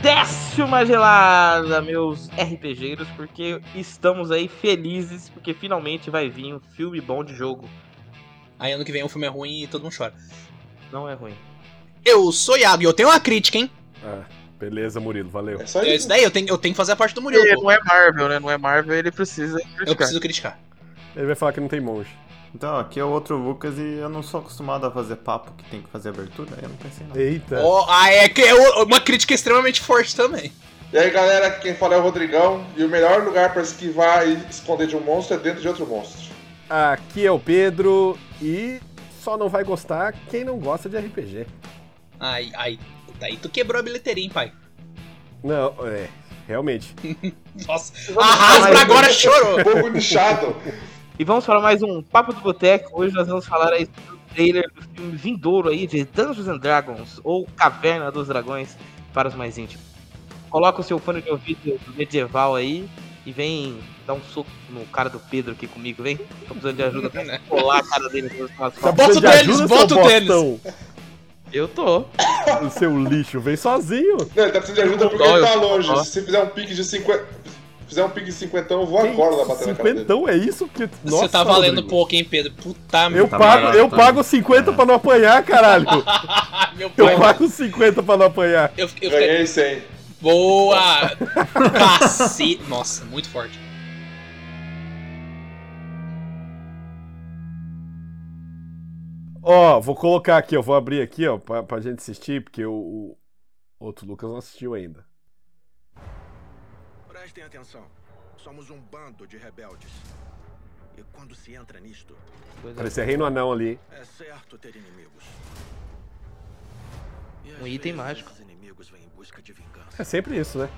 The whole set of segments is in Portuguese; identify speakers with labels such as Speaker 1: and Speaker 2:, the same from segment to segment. Speaker 1: décima gelada, meus RPGeiros, porque estamos aí felizes, porque finalmente vai vir um filme bom de jogo.
Speaker 2: Aí ano que vem o filme é ruim e todo mundo chora.
Speaker 1: Não é ruim.
Speaker 2: Eu sou Iago e eu tenho uma crítica, hein?
Speaker 3: Ah, beleza, Murilo, valeu.
Speaker 2: É só isso. daí eu tenho, eu tenho que fazer a parte do Murilo.
Speaker 1: Ele
Speaker 2: pô.
Speaker 1: não é Marvel, né? Não é Marvel, ele precisa criticar.
Speaker 2: Eu preciso criticar.
Speaker 3: Ele vai falar que não tem monge.
Speaker 4: Então, aqui é o outro Lucas e eu não sou acostumado a fazer papo que tem que fazer abertura, aí eu não pensei nada.
Speaker 3: Eita.
Speaker 2: Ó, ah, é que é o- uma crítica extremamente forte também.
Speaker 5: E aí galera, aqui quem fala é o Rodrigão, e o melhor lugar pra esquivar e esconder de um monstro é dentro de outro monstro.
Speaker 3: Aqui é o Pedro e só não vai gostar quem não gosta de RPG.
Speaker 2: Ai, ai. Puta, aí tu quebrou a bilheteria, hein, pai?
Speaker 3: Não, é, realmente.
Speaker 2: Nossa. A Hasbro agora chorou.
Speaker 5: Povo é nichado.
Speaker 1: E vamos para mais um Papo do Boteco. Hoje nós vamos falar aí do trailer do filme vindouro aí de Dungeons and Dragons, ou Caverna dos Dragões, para os mais íntimos. Coloca o seu fone de ouvido medieval aí e vem dar um soco no cara do Pedro aqui comigo, vem. Tô precisando de ajuda pra colar a cara dele. nas nossas
Speaker 3: Tá
Speaker 1: costas.
Speaker 2: Bota o
Speaker 3: precisando de
Speaker 2: deles,
Speaker 3: ajuda,
Speaker 2: bota
Speaker 3: seu
Speaker 2: o deles.
Speaker 3: bostão?
Speaker 1: Eu tô.
Speaker 3: O seu lixo, vem sozinho.
Speaker 5: Não, ele tá precisando de ajuda porque
Speaker 1: Dói,
Speaker 5: ele tá
Speaker 1: eu-
Speaker 5: longe.
Speaker 1: Nossa.
Speaker 5: Se fizer um pique de 50. Se fizer um pique de 50, eu vou
Speaker 3: Que
Speaker 5: agora lá
Speaker 3: isso,
Speaker 5: bater na cara dele.
Speaker 3: Cinquentão, é isso que.
Speaker 2: Você tá valendo pouco, hein, Pedro? Puta
Speaker 3: Eu
Speaker 4: Tá
Speaker 3: pago,
Speaker 4: barato,
Speaker 3: eu
Speaker 4: tá?
Speaker 3: pago 50
Speaker 2: É.
Speaker 3: pra não apanhar, caralho.
Speaker 2: meu
Speaker 3: Eu
Speaker 2: pai.
Speaker 3: pago 50 pra não apanhar.
Speaker 2: Eu, eu, eu,
Speaker 5: Ganhei 100.
Speaker 2: boa! Cacete! Nossa, muito forte.
Speaker 3: Ó, vou colocar aqui, eu vou abrir aqui, ó, pra, pra gente assistir, porque o, o outro Lucas não assistiu ainda.
Speaker 6: Prestem atenção. Somos um bando de rebeldes. E quando se entra nisto,
Speaker 3: Parecia reino anão ali. hein?
Speaker 6: é certo ter inimigos. E às
Speaker 1: Um item
Speaker 6: vezes
Speaker 1: mágico.
Speaker 6: Os inimigos vêm em busca de vingança.
Speaker 3: É sempre isso, né?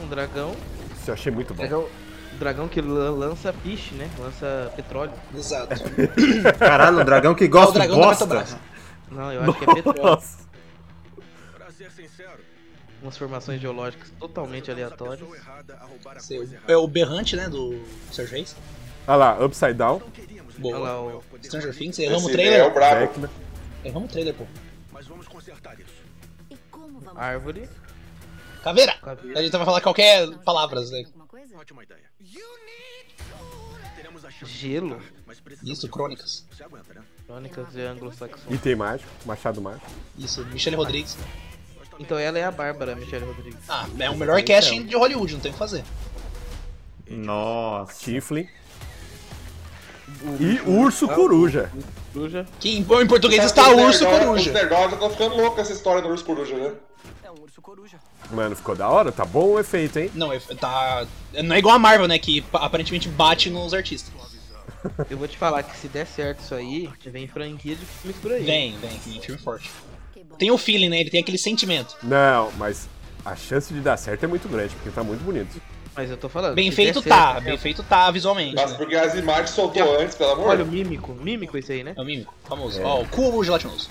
Speaker 1: Um dragão.
Speaker 3: Isso eu achei muito bom.
Speaker 1: Dragão, dragão que lan- lança piche, né? Lança petróleo.
Speaker 2: Exato.
Speaker 4: Caralho, um dragão que gosta
Speaker 2: É o dragão
Speaker 4: de
Speaker 2: da
Speaker 4: bosta.
Speaker 2: Petrobras.
Speaker 1: Não, eu acho que é petróleo.
Speaker 3: Nossa.
Speaker 6: Pra ser sincero, ajudas
Speaker 1: Transformações geológicas totalmente
Speaker 6: a
Speaker 1: aleatórias.
Speaker 6: pessoa errada a roubar a
Speaker 2: Esse- É
Speaker 6: coisa errada.
Speaker 2: o berrante, né, do Sr. Reis.
Speaker 3: Olha lá, Upside Down.
Speaker 6: Não queríamos
Speaker 2: Boa.
Speaker 6: levar
Speaker 1: Olha lá,
Speaker 6: o maior
Speaker 1: o
Speaker 6: poder
Speaker 2: Stranger
Speaker 6: maligno,
Speaker 2: Things, é. erramos o
Speaker 5: Esse é o
Speaker 2: trailer.
Speaker 5: brabo.
Speaker 3: Vecna.
Speaker 2: Erramos o trailer, pô.
Speaker 6: Mas vamos consertar isso.
Speaker 7: E como vamos
Speaker 2: Ah,
Speaker 1: Árvore.
Speaker 2: Caveira!
Speaker 1: Caveira.
Speaker 2: A gente vai falar qualquer
Speaker 7: fazer?
Speaker 2: palavras, né?
Speaker 7: Alguma coisa?
Speaker 6: Ótima ideia. Teremos a chance de
Speaker 1: Gelo.
Speaker 6: lutar, mas precisamos
Speaker 2: Isso,
Speaker 6: de
Speaker 2: crônicas.
Speaker 6: força. Você aguenta, né?
Speaker 1: Crônicas de anglo-saxões.
Speaker 3: Item mágico, Machado Mágico.
Speaker 2: Isso, Michelle Rodrigues.
Speaker 6: Nós também
Speaker 1: Então ela é a Bárbara, Michelle Rodrigues.
Speaker 2: Ah, é o melhor casting de Hollywood, não tem o que fazer.
Speaker 4: Nossa.
Speaker 3: Tiflin. E Urso Coruja.
Speaker 1: Coruja.
Speaker 2: É Que em, em português está
Speaker 5: Os
Speaker 2: Urso
Speaker 5: nerdola- Os
Speaker 2: Coruja.
Speaker 5: nerdola estão ficando louco com essa história do urso coruja, né?
Speaker 3: Mano, ficou da hora, tá bom o efeito, hein?
Speaker 2: Não, é- tá. Não é igual a Marvel, né? Que pa- aparentemente bate nos artistas.
Speaker 1: Eu vou te falar que se der certo isso aí, vem franquia de filmes por aí.
Speaker 2: Vem, vem, vem, filme forte.
Speaker 7: Que bom.
Speaker 2: Tem o feeling, né? Ele tem aquele sentimento.
Speaker 3: Não, mas a chance de dar certo é muito grande, porque tá muito bonito.
Speaker 1: Mas eu tô falando.
Speaker 2: Bem
Speaker 1: se
Speaker 2: feito
Speaker 1: der certo, é um
Speaker 2: tá, bem feito tá visualmente.
Speaker 5: Mas
Speaker 2: Né?
Speaker 5: porque as imagens soltou antes, pelo amor.
Speaker 1: Olha o mímico, mímico isso aí, né?
Speaker 2: É o mímico, famoso. Ó, o cubo gelatinoso.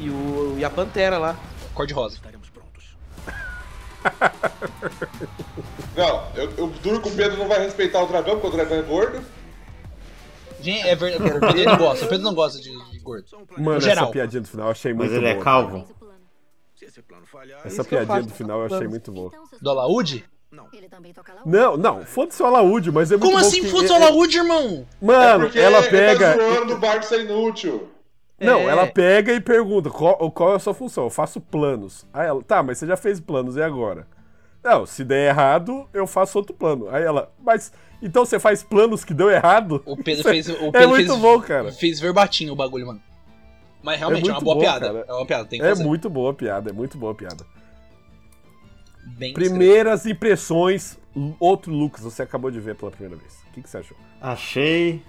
Speaker 1: E, o, e a pantera lá.
Speaker 2: Cor de rosa.
Speaker 6: estaremos prontos.
Speaker 5: Não, eu, eu duro que o Pedro não vai respeitar o dragão, porque o dragão é gordo.
Speaker 2: Gente, é verdade. O Pedro não gosta. O Pedro não gosta de, de gordo.
Speaker 6: Só um plano.
Speaker 3: Mano,
Speaker 2: Geral.
Speaker 3: essa piadinha do final eu achei
Speaker 4: Mas
Speaker 3: muito
Speaker 4: ele é
Speaker 3: boa.
Speaker 4: calvo?
Speaker 7: Fez o plano.
Speaker 6: Se esse plano falhar,
Speaker 3: Essa
Speaker 1: Isso que eu
Speaker 3: piadinha
Speaker 1: faço.
Speaker 3: do final eu achei muito boa.
Speaker 7: Então, seus
Speaker 2: Do Alaúde?
Speaker 6: não.
Speaker 7: Ele também toca lá.
Speaker 3: Não, não, foda-se o Alaúde, mas é muito
Speaker 2: Como
Speaker 3: bom
Speaker 2: assim
Speaker 3: que-
Speaker 2: foda-se o Alaúde, irmão?
Speaker 3: Mano,
Speaker 5: porque
Speaker 3: ela
Speaker 5: ele
Speaker 3: pega.
Speaker 5: Tá zoando o barco ser inútil.
Speaker 3: Não,
Speaker 1: É.
Speaker 3: ela pega e pergunta qual, qual é a sua função. Eu faço planos. Aí ela, tá, mas você já fez planos, e agora? Não, se der errado, eu faço outro plano. Aí ela, mas então você faz planos que deu errado?
Speaker 2: O Pedro fez. O Pedro
Speaker 3: é muito
Speaker 2: fez,
Speaker 3: bom, cara.
Speaker 2: Fez verbatim o bagulho, mano. Mas realmente é, uma
Speaker 3: muito
Speaker 2: boa
Speaker 3: bom,
Speaker 2: piada.
Speaker 3: cara.
Speaker 2: É uma piada, tem que
Speaker 3: É
Speaker 2: fazer.
Speaker 3: muito boa a piada, é muito boa a piada.
Speaker 2: Bem
Speaker 3: Primeiras impressões, Lu- outro Lucas, você acabou de ver pela primeira vez. O que, que você achou?
Speaker 4: Achei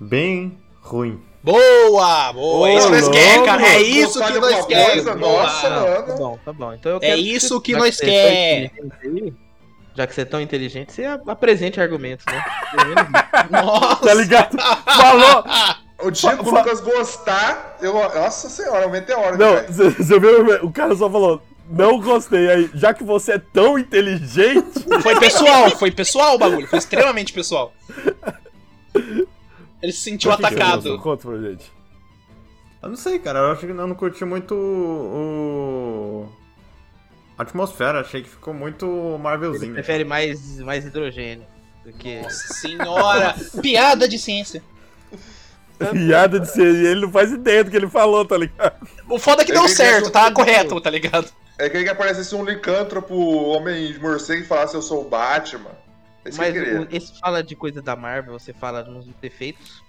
Speaker 4: bem ruim.
Speaker 2: Boboa! Boa! É isso que nós
Speaker 3: Ô,
Speaker 2: queremos, cara. É
Speaker 5: louco.
Speaker 2: isso que
Speaker 5: Gostar de
Speaker 2: nós
Speaker 5: alguma
Speaker 2: queremos.
Speaker 5: coisa?
Speaker 2: Boa.
Speaker 5: Nossa, mano.
Speaker 1: Tá bom, tá bom. Então eu
Speaker 2: É
Speaker 1: quero
Speaker 2: isso que
Speaker 1: já
Speaker 2: nós
Speaker 1: você é tão inteligente aí, Já que você é tão inteligente, você apresente argumentos, né? Pelo menos
Speaker 2: Nossa!
Speaker 3: Tá ligado? Falou!
Speaker 5: O dia que o
Speaker 3: Fa- fa-
Speaker 5: Lucas gostar, eu. Nossa senhora, é um meteoro,
Speaker 3: Não,
Speaker 5: velho.
Speaker 3: você você viu? O cara só falou, não gostei. Aí, já que você é tão inteligente.
Speaker 2: Foi pessoal, foi pessoal o bagulho, foi extremamente pessoal. Ele se sentiu
Speaker 3: Por que é que você gostou?
Speaker 2: um atacado.
Speaker 3: Conta pra gente.
Speaker 4: Eu não sei, cara. Eu acho que eu não curti muito o. o- A atmosfera, achei que ficou muito
Speaker 1: Ele
Speaker 4: Marvelzinho.
Speaker 1: prefere mais, mais hidrogênio do que.
Speaker 2: Nossa senhora! Piada de ciência.
Speaker 3: Piada de ser. e Ele não faz ideia do que ele falou, tá ligado?
Speaker 2: O foda é que
Speaker 5: Eu
Speaker 2: deu
Speaker 5: vi que
Speaker 2: certo,
Speaker 5: eu-
Speaker 2: tá correto, tá ligado?
Speaker 5: É queria que aparecesse um licântropo homem de morcego e falasse eu sou o Batman. É isso que eu
Speaker 1: Mas
Speaker 5: queria.
Speaker 1: o- esse fala de coisa da Marvel, você fala nos defeitos.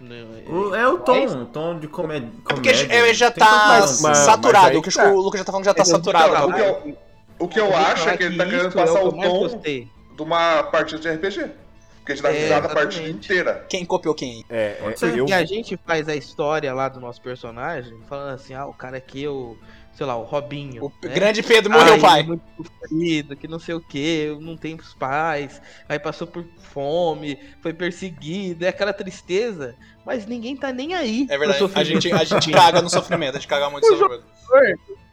Speaker 1: no-
Speaker 4: O- é o tom,
Speaker 1: É
Speaker 4: o tom de comé- comédia. né?
Speaker 2: Porque ele
Speaker 3: né?
Speaker 2: já
Speaker 4: Tem todo
Speaker 2: tá
Speaker 4: mundo,
Speaker 3: mas-
Speaker 2: saturado.
Speaker 3: mas aí
Speaker 2: o, que
Speaker 3: que tá.
Speaker 2: o Lucas já tá falando que já tá
Speaker 1: Ele não tá
Speaker 2: saturado.
Speaker 5: Não,
Speaker 2: tá
Speaker 5: o que
Speaker 2: ligado?
Speaker 5: eu, o que eu
Speaker 1: vou
Speaker 5: acho
Speaker 1: falar
Speaker 5: é que ele tá querendo
Speaker 1: isso é
Speaker 5: passar
Speaker 1: que
Speaker 5: o
Speaker 1: eu mais
Speaker 5: tom
Speaker 1: gostei.
Speaker 5: de uma partida de RPG. Porque a gente dá
Speaker 1: É,
Speaker 5: risada a partida
Speaker 1: exatamente.
Speaker 5: inteira.
Speaker 2: Quem copiou quem?
Speaker 3: É, é
Speaker 4: ser.
Speaker 3: eu,
Speaker 1: E a gente faz a história lá do nosso personagem, falando assim, ah, o cara aqui é o, sei lá, o Robinho.
Speaker 2: O
Speaker 3: É?
Speaker 1: né?
Speaker 2: grande Pedro
Speaker 1: Ah,
Speaker 2: morreu,
Speaker 1: ele é
Speaker 2: pai.
Speaker 1: muito sofrido, que não sei o que, não tem os pais, aí passou por fome, foi perseguido, é aquela tristeza, mas ninguém tá nem aí.
Speaker 2: É
Speaker 1: pro
Speaker 2: verdade, a
Speaker 1: sofrimento
Speaker 2: gente, a gente caga no sofrimento, a gente caga muito no sofrimento.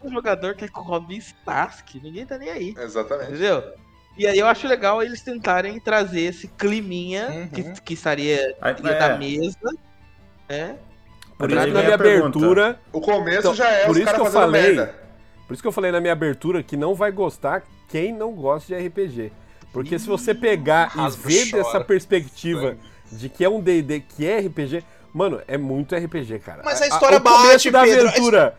Speaker 1: do jogador que é com o Robin se lasque, ninguém tá nem aí.
Speaker 5: Exatamente.
Speaker 1: Entendeu? E aí eu acho legal eles tentarem trazer esse climinha
Speaker 2: Uhum.
Speaker 1: que, que estaria
Speaker 4: Aí-
Speaker 1: da
Speaker 4: é,
Speaker 1: mesa. Né?
Speaker 3: por
Speaker 4: Aí
Speaker 3: isso que
Speaker 4: vem
Speaker 3: na
Speaker 4: a
Speaker 3: minha
Speaker 4: tá pergunta.
Speaker 3: abertura.
Speaker 5: O começo
Speaker 3: Então,
Speaker 5: já é
Speaker 3: por
Speaker 5: os
Speaker 3: isso
Speaker 5: caras
Speaker 3: que eu
Speaker 5: fazendo
Speaker 3: falei.
Speaker 5: merda.
Speaker 3: Por isso que eu falei na minha abertura que não vai gostar quem não gosta de RPG. Porque se você pegar e
Speaker 2: Rasga o
Speaker 3: ver
Speaker 2: chora.
Speaker 3: dessa perspectiva de que é um D&D, que é RPG, mano, é muito RPG, cara.
Speaker 2: Mas a história
Speaker 3: o começo
Speaker 2: bate,
Speaker 3: da
Speaker 2: Pedro.
Speaker 3: aventura.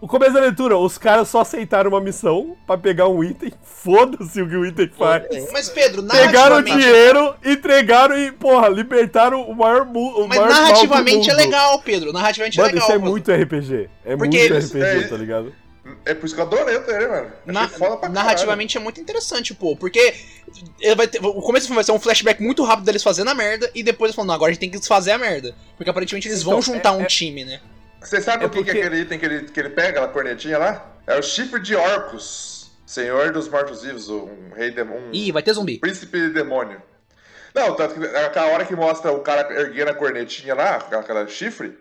Speaker 3: O começo da aventura, os caras só aceitaram uma missão pra pegar um item. Foda-se o que o item faz.
Speaker 2: Mas, Pedro,
Speaker 3: Pegaram o
Speaker 2: narrativamente.
Speaker 3: dinheiro, entregaram e, porra, libertaram o maior mu- o
Speaker 2: Mas
Speaker 3: maior mal do
Speaker 2: narrativamente é
Speaker 3: mundo.
Speaker 2: legal, Pedro. Narrativamente
Speaker 3: Mano,
Speaker 2: é legal.
Speaker 3: isso é
Speaker 2: mano.
Speaker 3: muito RPG. É
Speaker 2: Porque
Speaker 3: muito
Speaker 2: eles-
Speaker 3: RPG,
Speaker 5: é-
Speaker 3: tá ligado?
Speaker 5: É por isso que eu adorei o trailer, mano. Achei
Speaker 2: Na-
Speaker 5: foda pra caralho.
Speaker 2: narrativamente é muito interessante, pô, porque ele vai ter- o começo do filme vai ser um flashback muito rápido deles fazendo a merda e depois eles falam, não, agora a gente tem que desfazer a merda. Porque aparentemente eles vão
Speaker 3: Então,
Speaker 2: juntar
Speaker 3: é-
Speaker 2: um
Speaker 3: é-
Speaker 2: time, né?
Speaker 5: Você sabe
Speaker 3: É
Speaker 5: o que, que
Speaker 3: porque-
Speaker 5: é aquele item que ele, que ele pega, aquela cornetinha lá? É o chifre de Orcus, senhor dos mortos-vivos, um rei demônio.
Speaker 2: Ih, vai ter zumbi.
Speaker 5: Príncipe demônio. Não, tanto que aquela hora que mostra o cara erguendo a cornetinha lá, aquela, aquela chifre,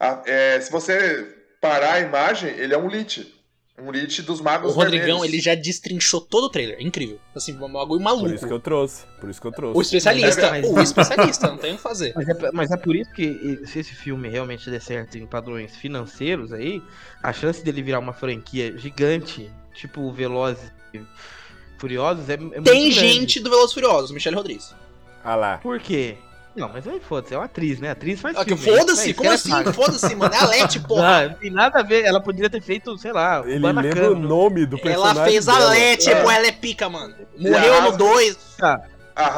Speaker 5: a- é, se você parar a imagem, ele é um lit. Um lit dos
Speaker 2: O
Speaker 5: magos
Speaker 2: Rodrigão,
Speaker 5: vermelhos.
Speaker 2: ele já destrinchou todo o trailer. É incrível. Assim, um bagulho
Speaker 3: Por isso
Speaker 2: maluco.
Speaker 3: que eu trouxe. Por isso que eu trouxe.
Speaker 2: O especialista,
Speaker 1: Mas-
Speaker 2: o especialista, não tem o que fazer.
Speaker 1: Mas é, mas é por isso que e- se esse filme realmente der certo em padrões financeiros aí, a chance dele virar uma franquia gigante, tipo o Velozes e Furiosos, é, é muito
Speaker 2: Tem
Speaker 1: grande.
Speaker 2: gente do Velozes e Furiosos, Michelle Rodrigues.
Speaker 3: Ah lá.
Speaker 1: Por quê? Não, mas aí foda-se, é uma atriz, né? Atriz faz
Speaker 2: Ah, que
Speaker 1: filme, é isso
Speaker 2: Foda-se,
Speaker 1: aí,
Speaker 2: como
Speaker 1: ela
Speaker 2: assim?
Speaker 1: paga.
Speaker 2: Foda-se, mano. É a Leti, porra.
Speaker 1: Ah, não tem nada a ver, ela poderia ter feito, sei lá,
Speaker 3: Ele
Speaker 1: Urbana
Speaker 3: lembra o
Speaker 1: Câmara.
Speaker 3: nome do personagem
Speaker 2: Ela fez a
Speaker 3: dela.
Speaker 2: Leti,
Speaker 5: É.
Speaker 2: porra, ela é pica, mano. Morreu no
Speaker 5: arrasa.
Speaker 2: 2.
Speaker 5: A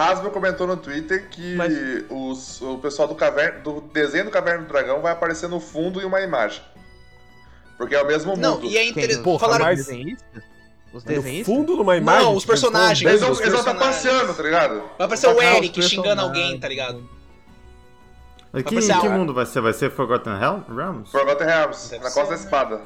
Speaker 5: Hasbro comentou no Twitter que
Speaker 1: Mas-
Speaker 5: os- o pessoal do, caverna, do desenho do Caverna do Dragão vai aparecer no fundo e uma imagem. Porque é o mesmo mundo.
Speaker 2: Não, e é
Speaker 1: Quem,
Speaker 2: interessante.
Speaker 3: Porra,
Speaker 2: Falaram
Speaker 3: mas-
Speaker 1: Os desenhistas? Os
Speaker 3: Tá No
Speaker 1: desenhistas?
Speaker 3: fundo, numa imagem.
Speaker 2: Não, os
Speaker 3: tipo, eles estão
Speaker 2: personagens.
Speaker 5: Eles
Speaker 3: andando.
Speaker 5: vão
Speaker 2: Os
Speaker 5: eles vão tá
Speaker 2: personagens.
Speaker 5: passeando, tá ligado?
Speaker 2: Vai aparecer o
Speaker 1: Ah, os
Speaker 2: Eric xingando
Speaker 1: personagens.
Speaker 2: alguém, tá ligado?
Speaker 4: Que,
Speaker 2: Mas é
Speaker 4: que
Speaker 2: a-
Speaker 4: mundo vai ser? Vai ser Forgotten Hel- Realms?
Speaker 5: Forgotten Realms,
Speaker 2: Deve
Speaker 5: na
Speaker 2: ser,
Speaker 5: costa da
Speaker 2: né?
Speaker 5: espada.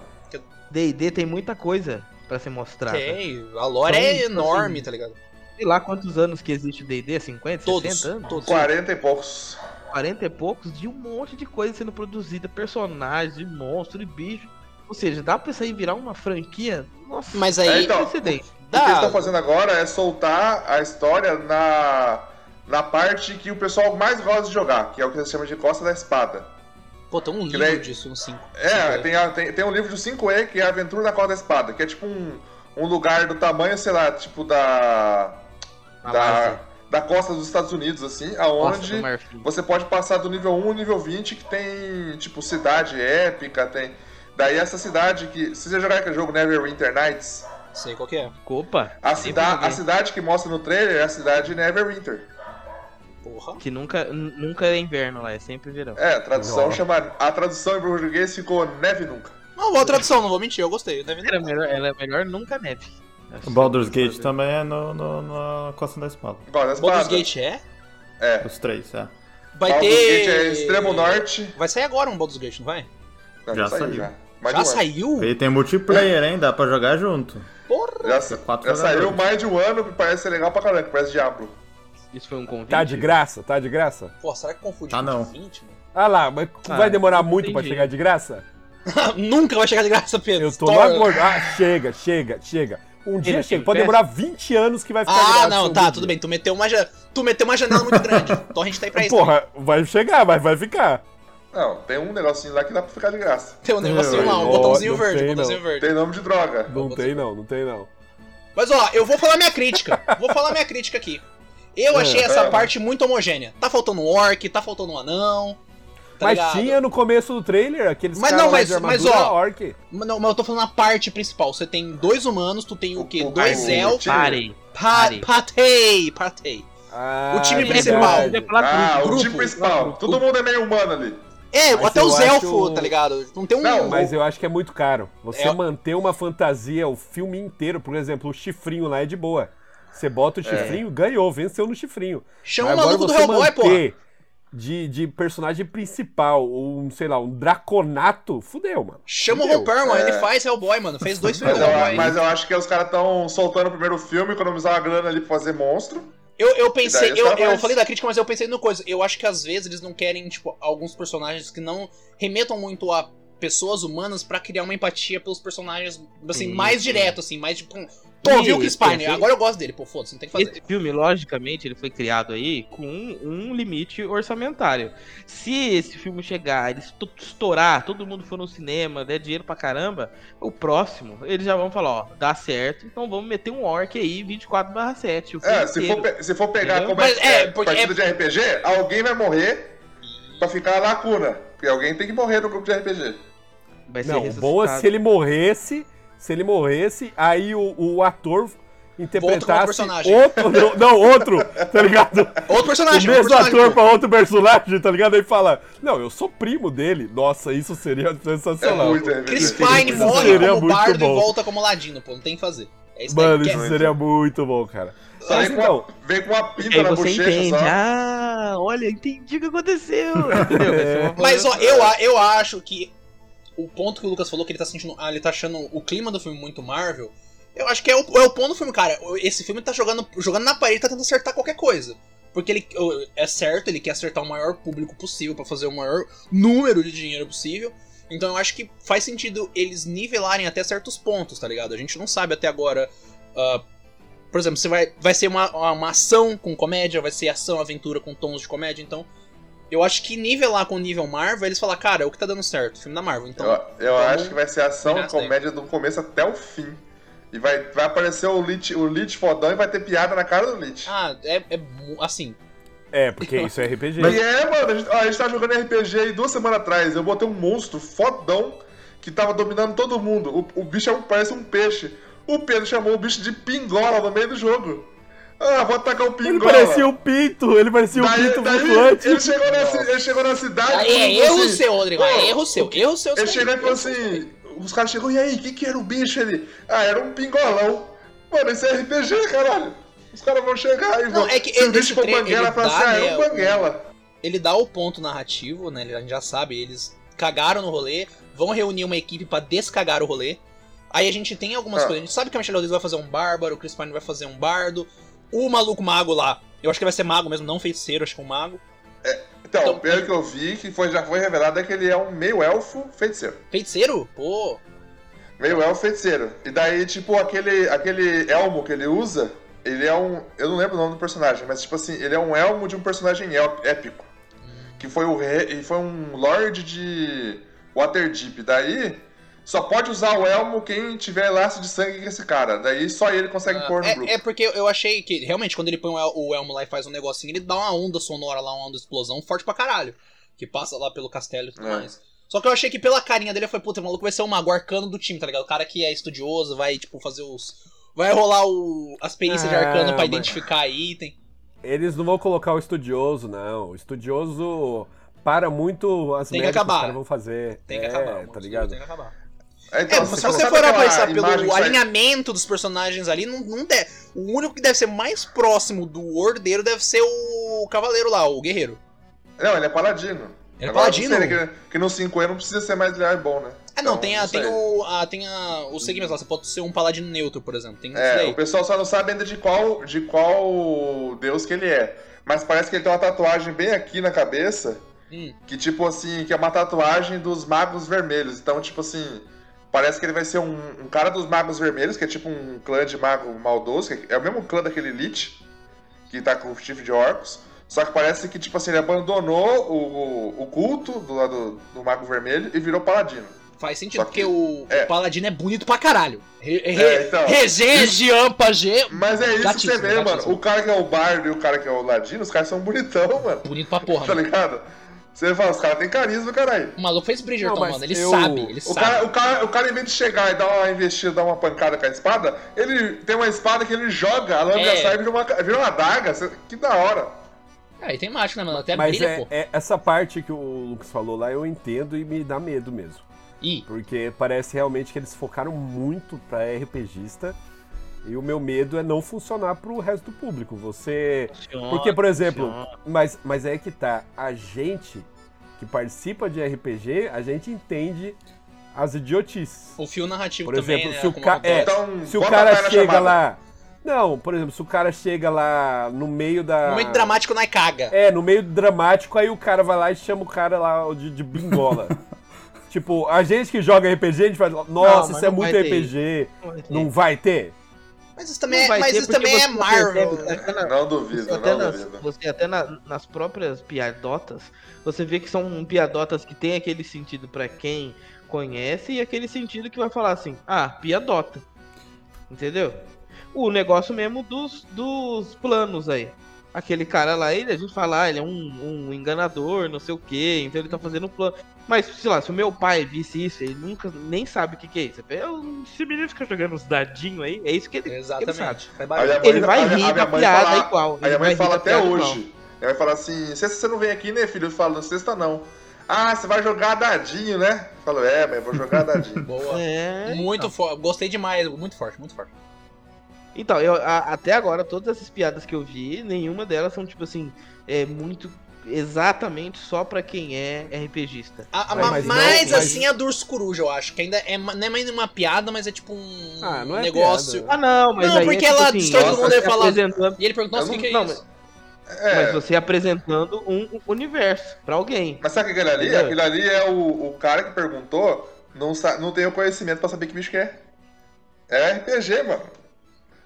Speaker 1: D&D tem muita coisa pra ser mostrada.
Speaker 2: Tem, a lore é
Speaker 1: Então,
Speaker 2: enorme,
Speaker 1: assim,
Speaker 2: tá ligado?
Speaker 1: Sei lá quantos anos que existe o D&D, 50,
Speaker 2: Todos,
Speaker 1: 60 anos?
Speaker 2: todos.
Speaker 5: 40 e poucos.
Speaker 1: 40 e poucos de um monte de coisa sendo produzida, personagens, de monstro, de bicho. Ou seja, dá pra isso aí virar uma franquia? Nossa,
Speaker 2: Mas
Speaker 5: É,
Speaker 2: aí,
Speaker 5: então,
Speaker 1: precedente.
Speaker 5: O que eles
Speaker 2: dá...
Speaker 5: estão fazendo agora é soltar a história na, na parte que o pessoal mais gosta de jogar, que é o que eles chamam de Costa da Espada.
Speaker 2: Pô, tem um
Speaker 5: Que
Speaker 2: livro
Speaker 5: daí-
Speaker 2: disso no 5.
Speaker 5: É, tem, a- tem, tem um livro de 5E que é a Aventura da Costa da Espada, que é tipo um, um lugar do tamanho, sei lá, tipo da. Da,
Speaker 1: Malásia.
Speaker 5: da costa dos Estados Unidos, assim,
Speaker 1: Nossa,
Speaker 5: aonde
Speaker 1: do Marfim.
Speaker 5: você pode passar do nível 1 ao nível 20, que tem, tipo, cidade épica, tem. Daí essa cidade que. Se você jogar aquele jogo Neverwinter Nights,
Speaker 2: Sei qual que é.
Speaker 1: Opa,
Speaker 5: A,
Speaker 1: nem
Speaker 5: cida
Speaker 1: joguei.
Speaker 5: a cidade que mostra no trailer é a cidade de Neverwinter.
Speaker 2: Porra.
Speaker 1: Que nunca, n- nunca é inverno lá, é sempre verão.
Speaker 5: É, a tradução
Speaker 3: Nossa.
Speaker 5: chama. A tradução em português ficou Neve Nunca.
Speaker 2: Não, boa tradução, não vou mentir, eu gostei. Deve
Speaker 1: Era melhor, ela é melhor nunca neve. Acho
Speaker 4: O
Speaker 1: que-
Speaker 4: Baldur's Gate também é no, no- na Costa da Espada.
Speaker 5: Agora, as
Speaker 2: Baldur's
Speaker 5: paradas.
Speaker 2: Gate é?
Speaker 5: É.
Speaker 4: Os três, é.
Speaker 2: Vai
Speaker 5: Baldur's
Speaker 2: ter...
Speaker 5: Gate é extremo norte.
Speaker 2: Vai sair agora um Baldur's Gate, não vai?
Speaker 5: Não,
Speaker 4: Já saiu.
Speaker 5: Mais
Speaker 2: Já
Speaker 5: de um ano.
Speaker 2: saiu?
Speaker 4: E tem multiplayer, hein? Dá pra jogar junto.
Speaker 2: Porra!
Speaker 5: Já, sa-
Speaker 4: Quatro
Speaker 5: já saiu
Speaker 4: jogadores.
Speaker 5: mais de um ano, que parece ser legal pra caramba, que parece Diablo.
Speaker 1: Isso foi um convite?
Speaker 3: Tá de graça, tá de graça.
Speaker 2: Pô, será que confundiu
Speaker 4: Tá, não.
Speaker 2: com 20, mano?
Speaker 3: Ah lá, mas
Speaker 1: Ah,
Speaker 3: vai demorar muito pra
Speaker 1: entendi.
Speaker 3: chegar de graça?
Speaker 2: Nunca vai chegar de graça, Pedro.
Speaker 3: Eu tô no
Speaker 2: Tor-
Speaker 3: acordo. Ah, chega, chega, chega. Um dia
Speaker 1: Ele
Speaker 3: chega.
Speaker 1: tem
Speaker 3: Pode
Speaker 1: festa?
Speaker 3: demorar 20 anos que vai ficar de
Speaker 2: Ah,
Speaker 3: graça
Speaker 2: não,
Speaker 3: um
Speaker 2: tá,
Speaker 3: dia.
Speaker 2: tudo bem. Tu meteu uma, ja- tu meteu uma janela muito grande. Então a gente tá aí pra isso. né?
Speaker 3: Porra, vai chegar, mas vai ficar.
Speaker 5: Não, tem um negocinho lá que dá pra ficar de graça.
Speaker 2: Tem um negocinho lá, um
Speaker 3: Não,
Speaker 2: botãozinho
Speaker 3: não
Speaker 2: verde,
Speaker 3: sei,
Speaker 2: botãozinho
Speaker 3: não.
Speaker 2: verde.
Speaker 5: Tem nome de droga.
Speaker 3: Não tem não, não tem não.
Speaker 2: Mas ó, eu vou falar minha crítica. Vou falar minha crítica aqui. Eu achei essa
Speaker 5: é.
Speaker 2: parte muito homogênea. Tá faltando um orc, tá faltando um anão. tá
Speaker 3: mas
Speaker 2: ligado?
Speaker 3: tinha no começo do trailer aqueles
Speaker 2: Mas
Speaker 3: caras
Speaker 2: não,
Speaker 3: lá
Speaker 2: mas-
Speaker 3: de armadura
Speaker 2: mas, ó,
Speaker 3: orc.
Speaker 2: Mas Não, mas eu tô falando a parte principal. Você tem dois humanos, tu tem o quê?
Speaker 5: O- o-
Speaker 2: Dois
Speaker 5: o-
Speaker 2: elfos.
Speaker 1: Parem.
Speaker 2: Pa
Speaker 1: Pare.
Speaker 2: patei, patei.
Speaker 3: Ah,
Speaker 2: o time
Speaker 3: é
Speaker 2: principal.
Speaker 1: Ele
Speaker 3: verdade.
Speaker 1: ia falar
Speaker 5: Ah,
Speaker 1: grupo.
Speaker 5: o time principal. Todo mundo é meio humano ali.
Speaker 2: É,
Speaker 3: Mas
Speaker 2: até
Speaker 3: eu
Speaker 2: os
Speaker 3: acho-
Speaker 2: elfos, tá ligado? Não tem um.
Speaker 5: Não,
Speaker 3: Mas eu acho que é muito caro. Você
Speaker 2: É.
Speaker 3: manter uma fantasia o filme inteiro, por exemplo, o chifrinho lá é de boa. Você bota o chifrinho, ganhou, venceu no chifrinho.
Speaker 2: É. Chama o
Speaker 3: Agora
Speaker 2: maluco do
Speaker 3: você
Speaker 2: Hellboy, pô.
Speaker 3: manter De, de personagem principal, um, sei lá, um draconato, fudeu, mano.
Speaker 2: Chama o
Speaker 3: Entendeu?
Speaker 2: Roper, mano.
Speaker 5: É.
Speaker 2: Ele faz Hellboy, mano. Fez dois filmes
Speaker 5: Mas
Speaker 2: do
Speaker 5: eu,
Speaker 2: Hellboy.
Speaker 5: mas eu acho que os caras estão soltando o primeiro filme, economizar uma grana ali pra fazer monstro.
Speaker 2: Eu, eu pensei,
Speaker 5: E daí os
Speaker 2: eu,
Speaker 5: caras
Speaker 2: eu
Speaker 5: fazem.
Speaker 2: falei da crítica, mas eu pensei numa coisa. Eu acho que às vezes eles não querem, tipo, alguns personagens que não remetam muito a pessoas humanas pra criar uma empatia pelos personagens, assim,
Speaker 1: Sim,
Speaker 2: mais
Speaker 1: sim.
Speaker 2: direto, assim, mais tipo. um, Pô, viu o Chris
Speaker 1: Isso,
Speaker 2: Pine?
Speaker 1: sim.
Speaker 2: Agora eu gosto dele, pô, foda-se, não tem o que fazer.
Speaker 1: Esse filme, logicamente, ele foi criado aí com um, um limite orçamentário. Se esse filme chegar, ele estu- estourar, todo mundo for no cinema, der dinheiro pra caramba, o próximo, eles já vão falar, ó, dá certo, então vamos meter um orc aí 24/7. o filme
Speaker 5: É, se for,
Speaker 1: inteiro.
Speaker 5: pe- se for pegar
Speaker 1: Entendeu?
Speaker 5: como
Speaker 2: Mas é,
Speaker 5: é,
Speaker 2: porque
Speaker 5: partida de RPG, alguém vai morrer pra ficar na lacuna. Porque alguém tem que morrer no grupo de RPG.
Speaker 1: Vai ser
Speaker 3: Não, o bom é
Speaker 1: ressuscitado.
Speaker 3: se ele morresse, se ele morresse, aí o, o ator interpretasse
Speaker 2: personagem.
Speaker 3: outro, não, não, outro, tá ligado?
Speaker 2: Outro personagem, outro
Speaker 3: o mesmo
Speaker 2: personagem.
Speaker 3: ator
Speaker 2: pô.
Speaker 3: pra outro personagem, tá ligado? Aí fala, não, eu sou primo dele. Nossa, isso seria
Speaker 5: É
Speaker 3: sensacional.
Speaker 5: muito RPG.
Speaker 2: Chris Pine
Speaker 3: Isso
Speaker 2: morre
Speaker 3: seria
Speaker 2: como
Speaker 3: muito
Speaker 2: bardo
Speaker 3: bom.
Speaker 2: e volta como ladino, pô, não tem o que fazer. É isso
Speaker 3: Mano,
Speaker 2: daí que
Speaker 3: isso
Speaker 2: é.
Speaker 3: seria muito bom, cara.
Speaker 5: Só
Speaker 3: Mas
Speaker 5: vem, com uma-
Speaker 3: então,
Speaker 5: vem com uma
Speaker 1: E
Speaker 5: pinta
Speaker 1: aí
Speaker 5: na
Speaker 1: você
Speaker 5: bochecha
Speaker 1: entende,
Speaker 5: só.
Speaker 1: ah, olha, entendi o que aconteceu. Entendeu? Vai ser uma
Speaker 2: Mas ó,
Speaker 1: mudança.
Speaker 2: eu, a- eu acho que o ponto que o Lucas falou que ele tá sentindo. Ah, ele tá achando o clima do filme muito Marvel. Eu acho que é o, é o ponto do filme, cara. Esse filme tá jogando, jogando na parede, tá tentando acertar qualquer coisa. Porque ele é certo, ele quer acertar o maior público possível pra fazer o maior número de dinheiro possível. Então eu acho que faz sentido eles nivelarem até certos pontos, tá ligado? A gente não sabe até agora. ah, por exemplo, você vai, vai ser uma, uma, uma ação com comédia, vai ser ação, aventura com tons de comédia, então. Eu acho que nivelar com o nível Marvel, eles falam, cara, é o que tá dando certo, filme da Marvel, então.
Speaker 5: Eu, eu
Speaker 2: então-
Speaker 5: acho que vai ser ação
Speaker 2: Combinado,
Speaker 5: e comédia do começo até o fim. E vai, vai aparecer o Lich, o Lich fodão e vai ter piada na cara do Lich.
Speaker 2: Ah, é, é mu- assim.
Speaker 3: é, porque isso é RPG.
Speaker 5: E é, mano, a gente, ó, a gente tava jogando RPG aí duas semanas atrás. Eu botei um monstro fodão que tava dominando todo mundo. O, o bicho é um- parece um peixe. O Pedro chamou o bicho de pingola no meio do jogo. Ah, vou atacar o
Speaker 3: ele
Speaker 5: pingola.
Speaker 3: parecia um pinto, ele parecia um
Speaker 5: Daí-
Speaker 3: pinto
Speaker 5: daí
Speaker 3: flutuante.
Speaker 5: ele, chegou na, ci- ele chegou na cidade.
Speaker 2: Ah,
Speaker 5: todo
Speaker 2: é
Speaker 5: mundo
Speaker 2: erro
Speaker 5: assim,
Speaker 2: seu, Rodrigo,
Speaker 5: "Ô,
Speaker 2: é erro seu, erro seu.
Speaker 5: Eu
Speaker 2: isso
Speaker 5: cheguei
Speaker 2: aí,
Speaker 5: e falei
Speaker 2: erro seu, isso aí.
Speaker 5: assim, os caras chegou, e aí, o que que era o bicho ali? Ah, era um pingolão. Mano, isso é RPG, caralho. Os caras vão chegar e
Speaker 2: Não,
Speaker 5: vão...
Speaker 2: é que
Speaker 5: Se
Speaker 2: esse
Speaker 5: o bicho for
Speaker 2: trem,
Speaker 5: banguela,
Speaker 2: ele
Speaker 5: fala assim,
Speaker 2: dá,
Speaker 5: ah,
Speaker 2: né,
Speaker 5: é um
Speaker 2: o-
Speaker 5: banguela.
Speaker 2: Ele dá o ponto narrativo, né? A gente já sabe, eles cagaram no rolê, vão reunir uma equipe pra descagar o rolê. Aí a gente tem algumas
Speaker 5: Ah.
Speaker 2: coisas. A gente sabe que a Michelle Rodrigues vai fazer um bárbaro, o Chris Pine vai fazer um bardo, o maluco mago lá. Eu acho que ele vai ser mago mesmo, não feiticeiro, acho que é um mago.
Speaker 5: Então,
Speaker 2: Então,
Speaker 5: pelo que eu vi, que foi, já foi revelado, é que ele é um meio-elfo feiticeiro.
Speaker 2: Feiticeiro? Pô. Tá.
Speaker 5: Meio-elfo feiticeiro. E daí, tipo, aquele, aquele elmo que ele usa, ele é um... Eu não lembro o nome do personagem, mas, tipo assim, ele é um elmo de um personagem el- épico.
Speaker 2: Hum.
Speaker 5: Que foi o rei... e Foi um lord de Waterdeep. Daí... Só pode usar o elmo quem tiver laço de sangue com esse cara. Daí só ele consegue
Speaker 2: Ah,
Speaker 5: pôr no grupo.
Speaker 2: é, é porque eu achei que, realmente, quando ele põe o, El- o Elmo lá e faz um negocinho, ele dá uma onda sonora lá, uma onda de explosão forte pra caralho. Que passa lá pelo castelo e tudo
Speaker 5: É.
Speaker 2: mais. Só que eu achei que pela carinha dele, eu falei, puta, o maluco vai ser o mago arcano do time, tá ligado? O cara que é estudioso, vai, tipo, fazer os... Vai rolar o... as perícias de
Speaker 3: Ah,
Speaker 2: arcano pra
Speaker 3: mas-
Speaker 2: identificar item.
Speaker 3: Eles não vão colocar o estudioso, não. O estudioso para muito as
Speaker 2: Tem que
Speaker 3: merdas
Speaker 2: acabar.
Speaker 3: os caras vão fazer.
Speaker 2: Tem que
Speaker 3: É,
Speaker 2: acabar. mano,
Speaker 3: tá
Speaker 2: Tem
Speaker 3: ligado?
Speaker 2: que acabar.
Speaker 5: É,
Speaker 2: É,
Speaker 5: então,
Speaker 2: se
Speaker 5: sabe
Speaker 2: você for
Speaker 5: aquela
Speaker 2: pensar
Speaker 5: imagem
Speaker 2: pelo
Speaker 5: que sai-
Speaker 2: alinhamento dos personagens ali, não, não deve... O único que deve ser mais próximo do ordeiro deve ser o cavaleiro lá, o guerreiro.
Speaker 5: Não, ele é paladino.
Speaker 2: Ele é
Speaker 5: Agora,
Speaker 2: paladino.
Speaker 5: não sei, né, que, que no 5 e não precisa ser mais leal e bom, né?
Speaker 2: Ah, não,
Speaker 5: Então,
Speaker 2: tem, a, tem,
Speaker 5: sei.
Speaker 2: o, a, tem a, os segmentos lá. Você pode ser um paladino neutro, por exemplo. Tem isso
Speaker 5: É,
Speaker 2: daí.
Speaker 5: o pessoal só não sabe ainda de qual, de qual deus que ele é. Mas parece que ele tem uma tatuagem bem aqui na cabeça,
Speaker 2: Hum.
Speaker 5: que tipo assim, que é uma tatuagem dos magos vermelhos. Então, tipo assim, parece que ele vai ser um, um cara dos magos vermelhos, que é tipo um clã de mago maldoso, que é o mesmo clã daquele Lich, que tá com o chifre de orcos. Só que parece que, tipo assim, ele abandonou o, o culto do lado do mago vermelho e virou paladino.
Speaker 2: Faz sentido,
Speaker 5: Só que-
Speaker 2: porque o,
Speaker 5: é.
Speaker 2: o Paladino é bonito pra caralho. Re, re,
Speaker 5: É, então.
Speaker 2: Rezende, Ampa, G.
Speaker 5: Mas é isso que
Speaker 2: Gatíssimo,
Speaker 5: você vê, mano.
Speaker 2: gatíssimo.
Speaker 5: O cara que é o bardo e o cara que é o ladino, os caras são bonitão, mano.
Speaker 2: Bonito pra porra,
Speaker 5: Tá
Speaker 2: mano.
Speaker 5: ligado? Você fala, os caras têm carisma, caralho.
Speaker 2: O maluco fez Bridgerton,
Speaker 3: Não, mas
Speaker 2: mano. Ele
Speaker 3: eu-
Speaker 2: sabe, ele
Speaker 5: O
Speaker 2: sabe.
Speaker 5: cara, o, cara, o cara, em vez de chegar e dar uma investida, dar uma pancada com a espada, ele tem uma espada que ele joga, a lâmina
Speaker 2: É.
Speaker 5: sai e vira uma, vira uma adaga. Cê- Que da hora.
Speaker 2: Aí tem mágica, né, mano? Até
Speaker 3: Mas
Speaker 2: brilha,
Speaker 3: é,
Speaker 2: pô.
Speaker 3: é- essa parte que o Lucas falou lá eu entendo e me dá medo mesmo.
Speaker 2: Ih,
Speaker 3: Porque parece realmente que eles focaram muito pra RPGista. E o meu medo é não funcionar pro resto do público. Você. Porque, por exemplo, mas, mas é que tá. A gente que participa de RPG, a gente entende as idiotices.
Speaker 2: o fio narrativo
Speaker 3: Por
Speaker 2: também,
Speaker 3: exemplo,
Speaker 2: né?
Speaker 3: se o
Speaker 2: como
Speaker 3: ca-
Speaker 2: acontece.
Speaker 3: é,
Speaker 5: Então,
Speaker 3: Se o
Speaker 5: bota a
Speaker 3: cara
Speaker 5: cara na
Speaker 3: chega
Speaker 5: chamada.
Speaker 3: lá. Não, por exemplo, se o cara chega lá no meio da.
Speaker 5: Ah.
Speaker 2: Momento dramático não é caga.
Speaker 3: É, no meio dramático, aí o cara vai lá e chama o cara lá de, de bingola. tipo, a gente que joga RPG, a gente fala,
Speaker 1: Não, mas
Speaker 3: nossa, isso é
Speaker 1: não
Speaker 3: muito
Speaker 1: vai ter
Speaker 3: RPG.
Speaker 1: Não
Speaker 3: Não vai ter?
Speaker 2: Mas isso também,
Speaker 1: Não
Speaker 2: é,
Speaker 1: vai
Speaker 2: mas
Speaker 1: ter
Speaker 2: isso
Speaker 1: porque
Speaker 2: também
Speaker 1: você
Speaker 2: é Marvel.
Speaker 1: percebe, tá
Speaker 2: né?
Speaker 1: até na-
Speaker 5: Não duvido,
Speaker 1: até
Speaker 5: não
Speaker 1: nas,
Speaker 5: duvido.
Speaker 1: você até na- nas próprias piadotas, você vê que são piadotas que tem aquele sentido pra quem conhece e aquele sentido que vai falar assim, ah, piadota. Entendeu? O negócio mesmo dos, dos planos aí. Aquele cara lá, ele, a gente fala, ah, ele é um, um enganador, não sei o que, então ele tá fazendo um plano. Mas, sei lá, se o meu pai visse isso, ele nunca nem sabe o que, que é isso. É um- Esse menino fica jogando uns dadinhos aí, é isso que ele, que ele sabe.
Speaker 2: Exatamente. Faz
Speaker 5: Aí a
Speaker 2: barulho.
Speaker 5: mãe-
Speaker 1: Ele vai
Speaker 5: a minha-
Speaker 1: rir
Speaker 5: a minha
Speaker 1: da
Speaker 5: mãe
Speaker 1: piada
Speaker 5: fala-
Speaker 1: igual.
Speaker 5: Aí
Speaker 1: ele
Speaker 5: a
Speaker 1: vai
Speaker 5: mãe
Speaker 1: rir
Speaker 5: fala
Speaker 1: da
Speaker 5: até
Speaker 1: piada igual.
Speaker 5: hoje. Ela vai falar assim, sexta você não vem aqui, né, filho? Eu falo, sexta não. Ah, você vai jogar dadinho, né? Eu falo, é, mas eu vou jogar dadinho.
Speaker 2: Boa.
Speaker 1: É,
Speaker 2: Muito
Speaker 1: então.
Speaker 2: forte. Gostei demais. Muito forte, muito forte.
Speaker 1: Então, eu, a- até agora, todas essas piadas que eu vi, nenhuma delas são, tipo assim, é muito. Exatamente só pra quem é RPGista.
Speaker 2: A, a,
Speaker 3: Mas-
Speaker 2: mas
Speaker 3: mas não-
Speaker 2: mais
Speaker 3: mas-
Speaker 2: assim é a do urso coruja, eu acho. Que ainda é, ma- não é mais uma piada, mas é tipo um
Speaker 3: Ah, não é
Speaker 2: negócio.
Speaker 3: piada.
Speaker 1: Ah, não, mas.
Speaker 2: Não,
Speaker 1: aí
Speaker 2: porque
Speaker 1: é, tipo
Speaker 2: ela
Speaker 1: assim,
Speaker 2: destrói
Speaker 5: todo
Speaker 1: você
Speaker 2: mundo e fala-
Speaker 1: apresentando-
Speaker 2: E ele pergunta, nossa, o que, que é
Speaker 1: não,
Speaker 2: isso?
Speaker 5: É.
Speaker 1: Mas você apresentando um universo pra alguém.
Speaker 5: Mas sabe aquele ali?
Speaker 1: Entendeu?
Speaker 5: Aquele ali é o, o cara que perguntou, não, sa- não tem o conhecimento pra saber que bicho que é. É RPG, mano.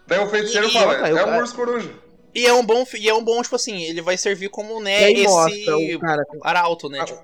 Speaker 5: Daí o feiticeiro
Speaker 2: E-
Speaker 5: fala,
Speaker 1: e-
Speaker 5: é
Speaker 1: eu-
Speaker 5: um urso coruja.
Speaker 2: E é um bom, fi- e é um bom, tipo assim, ele vai servir como,
Speaker 1: e
Speaker 2: né,
Speaker 1: aí mostra
Speaker 2: esse
Speaker 1: o Ah, cara com
Speaker 2: arauto, né? tipo,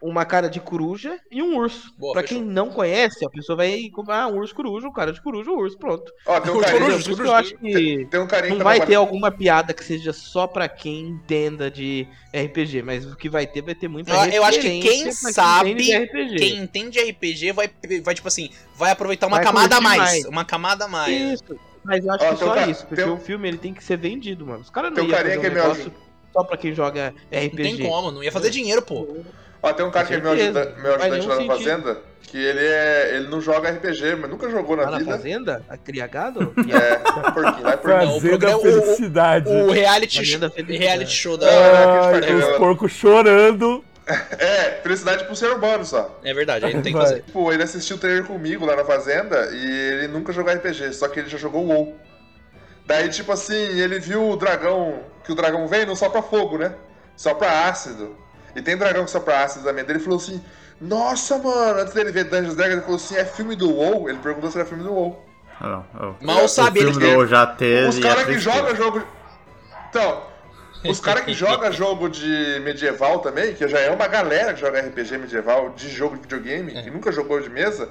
Speaker 1: uma cara de coruja e um urso.
Speaker 2: Boa,
Speaker 1: pra
Speaker 2: fechou.
Speaker 1: quem não conhece, a pessoa vai. Ah, um urso coruja, um cara de coruja, um urso, pronto.
Speaker 5: Ó, tem um
Speaker 2: Coruja,
Speaker 5: carinha,
Speaker 1: Entendeu? Por
Speaker 2: coruja,
Speaker 1: isso que
Speaker 2: coruja.
Speaker 1: eu acho que.
Speaker 5: tem um carinha
Speaker 1: Não
Speaker 5: que
Speaker 1: vai ter
Speaker 5: trabalha-
Speaker 1: alguma piada que seja só pra quem entenda de RPG, mas o que vai ter vai ter muita
Speaker 2: Eu- eu acho que
Speaker 1: referência
Speaker 2: quem
Speaker 1: pra entende
Speaker 2: sabe,
Speaker 1: de RPG.
Speaker 2: quem entende RPG vai, vai, tipo assim, vai aproveitar uma
Speaker 1: Vai
Speaker 2: camada a
Speaker 1: curtir
Speaker 2: mais.
Speaker 1: mais.
Speaker 2: Uma camada a mais.
Speaker 1: Isso. Mas eu acho
Speaker 5: Ó,
Speaker 1: que
Speaker 5: tem um
Speaker 1: só
Speaker 5: cara-
Speaker 1: isso, porque
Speaker 5: tem um-
Speaker 1: o filme ele tem que ser vendido, mano. Os caras não
Speaker 5: Tem um
Speaker 1: iam
Speaker 5: carinha
Speaker 1: fazer um
Speaker 5: que é meu
Speaker 1: negócio só pra quem joga
Speaker 2: Não tem
Speaker 1: RPG.
Speaker 2: como, não ia fazer dinheiro, pô.
Speaker 5: Ó, tem um cara
Speaker 1: Com
Speaker 5: que é meu,
Speaker 1: certeza.
Speaker 5: ajuda- meu
Speaker 1: Não faz
Speaker 5: ajudante
Speaker 1: nenhum
Speaker 5: lá na
Speaker 1: sentido.
Speaker 5: fazenda, que ele é. ele não joga RPG, mas nunca jogou na
Speaker 1: Lá Tá na
Speaker 5: vida.
Speaker 1: fazenda, a criagado,
Speaker 5: É, porquinho, vai porquinho.
Speaker 2: o
Speaker 3: Fazendo
Speaker 2: programa-
Speaker 3: a
Speaker 2: o-
Speaker 3: felicidade.
Speaker 2: O reality,
Speaker 1: Imagina Uhum. a
Speaker 2: show-
Speaker 1: felicidade. É.
Speaker 2: reality show da.
Speaker 5: Ah, aquele
Speaker 3: Ai, os
Speaker 5: programa.
Speaker 3: porcos chorando.
Speaker 5: É, felicidade pro ser humano só.
Speaker 2: É verdade, aí não tem o que
Speaker 3: Vai.
Speaker 2: fazer.
Speaker 5: Tipo, ele assistiu o trailer comigo lá na fazenda e ele nunca jogou RPG, só que ele já jogou WoW. Daí, tipo assim, ele viu o dragão, que o dragão vem não só pra fogo, né? Só pra ácido. E tem dragão que só pra ácido também. Daí ele falou assim, nossa, mano, antes dele ver Dungeons and Dragons, ele falou assim, é filme do WoW? Ele perguntou se era filme do WoW.
Speaker 4: Ah, não, oh.
Speaker 2: Mal sabe
Speaker 4: o
Speaker 2: ele
Speaker 4: filme
Speaker 5: que-
Speaker 4: do já teve.
Speaker 5: Os
Speaker 4: e é
Speaker 5: caras que
Speaker 4: tristeza.
Speaker 5: jogam jogo. Então, os caras que jogam jogo de medieval também, que já é uma galera que joga RPG medieval de jogo de videogame,
Speaker 3: É.
Speaker 5: que nunca jogou de mesa,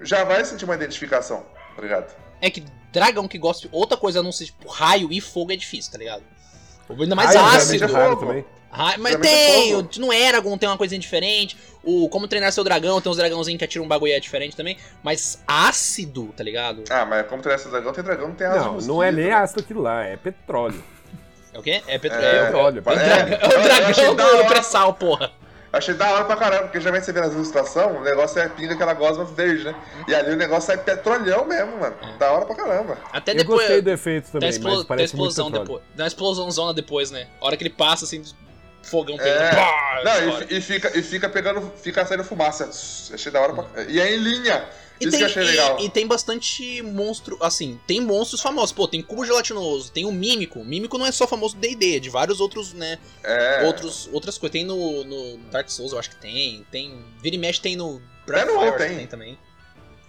Speaker 5: já vai sentir uma identificação, tá ligado?
Speaker 2: É que dragão que gosta de outra coisa a não ser tipo raio e fogo é difícil, tá ligado? Ainda mais
Speaker 3: Ai,
Speaker 2: ácido.
Speaker 3: geralmente é raro também.
Speaker 2: Raio- mas
Speaker 5: geralmente é
Speaker 2: tem,
Speaker 5: fogo.
Speaker 2: o- no Eragon tem uma coisinha diferente. O Como Treinar Seu Dragão tem uns dragãozinhos que atiram um bagulho é diferente também. Mas ácido, tá ligado?
Speaker 5: Ah, mas como tem essa dragão, tem dragão, tem asa de
Speaker 3: Não, não é
Speaker 5: mosquito.
Speaker 3: nem ácido aquilo lá, é petróleo.
Speaker 2: É o quê? É petróleo.
Speaker 5: É,
Speaker 2: É, o-
Speaker 3: Petróleo,
Speaker 2: é o
Speaker 3: parece.
Speaker 2: dra-
Speaker 5: é.
Speaker 2: é o
Speaker 5: Eu achei
Speaker 2: dragão
Speaker 5: da hora.
Speaker 2: do pré-sal, porra.
Speaker 5: Achei da hora pra caramba, porque já vem você vendo as ilustrações, o negócio é pinga aquela gosma verde, né? E ali o negócio é petrolhão mesmo, mano.
Speaker 3: É.
Speaker 5: Da hora pra caramba.
Speaker 2: Até
Speaker 3: Eu
Speaker 2: depois.
Speaker 3: gostei do efeito
Speaker 2: da,
Speaker 3: também,
Speaker 2: explo-
Speaker 3: mas
Speaker 2: da
Speaker 3: parece muito
Speaker 2: explosão
Speaker 3: petróleo.
Speaker 2: depois. Da explosão zona depois, né? A hora que ele passa assim, fogão pegando.
Speaker 5: É.
Speaker 2: pá,
Speaker 5: Não, e
Speaker 2: estoura.
Speaker 5: fi- e, fica, e fica pegando, fica saindo fumaça. Achei da hora pra
Speaker 3: Uhum.
Speaker 5: E é em linha.
Speaker 2: E
Speaker 5: Isso
Speaker 2: tem,
Speaker 5: que eu achei legal.
Speaker 2: e- e tem bastante monstro, assim, tem monstros famosos. Pô, tem Cubo Gelatinoso, tem o Mímico. Mímico não é só famoso do D&D, é de vários outros, né,
Speaker 5: É.
Speaker 2: outros, outras coisas. Tem no, no Dark Souls, eu acho que tem. Tem, vira e mexe tem no
Speaker 5: Até no
Speaker 2: Fire,
Speaker 5: WoW
Speaker 2: acho que
Speaker 5: tem.
Speaker 2: também.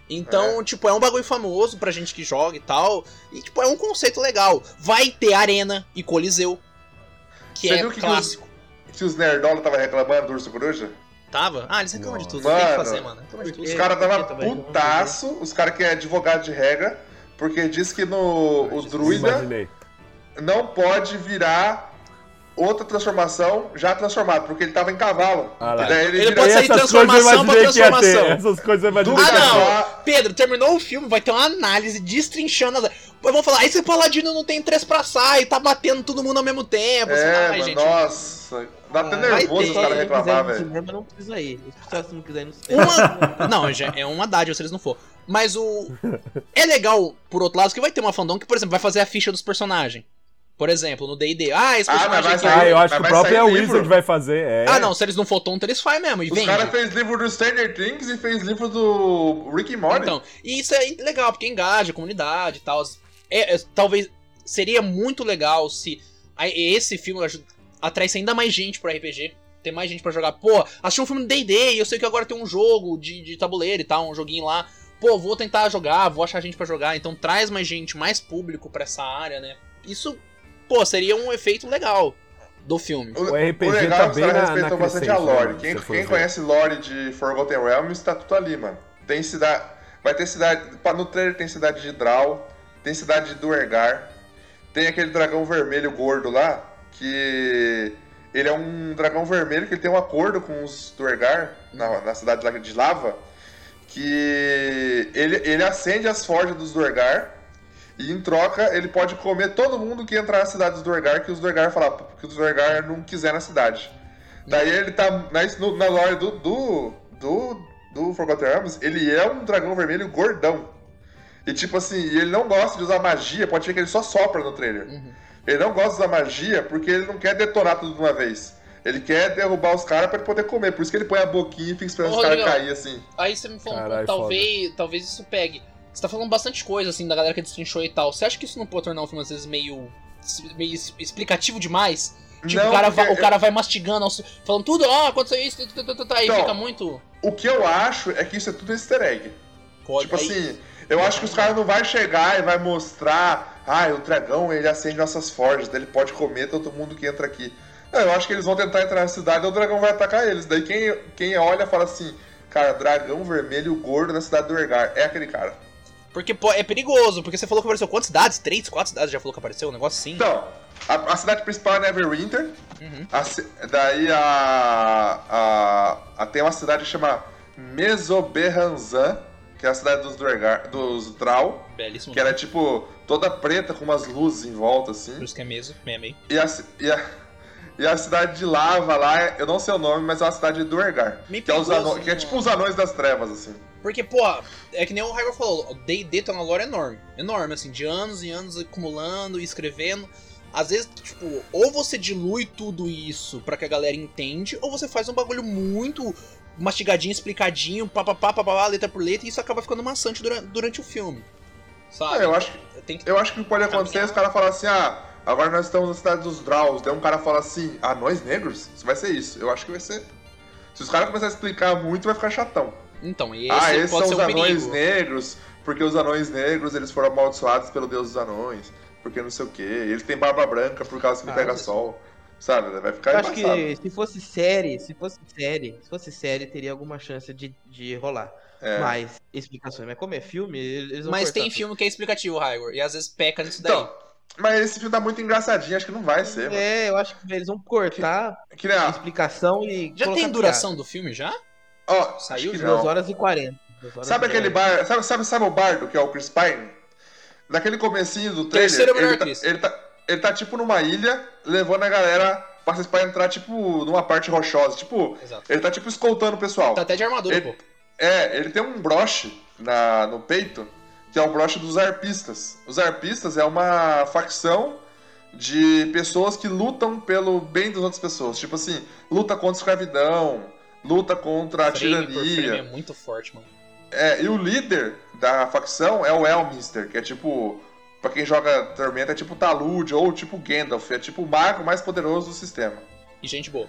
Speaker 2: Então, tipo, é um bagulho famoso pra gente que joga e tal. E, tipo, é um conceito legal. Vai ter Arena e Coliseu, que
Speaker 5: Você
Speaker 2: é
Speaker 5: viu que que os-
Speaker 2: clássico.
Speaker 5: Se os nerdola tava reclamando do urso coruja?
Speaker 2: Tava? Ah, eles reclamam de tudo.
Speaker 5: Mano,
Speaker 2: Tem que fazer, mano. Reclama de tudo.
Speaker 5: Os caras
Speaker 1: Eu
Speaker 5: tava
Speaker 1: também, eu também.
Speaker 5: putaço, os caras que é advogado de regra, porque diz que no o druida
Speaker 3: Imaginei.
Speaker 5: não pode virar outra transformação já transformado, porque ele tava em cavalo.
Speaker 3: Ah lá.
Speaker 5: E daí ele,
Speaker 2: Ele
Speaker 5: vira
Speaker 2: pode sair
Speaker 3: Essas coisas eu
Speaker 2: transformação pra
Speaker 3: imaginei que ia ter,
Speaker 2: transformação.
Speaker 3: Essas coisas eu imaginei.
Speaker 5: Do
Speaker 3: que ia ter.
Speaker 5: cavalo.
Speaker 2: Ah, não! Pedro, terminou o filme, vai ter uma análise destrinchando. As... Mas vão falar, esse paladino não tem três pra sair, tá batendo todo mundo ao mesmo tempo. assim,
Speaker 5: É,
Speaker 2: ai,
Speaker 5: mano,
Speaker 2: gente.
Speaker 5: nossa. Dá tá até
Speaker 1: Ah,
Speaker 5: nervoso
Speaker 1: vai ter,
Speaker 5: os caras
Speaker 1: se não
Speaker 5: reclamar,
Speaker 1: quiser ir no
Speaker 5: velho.
Speaker 1: cinema, Não precisa ir. Se o pessoal não quiser ir no cinema.
Speaker 2: Uma... Não, já é uma dádiva se eles não for. Mas o. É legal, por outro lado, que vai ter uma fandom que, por exemplo, vai fazer a ficha dos personagens. Por exemplo, no DD. Ah, esse
Speaker 5: Ah, mas
Speaker 2: personagem.
Speaker 5: vai
Speaker 2: aqui-
Speaker 3: Ah, eu acho que o
Speaker 5: Mas vai
Speaker 3: próprio
Speaker 5: sair
Speaker 3: Wizard
Speaker 5: livro.
Speaker 3: vai fazer. É.
Speaker 2: Ah, não, se eles não for tonto, eles fazem mesmo. E
Speaker 5: Os
Speaker 2: vende.
Speaker 5: caras fez livro do Stranger Things e fez livro do Rick and Morty.
Speaker 2: Então, e isso é legal, porque engaja a comunidade e tal. É, é, talvez seria muito legal se a- esse filme aju- atraísse ainda mais gente pro RPG. Ter mais gente pra jogar. Pô, achei um filme de D&D e eu sei que agora tem um jogo de, de tabuleiro e tal, um joguinho lá. Pô, vou tentar jogar, vou achar gente pra jogar. Então traz mais gente, mais público pra essa área, né? Isso, pô, seria um efeito legal do filme.
Speaker 5: O-
Speaker 3: O RPG
Speaker 5: o legal
Speaker 3: tá
Speaker 5: é que os
Speaker 3: bem
Speaker 5: caras
Speaker 3: na-
Speaker 5: respeitam
Speaker 3: na
Speaker 5: bastante a
Speaker 3: crescente, né,
Speaker 5: lore.
Speaker 3: mano,
Speaker 5: Quem,
Speaker 3: se for
Speaker 5: quem
Speaker 3: ver.
Speaker 5: conhece lore de Forgotten Realms tá tudo ali, mano. Tem cidade. Vai ter cidade. pa- No trailer tem cidade de Draw, tem cidade de Duergar, tem aquele dragão vermelho gordo lá, que. Ele é um dragão vermelho que ele tem um acordo com os Duergar, na, na cidade lá de Lava, que ele, ele acende as forjas dos Duergar. E em troca, ele pode comer todo mundo que entrar na cidade dos Dorgar, que os Dorgar falar, que os Dorgar não quiser na cidade. Daí
Speaker 2: Uhum.
Speaker 5: ele tá na, no- na lore do, do, do, do Forgotten Realms, ele é um dragão vermelho gordão. E tipo assim, e ele não gosta de usar magia, pode ver que ele só sopra no trailer.
Speaker 2: Uhum.
Speaker 5: Ele não gosta de usar magia porque ele não quer detonar tudo de uma vez. Ele quer derrubar os caras pra ele poder comer, por isso que ele põe a boquinha e fica esperando
Speaker 2: Ô,
Speaker 5: os caras
Speaker 2: Rodrigão.
Speaker 5: cair assim.
Speaker 2: Aí você me falou, pô,
Speaker 3: Caralho,
Speaker 2: talvez, talvez isso pegue. Você tá falando bastante coisa, assim, da galera que destrinchou e tal. Você acha que isso não pode tornar o filme, às vezes, meio, meio es- explicativo demais? Tipo,
Speaker 5: Não,
Speaker 2: o, cara vai,
Speaker 5: porque
Speaker 2: o cara vai mastigando, aos- falando tudo, ó, aconteceu isso, tá, tá, tá, tá, tá, e
Speaker 5: Então,
Speaker 2: fica muito...
Speaker 5: O que eu acho é que isso é tudo easter egg.
Speaker 2: Pode,
Speaker 5: Tipo
Speaker 2: aí-
Speaker 5: assim, eu acho que os caras não vai chegar e vai mostrar, ah, o dragão ele acende nossas forjas, daí ele pode comer todo mundo que entra aqui. Não, eu acho que eles vão tentar entrar na cidade e o dragão vai atacar eles. Daí quem, quem olha fala assim, cara, dragão vermelho gordo na cidade do Ergar, é aquele cara.
Speaker 2: Porque pô, é perigoso, porque você falou que apareceu quantas cidades? Três, quatro cidades já falou que apareceu, um negócio assim.
Speaker 5: Então, a, a cidade principal é Neverwinter,
Speaker 2: Uhum.
Speaker 5: a ci- daí a, a, a- tem uma cidade que chama Mesoberranzan, que é a cidade dos, Duergar, dos Drow.
Speaker 2: Belíssimo.
Speaker 5: Que era tipo toda preta com umas luzes em
Speaker 2: Por
Speaker 5: volta, assim.
Speaker 2: isso que é mesmo, meme aí.
Speaker 5: E a, ci- e a, e a cidade de lava lá, eu não sei o nome, mas é uma cidade do Ergar.
Speaker 2: Meio
Speaker 5: Que é, os
Speaker 2: perigoso,
Speaker 5: ano-
Speaker 2: né,
Speaker 5: que é
Speaker 2: mano?
Speaker 5: tipo os anões das trevas, assim.
Speaker 2: Porque, pô, é que nem o Raigor falou, o D&D tem uma tá lore enorme, enorme, assim, de anos e anos acumulando e escrevendo. Às vezes, tipo, ou você dilui tudo isso pra que a galera entende, ou você faz um bagulho muito mastigadinho, explicadinho, papapá, papapá, letra por letra, e isso acaba ficando maçante durante, durante o filme. Sabe?
Speaker 5: É, eu, acho, que-
Speaker 2: Tem que...
Speaker 5: eu acho que pode acontecer
Speaker 2: Caminhar.
Speaker 5: os caras falar assim, ah, agora nós estamos na cidade dos Draws. Daí um cara fala assim, anões negros? Isso vai ser isso. Eu acho que vai ser. Se os caras começarem a explicar muito, vai ficar chatão.
Speaker 2: Então, esse
Speaker 5: ah, esses
Speaker 2: pode
Speaker 5: são
Speaker 2: ser
Speaker 5: os
Speaker 2: um
Speaker 5: anões
Speaker 2: perigo.
Speaker 5: negros, porque os anões negros eles foram amaldiçoados pelo deus dos anões, porque não sei o quê. Eles têm barba branca por causa que não
Speaker 1: Ah,
Speaker 5: pega
Speaker 1: isso.
Speaker 5: sol. Sabe? Vai ficar
Speaker 1: Eu acho
Speaker 5: embaçado.
Speaker 1: que se fosse série, se fosse série, se fosse série, teria alguma chance de, de rolar.
Speaker 5: É.
Speaker 1: Mas explicações. Mas como é filme, eles vão
Speaker 2: Mas
Speaker 1: cortar
Speaker 2: tem
Speaker 1: tudo.
Speaker 2: filme que é explicativo, Raigor, e às vezes peca nisso daí.
Speaker 5: Então, mas esse filme tá muito engraçadinho, acho que não vai ser. mano.
Speaker 1: É, eu acho que eles vão cortar
Speaker 5: Que nem,
Speaker 1: a
Speaker 5: a-
Speaker 1: explicação e.
Speaker 2: Ah. já
Speaker 1: colocar
Speaker 2: tem duração do filme, já?
Speaker 5: ó,
Speaker 2: Saiu
Speaker 5: acho que
Speaker 2: já?
Speaker 5: não.
Speaker 1: 2 horas e 40. duas
Speaker 2: né?
Speaker 1: horas
Speaker 5: Sabe
Speaker 1: e
Speaker 5: aquele
Speaker 1: 40.
Speaker 5: bar, sabe, sabe, sabe o bardo que é o Chris Pine? Naquele comecinho do trailer,
Speaker 2: Terceiro melhor
Speaker 5: ele, tá,
Speaker 2: Chris.
Speaker 5: ele, tá, ele tá tipo numa ilha, levando a galera pra, pra entrar tipo numa parte rochosa, tipo,
Speaker 2: Exato.
Speaker 5: ele tá tipo escoltando o pessoal.
Speaker 2: Tá até de armadura,
Speaker 5: Ele-
Speaker 2: pô.
Speaker 5: É, ele tem um broche na, no peito, que é o broche dos arpistas. Os arpistas é uma facção de pessoas que lutam pelo bem das outras pessoas. Tipo assim, luta contra a escravidão, luta contra a
Speaker 2: Frame por frame é
Speaker 5: tirania.
Speaker 2: muito forte, mano.
Speaker 5: É, e o líder da facção é o Elminster, que é tipo. Pra quem joga Tormenta, é tipo Talude ou tipo Gandalf, é tipo o mago mais poderoso do sistema.
Speaker 2: E gente boa.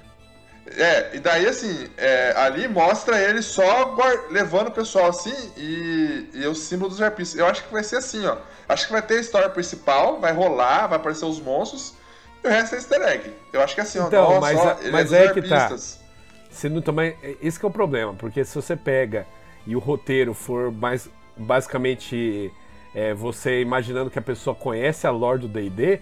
Speaker 5: É, e daí assim, é, ali mostra ele só guar- levando o pessoal assim e, e o símbolo dos arpistas. Eu acho que vai ser assim, ó. Acho que vai ter a história principal, vai rolar, vai aparecer os monstros e o resto é easter egg. Eu acho que é assim, ó.
Speaker 3: Então,
Speaker 5: nossa,
Speaker 3: mas
Speaker 5: ó,
Speaker 3: a-
Speaker 5: ele
Speaker 3: mas
Speaker 5: é, dos
Speaker 3: é que tá.
Speaker 5: arpistas.
Speaker 3: Você não toma... Esse que é o problema, porque se você pega e o roteiro for mais basicamente é, você imaginando que a pessoa conhece a lore do D&D,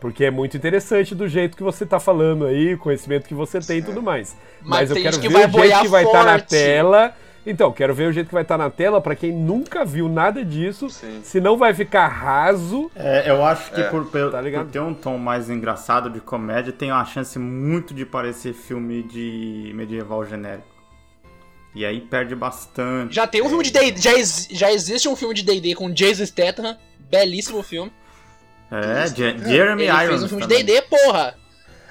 Speaker 3: porque é muito interessante do jeito que você tá falando aí, o conhecimento que você tem e tudo mais.
Speaker 2: Mas
Speaker 3: Mas,
Speaker 2: tem
Speaker 3: eu quero
Speaker 2: gente que
Speaker 3: ver
Speaker 2: vai
Speaker 3: o jeito
Speaker 2: boiar
Speaker 3: que vai estar na
Speaker 2: forte.
Speaker 3: tela. Então, quero ver o jeito que vai estar na tela pra quem nunca viu nada disso,
Speaker 5: Sim.
Speaker 3: se não vai ficar raso.
Speaker 4: É, eu acho que
Speaker 5: É,
Speaker 4: por, pe-
Speaker 3: tá ligado?
Speaker 4: por ter um tom mais engraçado de comédia, tem uma chance muito de parecer filme de medieval genérico. E aí perde bastante.
Speaker 2: Já
Speaker 5: É.
Speaker 2: tem um filme de D&D, já, ex- já existe um filme de D&D com Jason Statham, belíssimo filme.
Speaker 4: É, Je- Jeremy
Speaker 2: Ele
Speaker 4: Irons.
Speaker 2: fez um filme de
Speaker 4: também.
Speaker 2: D&D, porra!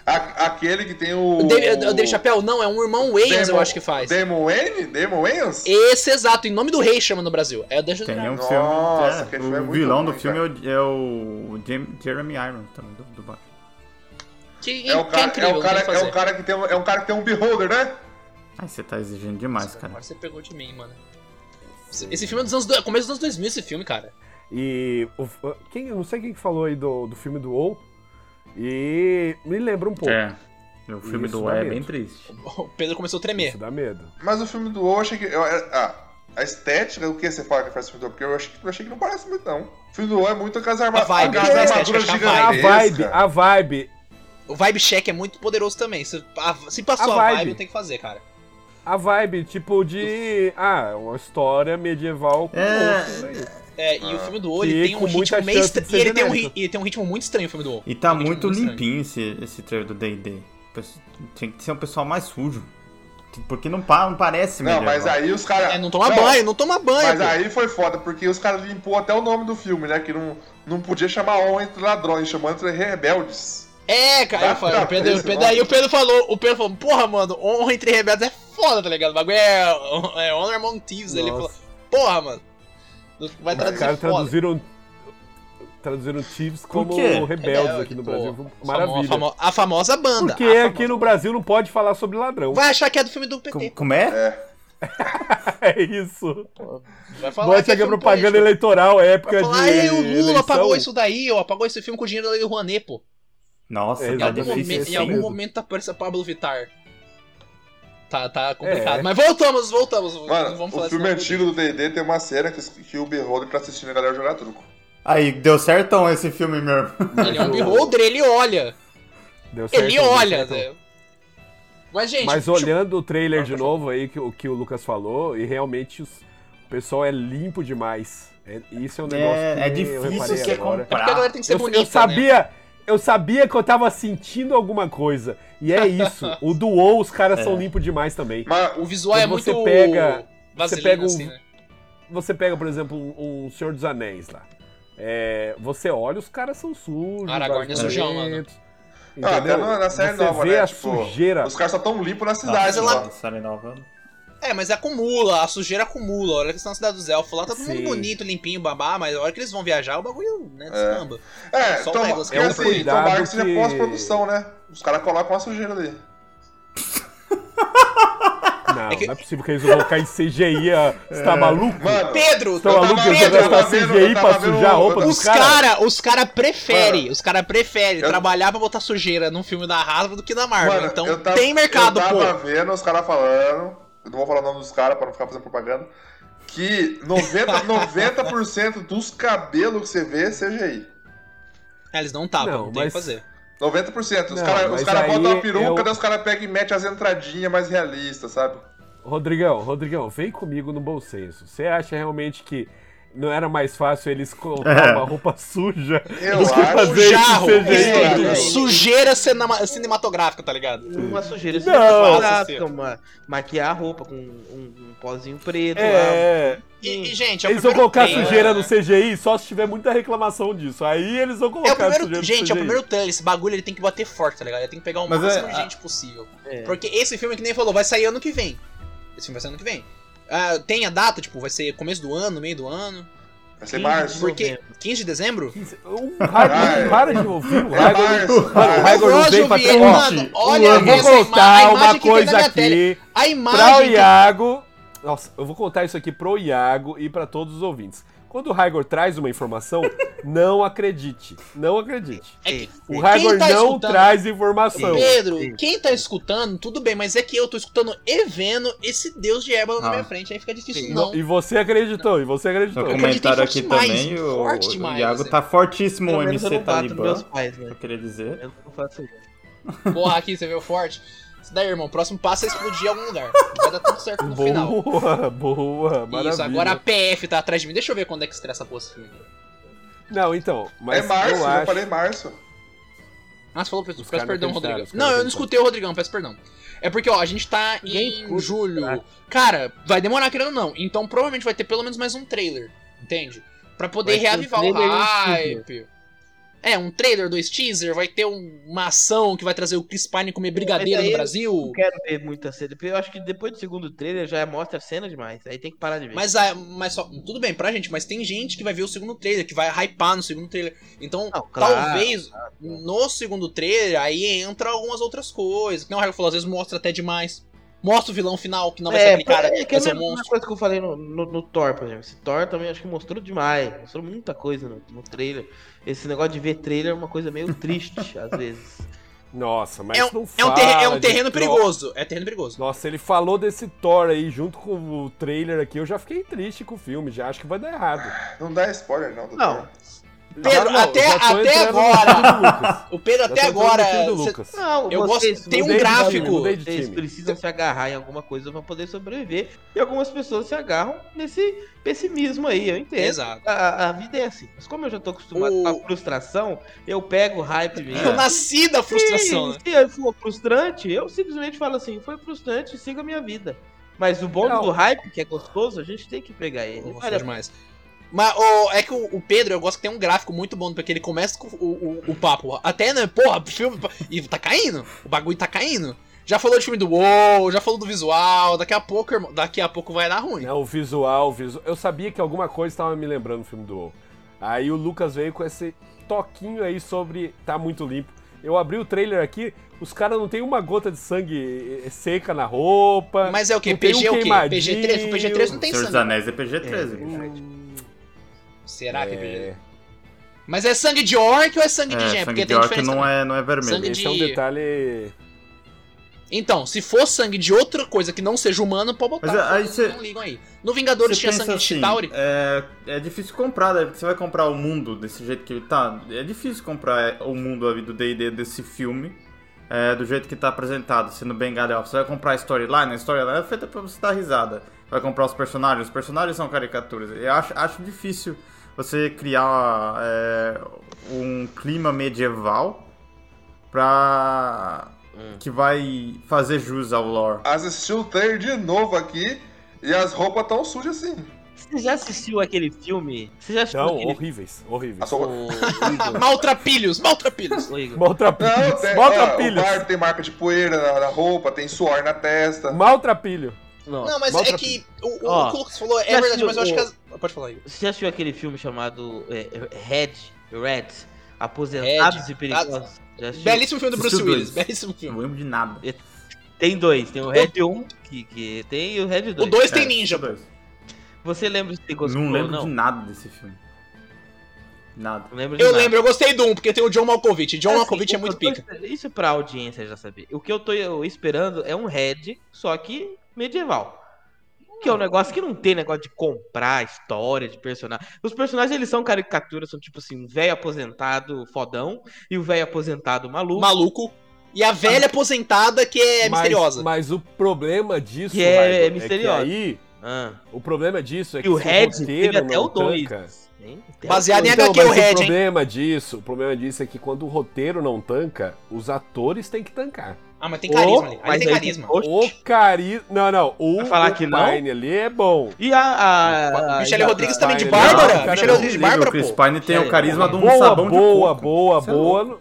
Speaker 5: A- aquele que tem o.
Speaker 2: O Dave, o Dave Chappelle, não, é um irmão Wayans, eu
Speaker 5: Damon-
Speaker 2: acho que faz.
Speaker 5: Damon Wayne? Damon Wayans?
Speaker 2: Esse exato, em nome do rei chama no Brasil. É o Dungeons
Speaker 4: Tem um
Speaker 5: Nossa,
Speaker 4: filme. é,
Speaker 5: aquele filme é
Speaker 4: o
Speaker 5: muito
Speaker 4: vilão
Speaker 5: bom,
Speaker 4: do filme é o, é o Jam- Jeremy Irons também, do, do Batman.
Speaker 2: Que,
Speaker 5: É o
Speaker 2: que
Speaker 5: cara,
Speaker 2: incrível,
Speaker 5: é o
Speaker 2: não tem
Speaker 5: cara,
Speaker 2: o que
Speaker 5: é
Speaker 2: fazer.
Speaker 5: o cara que tem, um- é um cara que tem um beholder, né?
Speaker 4: Aí você tá exigindo demais, cara.
Speaker 2: Agora você pegou de mim, mano. Esse- Esse filme é dos anos. do- Começo dos anos 2000, esse filme, cara.
Speaker 3: E o, ah, quem, eu não sei quem que falou aí do, do filme do WoW, e me lembra um pouco.
Speaker 4: É. O filme
Speaker 3: Isso
Speaker 4: do
Speaker 3: dá
Speaker 4: é
Speaker 3: medo.
Speaker 4: bem triste.
Speaker 2: O Pedro começou a tremer.
Speaker 3: Isso dá medo.
Speaker 5: Mas o filme do O, eu achei que. eu- ah, a estética, o que você fala que faz o filme do O? Porque eu achei, que- eu achei que não parece muito, não. O filme do O é muito com as, arma,
Speaker 2: A vibe,
Speaker 5: com as
Speaker 2: né? A
Speaker 5: armaduras
Speaker 2: estética, acho que
Speaker 3: A
Speaker 5: gigantescas.
Speaker 3: vibe, a vibe,
Speaker 2: O Vibe Check é muito poderoso também. Se, a- se passou
Speaker 3: A
Speaker 2: a,
Speaker 3: vibe.
Speaker 2: vibe, não tem o que fazer, cara.
Speaker 3: a vibe, tipo de. Ah, uma história medieval com
Speaker 4: É.
Speaker 3: outros aí.
Speaker 2: É,
Speaker 5: Ah.
Speaker 2: e o filme do O,
Speaker 3: Que
Speaker 2: ele tem
Speaker 3: com
Speaker 2: um
Speaker 3: muita
Speaker 2: ritmo meio
Speaker 3: chance de
Speaker 2: estranho.
Speaker 3: ser
Speaker 2: E ele tem, um, ri-
Speaker 3: genérico.
Speaker 2: e ele tem um ritmo muito estranho o filme do O.
Speaker 4: E tá
Speaker 2: Tem um ritmo
Speaker 4: muito
Speaker 2: estranho.
Speaker 4: limpinho esse, esse trailer do D&D. Pesso- Tinha que ser um pessoal mais sujo. Porque não, pa- não parece
Speaker 5: Não,
Speaker 4: medieval.
Speaker 3: né,
Speaker 5: mas aí os caras.
Speaker 2: É, não toma banho, não toma banho.
Speaker 5: Mas
Speaker 2: pô.
Speaker 5: aí foi foda, porque os caras limpou até o nome do filme, né? Que não, não podia chamar honra entre ladrões, chamou entre rebeldes.
Speaker 2: É, cara,
Speaker 5: Dá
Speaker 2: eu falei,
Speaker 5: pra
Speaker 2: o Pedro,
Speaker 5: ver
Speaker 2: o
Speaker 5: esse
Speaker 2: Pedro,
Speaker 5: nome.
Speaker 2: aí o Pedro falou, o Pedro falou, porra, mano, honra entre rebeldes é foda, tá ligado? O bagulho é, é Honor Among Thieves. Ele falou,
Speaker 3: Nossa.
Speaker 2: porra, mano, vai
Speaker 3: Os
Speaker 2: traduzir
Speaker 3: caras
Speaker 2: foda.
Speaker 3: traduziram. Traduziram Chiefs como
Speaker 4: quê?
Speaker 3: rebeldes
Speaker 2: É,
Speaker 3: aqui no
Speaker 2: pô,
Speaker 3: Brasil.
Speaker 2: famo-
Speaker 3: Maravilha.
Speaker 2: famo- a famosa banda.
Speaker 3: Porque
Speaker 2: a famosa-
Speaker 3: aqui no Brasil não pode falar sobre ladrão.
Speaker 2: Vai achar que é do filme do
Speaker 4: Co-
Speaker 2: PT.
Speaker 4: Como é?
Speaker 3: É isso.
Speaker 2: Vai falar
Speaker 3: Bote
Speaker 2: que é
Speaker 3: aqui a
Speaker 2: filme
Speaker 3: propaganda
Speaker 2: político.
Speaker 3: eleitoral, época
Speaker 2: Vai falar,
Speaker 3: de.
Speaker 2: "Ai, o Lula
Speaker 3: eleição."
Speaker 2: apagou isso daí, ó, apagou esse filme com o dinheiro da Lei Rouanet, pô.
Speaker 4: Nossa,
Speaker 3: É,
Speaker 2: Em
Speaker 4: tá
Speaker 2: algum,
Speaker 3: exatamente.
Speaker 4: difícil.
Speaker 2: momento,
Speaker 3: esse
Speaker 2: em
Speaker 3: é o
Speaker 2: algum
Speaker 3: medo.
Speaker 2: momento tá parecendo Pablo Vittar. Tá, tá complicado.
Speaker 3: É.
Speaker 2: Mas voltamos, voltamos.
Speaker 5: Mano, o filme
Speaker 2: sobre
Speaker 5: antigo do DD tem uma cena que, os- que o Beholder tá assistindo a galera jogar truco.
Speaker 4: Aí, deu certão esse filme mesmo.
Speaker 2: Ele é um beholder, ele olha.
Speaker 3: Deu né? certo,
Speaker 2: Ele
Speaker 3: deu
Speaker 2: olha.
Speaker 3: certo.
Speaker 2: né? Mas, gente,
Speaker 3: Mas
Speaker 2: deixa eu- é tá
Speaker 3: olhando o trailer de novo aí, que, o que o Lucas falou, e realmente os- o pessoal é limpo demais. É- isso é um negócio que
Speaker 4: É, é
Speaker 3: eu
Speaker 4: difícil
Speaker 3: reparei
Speaker 4: você
Speaker 3: agora.
Speaker 2: é porque a
Speaker 4: comprar.
Speaker 2: galera tem que ser
Speaker 3: Eu,
Speaker 2: bonita, né?
Speaker 3: eu sabia, eu sabia que eu tava sentindo alguma coisa. E é isso. o do WoW, os caras
Speaker 5: É.
Speaker 3: são limpos demais também.
Speaker 5: Mas
Speaker 2: né? O visual é
Speaker 3: Quando
Speaker 2: muito
Speaker 3: você pega-
Speaker 2: vaselina,
Speaker 3: pega um-
Speaker 2: assim, né?
Speaker 3: Você pega, por exemplo, um, um Senhor dos Anéis lá. É, você olha, os caras são sujos.
Speaker 2: Aragorn é sujão, mano.
Speaker 3: barulhentos,
Speaker 5: Ah, até
Speaker 3: entendeu?
Speaker 5: na, na série
Speaker 3: você
Speaker 5: nova,
Speaker 3: vê
Speaker 5: né?
Speaker 3: a
Speaker 5: tipo,
Speaker 3: sujeira.
Speaker 5: Os caras só tão limpos na cidade,
Speaker 4: Mas
Speaker 2: ela-
Speaker 5: mano.
Speaker 4: Série nova.
Speaker 2: É, mas acumula, a sujeira acumula. A hora que estão na cidade dos elfos lá, tá todo mundo
Speaker 3: Sim.
Speaker 2: bonito, limpinho, babá, mas a hora que eles vão viajar, o bagulho, né, descamba.
Speaker 5: É,
Speaker 2: Só o
Speaker 5: toma,
Speaker 2: Legolas,
Speaker 5: porque,
Speaker 2: é um
Speaker 5: assim,
Speaker 3: cuidado
Speaker 5: tomara que seja
Speaker 3: que-
Speaker 5: pós-produção, né? Os caras colocam uma sujeira ali.
Speaker 3: Não,
Speaker 2: É que-
Speaker 3: não é possível que eles vão colocar em CGI. ah, Você tá maluco?
Speaker 5: É. Mano,
Speaker 2: Pedro,
Speaker 3: Estão
Speaker 5: Eu tava
Speaker 3: Tá maluco? Você
Speaker 5: vendo,
Speaker 2: Pedro,
Speaker 3: vai
Speaker 5: eu tava
Speaker 3: gastar
Speaker 5: vendo,
Speaker 3: CGI
Speaker 5: eu
Speaker 3: pra
Speaker 5: tava vendo,
Speaker 3: sujar a roupa
Speaker 5: eu
Speaker 3: dos
Speaker 2: Os
Speaker 3: caras?
Speaker 2: cara, os cara prefere,
Speaker 5: Mano,
Speaker 2: os cara prefere
Speaker 5: eu-
Speaker 2: trabalhar pra botar sujeira num filme da Hasbro do que na Marvel.
Speaker 5: Mano,
Speaker 2: então
Speaker 5: eu tava-
Speaker 2: tem mercado,
Speaker 5: Eu tava
Speaker 2: pô.
Speaker 5: vendo os caras falando, eu não vou falar o nome dos caras pra não ficar fazendo propaganda, que 90%, 90 dos cabelos que você vê é CGI.
Speaker 2: É, eles não tapam,
Speaker 3: Não,
Speaker 2: não, tem o
Speaker 3: mas-
Speaker 2: que fazer.
Speaker 5: 90%. Os
Speaker 3: Não,
Speaker 5: caras
Speaker 3: mas
Speaker 5: cara
Speaker 3: aí
Speaker 5: botam uma peruca,
Speaker 3: eu-
Speaker 5: daí os caras pegam e metem as entradinhas mais realistas, sabe?
Speaker 3: Rodrigão, Rodrigão, vem comigo no bom senso. Você acha realmente que não era mais fácil eles colocar
Speaker 4: É.
Speaker 3: uma roupa suja
Speaker 5: Eu
Speaker 3: do que
Speaker 5: acho.
Speaker 3: fazer
Speaker 5: Gente,
Speaker 2: Jarro,
Speaker 3: isso CGI?
Speaker 5: gente,
Speaker 2: é,
Speaker 5: gente.
Speaker 2: sujeira cinema- cinematográfica, tá ligado?
Speaker 1: Uma sujeira
Speaker 3: Não.
Speaker 1: cinematográfica, uma, maquiar a roupa com um, um pozinho preto. lá.
Speaker 3: É,
Speaker 2: E, e, gente, é o
Speaker 3: eles vão
Speaker 2: primeiro
Speaker 3: colocar
Speaker 2: trailer.
Speaker 3: sujeira no CGI só se tiver muita reclamação disso. Aí eles vão
Speaker 2: É o
Speaker 3: colocar
Speaker 2: primeiro,
Speaker 3: sujeira no
Speaker 2: gente, é o
Speaker 3: CGI.
Speaker 2: primeiro trailer. Esse bagulho ele tem que bater forte, tá ligado? Ele tem que pegar o
Speaker 4: Mas é-
Speaker 2: máximo de
Speaker 4: a-
Speaker 2: gente possível.
Speaker 1: É.
Speaker 2: Porque esse filme, que nem falou, vai sair ano que vem. Esse filme vai sair ano que vem. Ah, tem a data, tipo, vai ser começo do ano, meio do ano.
Speaker 5: Vai ser
Speaker 1: 15
Speaker 5: março.
Speaker 1: de
Speaker 2: Porque 15 de dezembro?
Speaker 3: O Raigor, para Um de um ouvir o
Speaker 5: É
Speaker 3: Raigor.
Speaker 5: março.
Speaker 3: Mano, o
Speaker 5: março.
Speaker 3: Raigor não
Speaker 2: Hoje
Speaker 3: vem
Speaker 2: eu
Speaker 3: pra
Speaker 2: vi,
Speaker 3: ter-
Speaker 2: mano,
Speaker 3: Ó,
Speaker 2: olha
Speaker 3: Eu vou
Speaker 2: essa ima- a
Speaker 3: contar uma
Speaker 2: imagem que tem
Speaker 3: coisa
Speaker 2: na minha tele.
Speaker 3: aqui.
Speaker 2: A
Speaker 3: Pra o
Speaker 2: imagem. que-
Speaker 3: Iago. Nossa, eu vou contar isso aqui pro Iago e pra todos os ouvintes. Quando o Raigor traz uma informação, não acredite. Não acredite.
Speaker 2: É que,
Speaker 3: O Raigor
Speaker 2: tá
Speaker 3: não
Speaker 2: escutando-
Speaker 3: traz informação.
Speaker 2: Pedro,
Speaker 1: Sim.
Speaker 2: quem tá escutando, tudo bem, mas é que eu tô escutando e vendo esse deus de Ébano na
Speaker 4: Ah.
Speaker 2: minha frente, aí fica difícil
Speaker 1: Sim.
Speaker 2: não.
Speaker 3: E você acreditou, e você acreditou.
Speaker 4: No
Speaker 2: acreditei
Speaker 4: comentário
Speaker 2: forte
Speaker 4: aqui
Speaker 2: demais,
Speaker 4: também, o,
Speaker 2: forte
Speaker 4: o
Speaker 2: demais,
Speaker 4: Iago
Speaker 2: é.
Speaker 4: tá fortíssimo
Speaker 1: Pelo
Speaker 4: o
Speaker 1: menos eu
Speaker 4: MC
Speaker 1: não bato nos
Speaker 4: Talibã.
Speaker 1: meus pais,
Speaker 4: Eu
Speaker 1: velho.
Speaker 4: queria dizer.
Speaker 1: Eu não faço isso.
Speaker 2: Porra, aqui você veio forte. Isso daí, irmão, próximo passo é explodir em algum lugar. Vai dar tudo certo no final.
Speaker 3: Boa, boa, maravilha.
Speaker 2: Isso, agora a PF tá atrás de mim. Deixa eu ver quando é que estreia essa porra esse filme.
Speaker 3: Não, então,
Speaker 5: É
Speaker 3: mas
Speaker 5: março,
Speaker 3: eu
Speaker 5: eu
Speaker 3: acho...
Speaker 5: falei março.
Speaker 2: Ah, você falou, peço,
Speaker 3: Os
Speaker 2: peço
Speaker 3: caras
Speaker 2: perdão,
Speaker 3: acreditaram,
Speaker 2: Rodrigão.
Speaker 3: os caras
Speaker 2: Não, eu não
Speaker 3: acreditaram.
Speaker 2: escutei o Rodrigão, peço perdão. É porque, ó, a gente tá
Speaker 1: Ninguém
Speaker 2: em
Speaker 1: escuta,
Speaker 2: julho.
Speaker 1: cara.
Speaker 2: Cara, vai demorar querendo ou não. Então provavelmente vai ter pelo menos mais um trailer, entende? Pra poder
Speaker 1: Vai ter um
Speaker 2: reavivar o
Speaker 1: trailer e um
Speaker 2: hype. É, um trailer, dois teaser, vai ter um- uma ação que vai trazer o Chris Pine comer brigadeiro
Speaker 1: aí
Speaker 2: no
Speaker 1: eu-
Speaker 2: Brasil.
Speaker 1: Não quero ver muita cena. porque Eu acho que depois do segundo trailer já mostra cena demais. Aí tem que parar de ver.
Speaker 2: Mas, a- mas só, tudo bem pra gente, mas tem gente que vai ver o segundo trailer, que vai hypar no segundo trailer. Então,
Speaker 1: Não, claro,
Speaker 2: talvez no segundo trailer aí entra algumas outras coisas. Que nem o Harry falou, às vezes mostra até demais. Mostra o vilão final, que não vai ser aquele cara,
Speaker 1: é que é
Speaker 2: vai
Speaker 1: a
Speaker 2: ser um
Speaker 1: mesma
Speaker 2: monstro.
Speaker 1: coisa que eu falei no, no, no Thor, por exemplo. Esse Thor também acho que mostrou demais. Mostrou muita coisa no, no trailer. Esse negócio de ver trailer é uma coisa meio triste, às vezes.
Speaker 3: Nossa, mas
Speaker 2: É
Speaker 3: não
Speaker 2: um, é um terre- é um
Speaker 3: fala de
Speaker 2: terreno
Speaker 3: tro-
Speaker 2: perigoso. É terreno perigoso.
Speaker 3: Nossa, ele falou desse Thor aí junto com o trailer aqui. Eu já fiquei triste com o filme, já acho que vai dar errado.
Speaker 5: Não dá spoiler, não, doutor.
Speaker 1: Não.
Speaker 2: Pedro,
Speaker 3: Não,
Speaker 2: até-
Speaker 3: já tô
Speaker 2: até
Speaker 3: entrando no
Speaker 2: agora.
Speaker 3: time do Lucas.
Speaker 2: O Pedro
Speaker 3: Já
Speaker 2: até
Speaker 3: tô entrando no
Speaker 2: agora.
Speaker 3: time do
Speaker 2: cê-
Speaker 3: Lucas.
Speaker 1: Não,
Speaker 2: Eu
Speaker 1: vocês,
Speaker 2: gosto- tem um
Speaker 1: vocês-
Speaker 2: gráfico. É
Speaker 3: Mudei de
Speaker 1: Vocês
Speaker 3: time.
Speaker 1: precisam se agarrar em alguma coisa pra poder sobreviver. E algumas pessoas se agarram nesse pessimismo aí, eu entendo.
Speaker 2: Exato.
Speaker 1: A, a vida é assim. Mas como eu já tô acostumado
Speaker 2: O- É.
Speaker 1: com a frustração, eu pego o hype mesmo.
Speaker 2: Eu nasci da frustração, né?
Speaker 1: se, se for é, frustrante, eu simplesmente falo assim, foi frustrante, siga a minha vida. Mas o bom
Speaker 3: Não.
Speaker 1: do hype, que é gostoso, a gente tem que pegar ele.
Speaker 2: Nossa,
Speaker 1: Olha,
Speaker 2: demais. Mas ô, é que o, o Pedro, eu gosto que tem um gráfico muito bom, porque ele começa com o, o, o papo. Até, né? Porra, filme. E tá caindo. O bagulho tá caindo. Já falou de filme do WoW, já falou do visual. Daqui a pouco, irmão. Daqui a pouco vai dar ruim.
Speaker 3: Não, o visual, o visual. Eu sabia que alguma coisa estava me lembrando do filme do WoW. Aí o Lucas veio com esse toquinho aí sobre tá muito limpo. Eu abri o trailer aqui, os caras não tem uma gota de sangue eh, seca na roupa.
Speaker 2: Mas é o quê?
Speaker 3: não tem um
Speaker 2: PG é o quê?
Speaker 3: queimadinho.
Speaker 2: PG3? PG3 não tem
Speaker 4: Senhor dos
Speaker 2: sangue.
Speaker 4: Anéis é PG-13.
Speaker 1: Hum,
Speaker 2: Será que é PG3?
Speaker 3: É,
Speaker 2: Mas é sangue de orc ou é sangue de
Speaker 4: É,
Speaker 2: gen?
Speaker 4: sangue
Speaker 2: Porque
Speaker 4: de
Speaker 2: tem
Speaker 4: orc
Speaker 2: diferença.
Speaker 4: não
Speaker 2: né?
Speaker 4: é, não é
Speaker 2: Sangue
Speaker 4: vermelho.
Speaker 3: esse é um
Speaker 2: de-
Speaker 3: detalhe.
Speaker 2: Então, se for sangue de outra coisa que não seja humano, pode botar.
Speaker 4: Mas aí
Speaker 2: foda-se,
Speaker 4: cê-
Speaker 2: Não ligam aí. No Vingadores
Speaker 4: Você
Speaker 2: tinha
Speaker 4: pensa
Speaker 2: sangue de
Speaker 4: assim,
Speaker 2: Chitauri.
Speaker 4: É, é difícil comprar, né? Porque você vai comprar o mundo desse jeito que ele tá. É difícil comprar o mundo ali do D&D desse filme. é, do jeito que tá apresentado, sendo bem galhão. Você vai comprar a storyline, a storyline é feita pra você dar risada. Vai comprar os personagens, os personagens são caricaturas. Eu acho, acho difícil você criar é, um clima medieval pra... que vai fazer jus ao lore.
Speaker 5: Assistiu o trailer de novo aqui e as roupas tão sujas assim.
Speaker 1: Você já assistiu aquele filme? Você já assistiu
Speaker 3: Não,
Speaker 1: aquele
Speaker 3: horríveis, horríveis.
Speaker 5: As roupas...
Speaker 2: Maltrapilhos, maltrapilhos.
Speaker 1: filme? Ô, Igor,
Speaker 5: Não,
Speaker 3: Maltrapilhos,
Speaker 5: tem, ó, o
Speaker 3: maltrapilhos,
Speaker 5: barco tem marca de poeira na, na roupa, tem suor na testa.
Speaker 3: maltrapilho.
Speaker 1: não.
Speaker 2: Não, mas é
Speaker 3: maltrapilho.
Speaker 2: que o, o,
Speaker 1: Ó,
Speaker 2: o que o Lucas falou é
Speaker 1: já
Speaker 2: verdade,
Speaker 1: assistiu
Speaker 2: mas eu acho
Speaker 1: o-
Speaker 2: que. as- Pode falar aí.
Speaker 1: Você já assistiu aquele filme chamado é, Red, Red, Aposentados e Perigosos? Já assistiu?
Speaker 2: Belíssimo filme do Bruce
Speaker 4: Assistiu
Speaker 2: Willis.
Speaker 4: dois.
Speaker 2: Belíssimo
Speaker 4: Eu
Speaker 2: filme.
Speaker 4: não lembro de nada.
Speaker 1: Tem dois, tem o Red 1, que, que tem e o Red 2.
Speaker 2: O 2 tem
Speaker 4: É,
Speaker 2: ninja.
Speaker 4: dois.
Speaker 1: Você lembra se tem gostou
Speaker 4: Não
Speaker 1: ou
Speaker 4: lembro
Speaker 1: não?
Speaker 4: de nada desse filme. Nada.
Speaker 1: Não lembro de
Speaker 2: Eu
Speaker 1: nada.
Speaker 2: lembro, eu gostei do 1, porque tem o John Malkovich. John
Speaker 1: Assim,
Speaker 2: Malkovich é
Speaker 1: o
Speaker 2: muito
Speaker 1: que eu
Speaker 2: pica.
Speaker 1: tô esper- Isso pra audiência já saber. O que eu tô esperando é um Red, só que medieval. Que é um negócio que não tem negócio de comprar história de personagem. Os personagens, eles são caricaturas, são tipo assim, um velho aposentado fodão e o velho aposentado maluco.
Speaker 2: Maluco. E a velha aposentada que é
Speaker 3: Ah. Mas-
Speaker 2: misteriosa.
Speaker 3: Mas o problema disso
Speaker 1: Que é
Speaker 3: Raigo, que
Speaker 1: misteriosa.
Speaker 3: aí,
Speaker 1: Ah.
Speaker 3: o problema disso é que
Speaker 1: E o
Speaker 3: se
Speaker 1: Red teve
Speaker 3: roteiro
Speaker 1: até
Speaker 3: não
Speaker 1: o 2.
Speaker 3: tanca-
Speaker 2: Baseado em
Speaker 3: Então,
Speaker 1: é
Speaker 2: HQ, o
Speaker 3: mas
Speaker 2: Red,
Speaker 3: o
Speaker 2: hein?
Speaker 3: problema disso, o problema disso é que quando o roteiro não tanca, os atores têm que tancar.
Speaker 2: Ah, mas tem carisma ali. Ali tem carisma.
Speaker 3: O cari, não, não, o,
Speaker 1: Vai falar
Speaker 3: o
Speaker 1: que não?
Speaker 3: Pine ali é bom.
Speaker 1: E a. a, a
Speaker 2: Michelle
Speaker 1: e a-
Speaker 2: Rodrigues também de
Speaker 3: tá, Não,
Speaker 2: Bárbara.
Speaker 3: cara,
Speaker 2: Michelle
Speaker 3: não.
Speaker 2: Rodrigues de
Speaker 4: Incrível,
Speaker 2: Bárbara,
Speaker 4: O Chris
Speaker 2: pô.
Speaker 4: Pine tem
Speaker 1: É,
Speaker 4: o carisma de um
Speaker 3: boa,
Speaker 4: sabão
Speaker 3: boa,
Speaker 4: de coco.
Speaker 3: boa,
Speaker 4: Você é
Speaker 3: boa,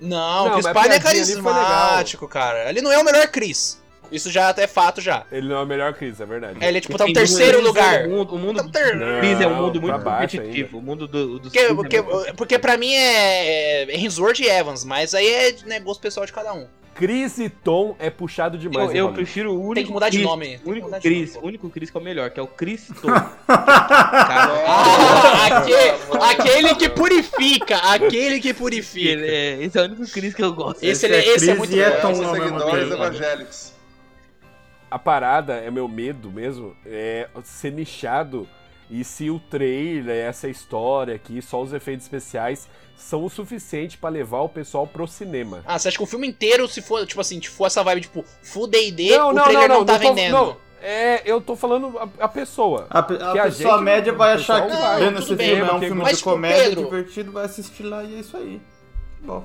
Speaker 2: Não,
Speaker 3: Não,
Speaker 2: o Chris
Speaker 3: mas a
Speaker 2: Pine é
Speaker 3: piadinha ali foi legal.
Speaker 2: carismático, cara. Ele não é o melhor Chris. Isso já até é fato já.
Speaker 3: Ele não é o melhor Chris, é verdade.
Speaker 2: É, Ele é tipo, tá no
Speaker 1: Tem
Speaker 2: terceiro
Speaker 1: dois,
Speaker 2: lugar.
Speaker 1: O mundo, o mundo
Speaker 2: Tá no ter-
Speaker 3: Não,
Speaker 1: Chris é um mundo
Speaker 3: pra
Speaker 1: muito
Speaker 3: baixo né?
Speaker 1: competitivo. O mundo do, dos
Speaker 2: Porque,
Speaker 1: Chris é
Speaker 2: porque,
Speaker 1: muito
Speaker 2: porque pra mim é, é Hensworth e Evans, mas aí é né, gosto pessoal de cada um.
Speaker 3: Chris e Tom é puxado demais.
Speaker 1: Eu,
Speaker 3: hein,
Speaker 1: eu
Speaker 3: Paulinho?
Speaker 1: prefiro o único.
Speaker 2: Tem que mudar de
Speaker 1: Chris,
Speaker 2: nome, tem que
Speaker 1: O único
Speaker 2: mudar de
Speaker 1: Chris,
Speaker 2: nome,
Speaker 1: o
Speaker 2: pô.
Speaker 1: único Chris que é o melhor, que é o Chris Tom.
Speaker 2: Ah, aque- aquele que purifica, aquele que
Speaker 1: Ele
Speaker 2: purifica.
Speaker 1: é- esse é o único Chris que eu gosto.
Speaker 2: Esse, ele- esse é
Speaker 4: Chris
Speaker 2: muito
Speaker 4: e é
Speaker 2: bom.
Speaker 4: Tom
Speaker 5: Nossos
Speaker 4: ao mesmo
Speaker 5: seguidores
Speaker 4: tempo.
Speaker 5: evangélicos.
Speaker 3: A parada, é meu medo mesmo, é ser nichado e se o trailer, essa história aqui, só os efeitos especiais são o suficiente pra levar o pessoal pro cinema.
Speaker 2: Ah, você acha que o filme inteiro, se for, tipo assim, for essa vibe, tipo, full D&D,
Speaker 3: Não,
Speaker 2: o
Speaker 3: não, não,
Speaker 2: trailer não,
Speaker 3: não,
Speaker 2: tá
Speaker 3: não tô-
Speaker 2: vendendo.
Speaker 3: não, é, eu tô falando a, a pessoa.
Speaker 4: A, pe- a
Speaker 3: Que a
Speaker 4: pessoa
Speaker 3: gente-
Speaker 4: média vai achar
Speaker 3: o
Speaker 4: que
Speaker 3: pessoal vai.
Speaker 4: vendo
Speaker 2: Tudo
Speaker 4: esse
Speaker 2: bem,
Speaker 4: filme é um
Speaker 3: porque-
Speaker 4: filme
Speaker 2: Mas,
Speaker 4: de
Speaker 2: tipo,
Speaker 4: comédia
Speaker 2: Pedro-
Speaker 4: divertido, vai assistir lá e é isso aí. Bom.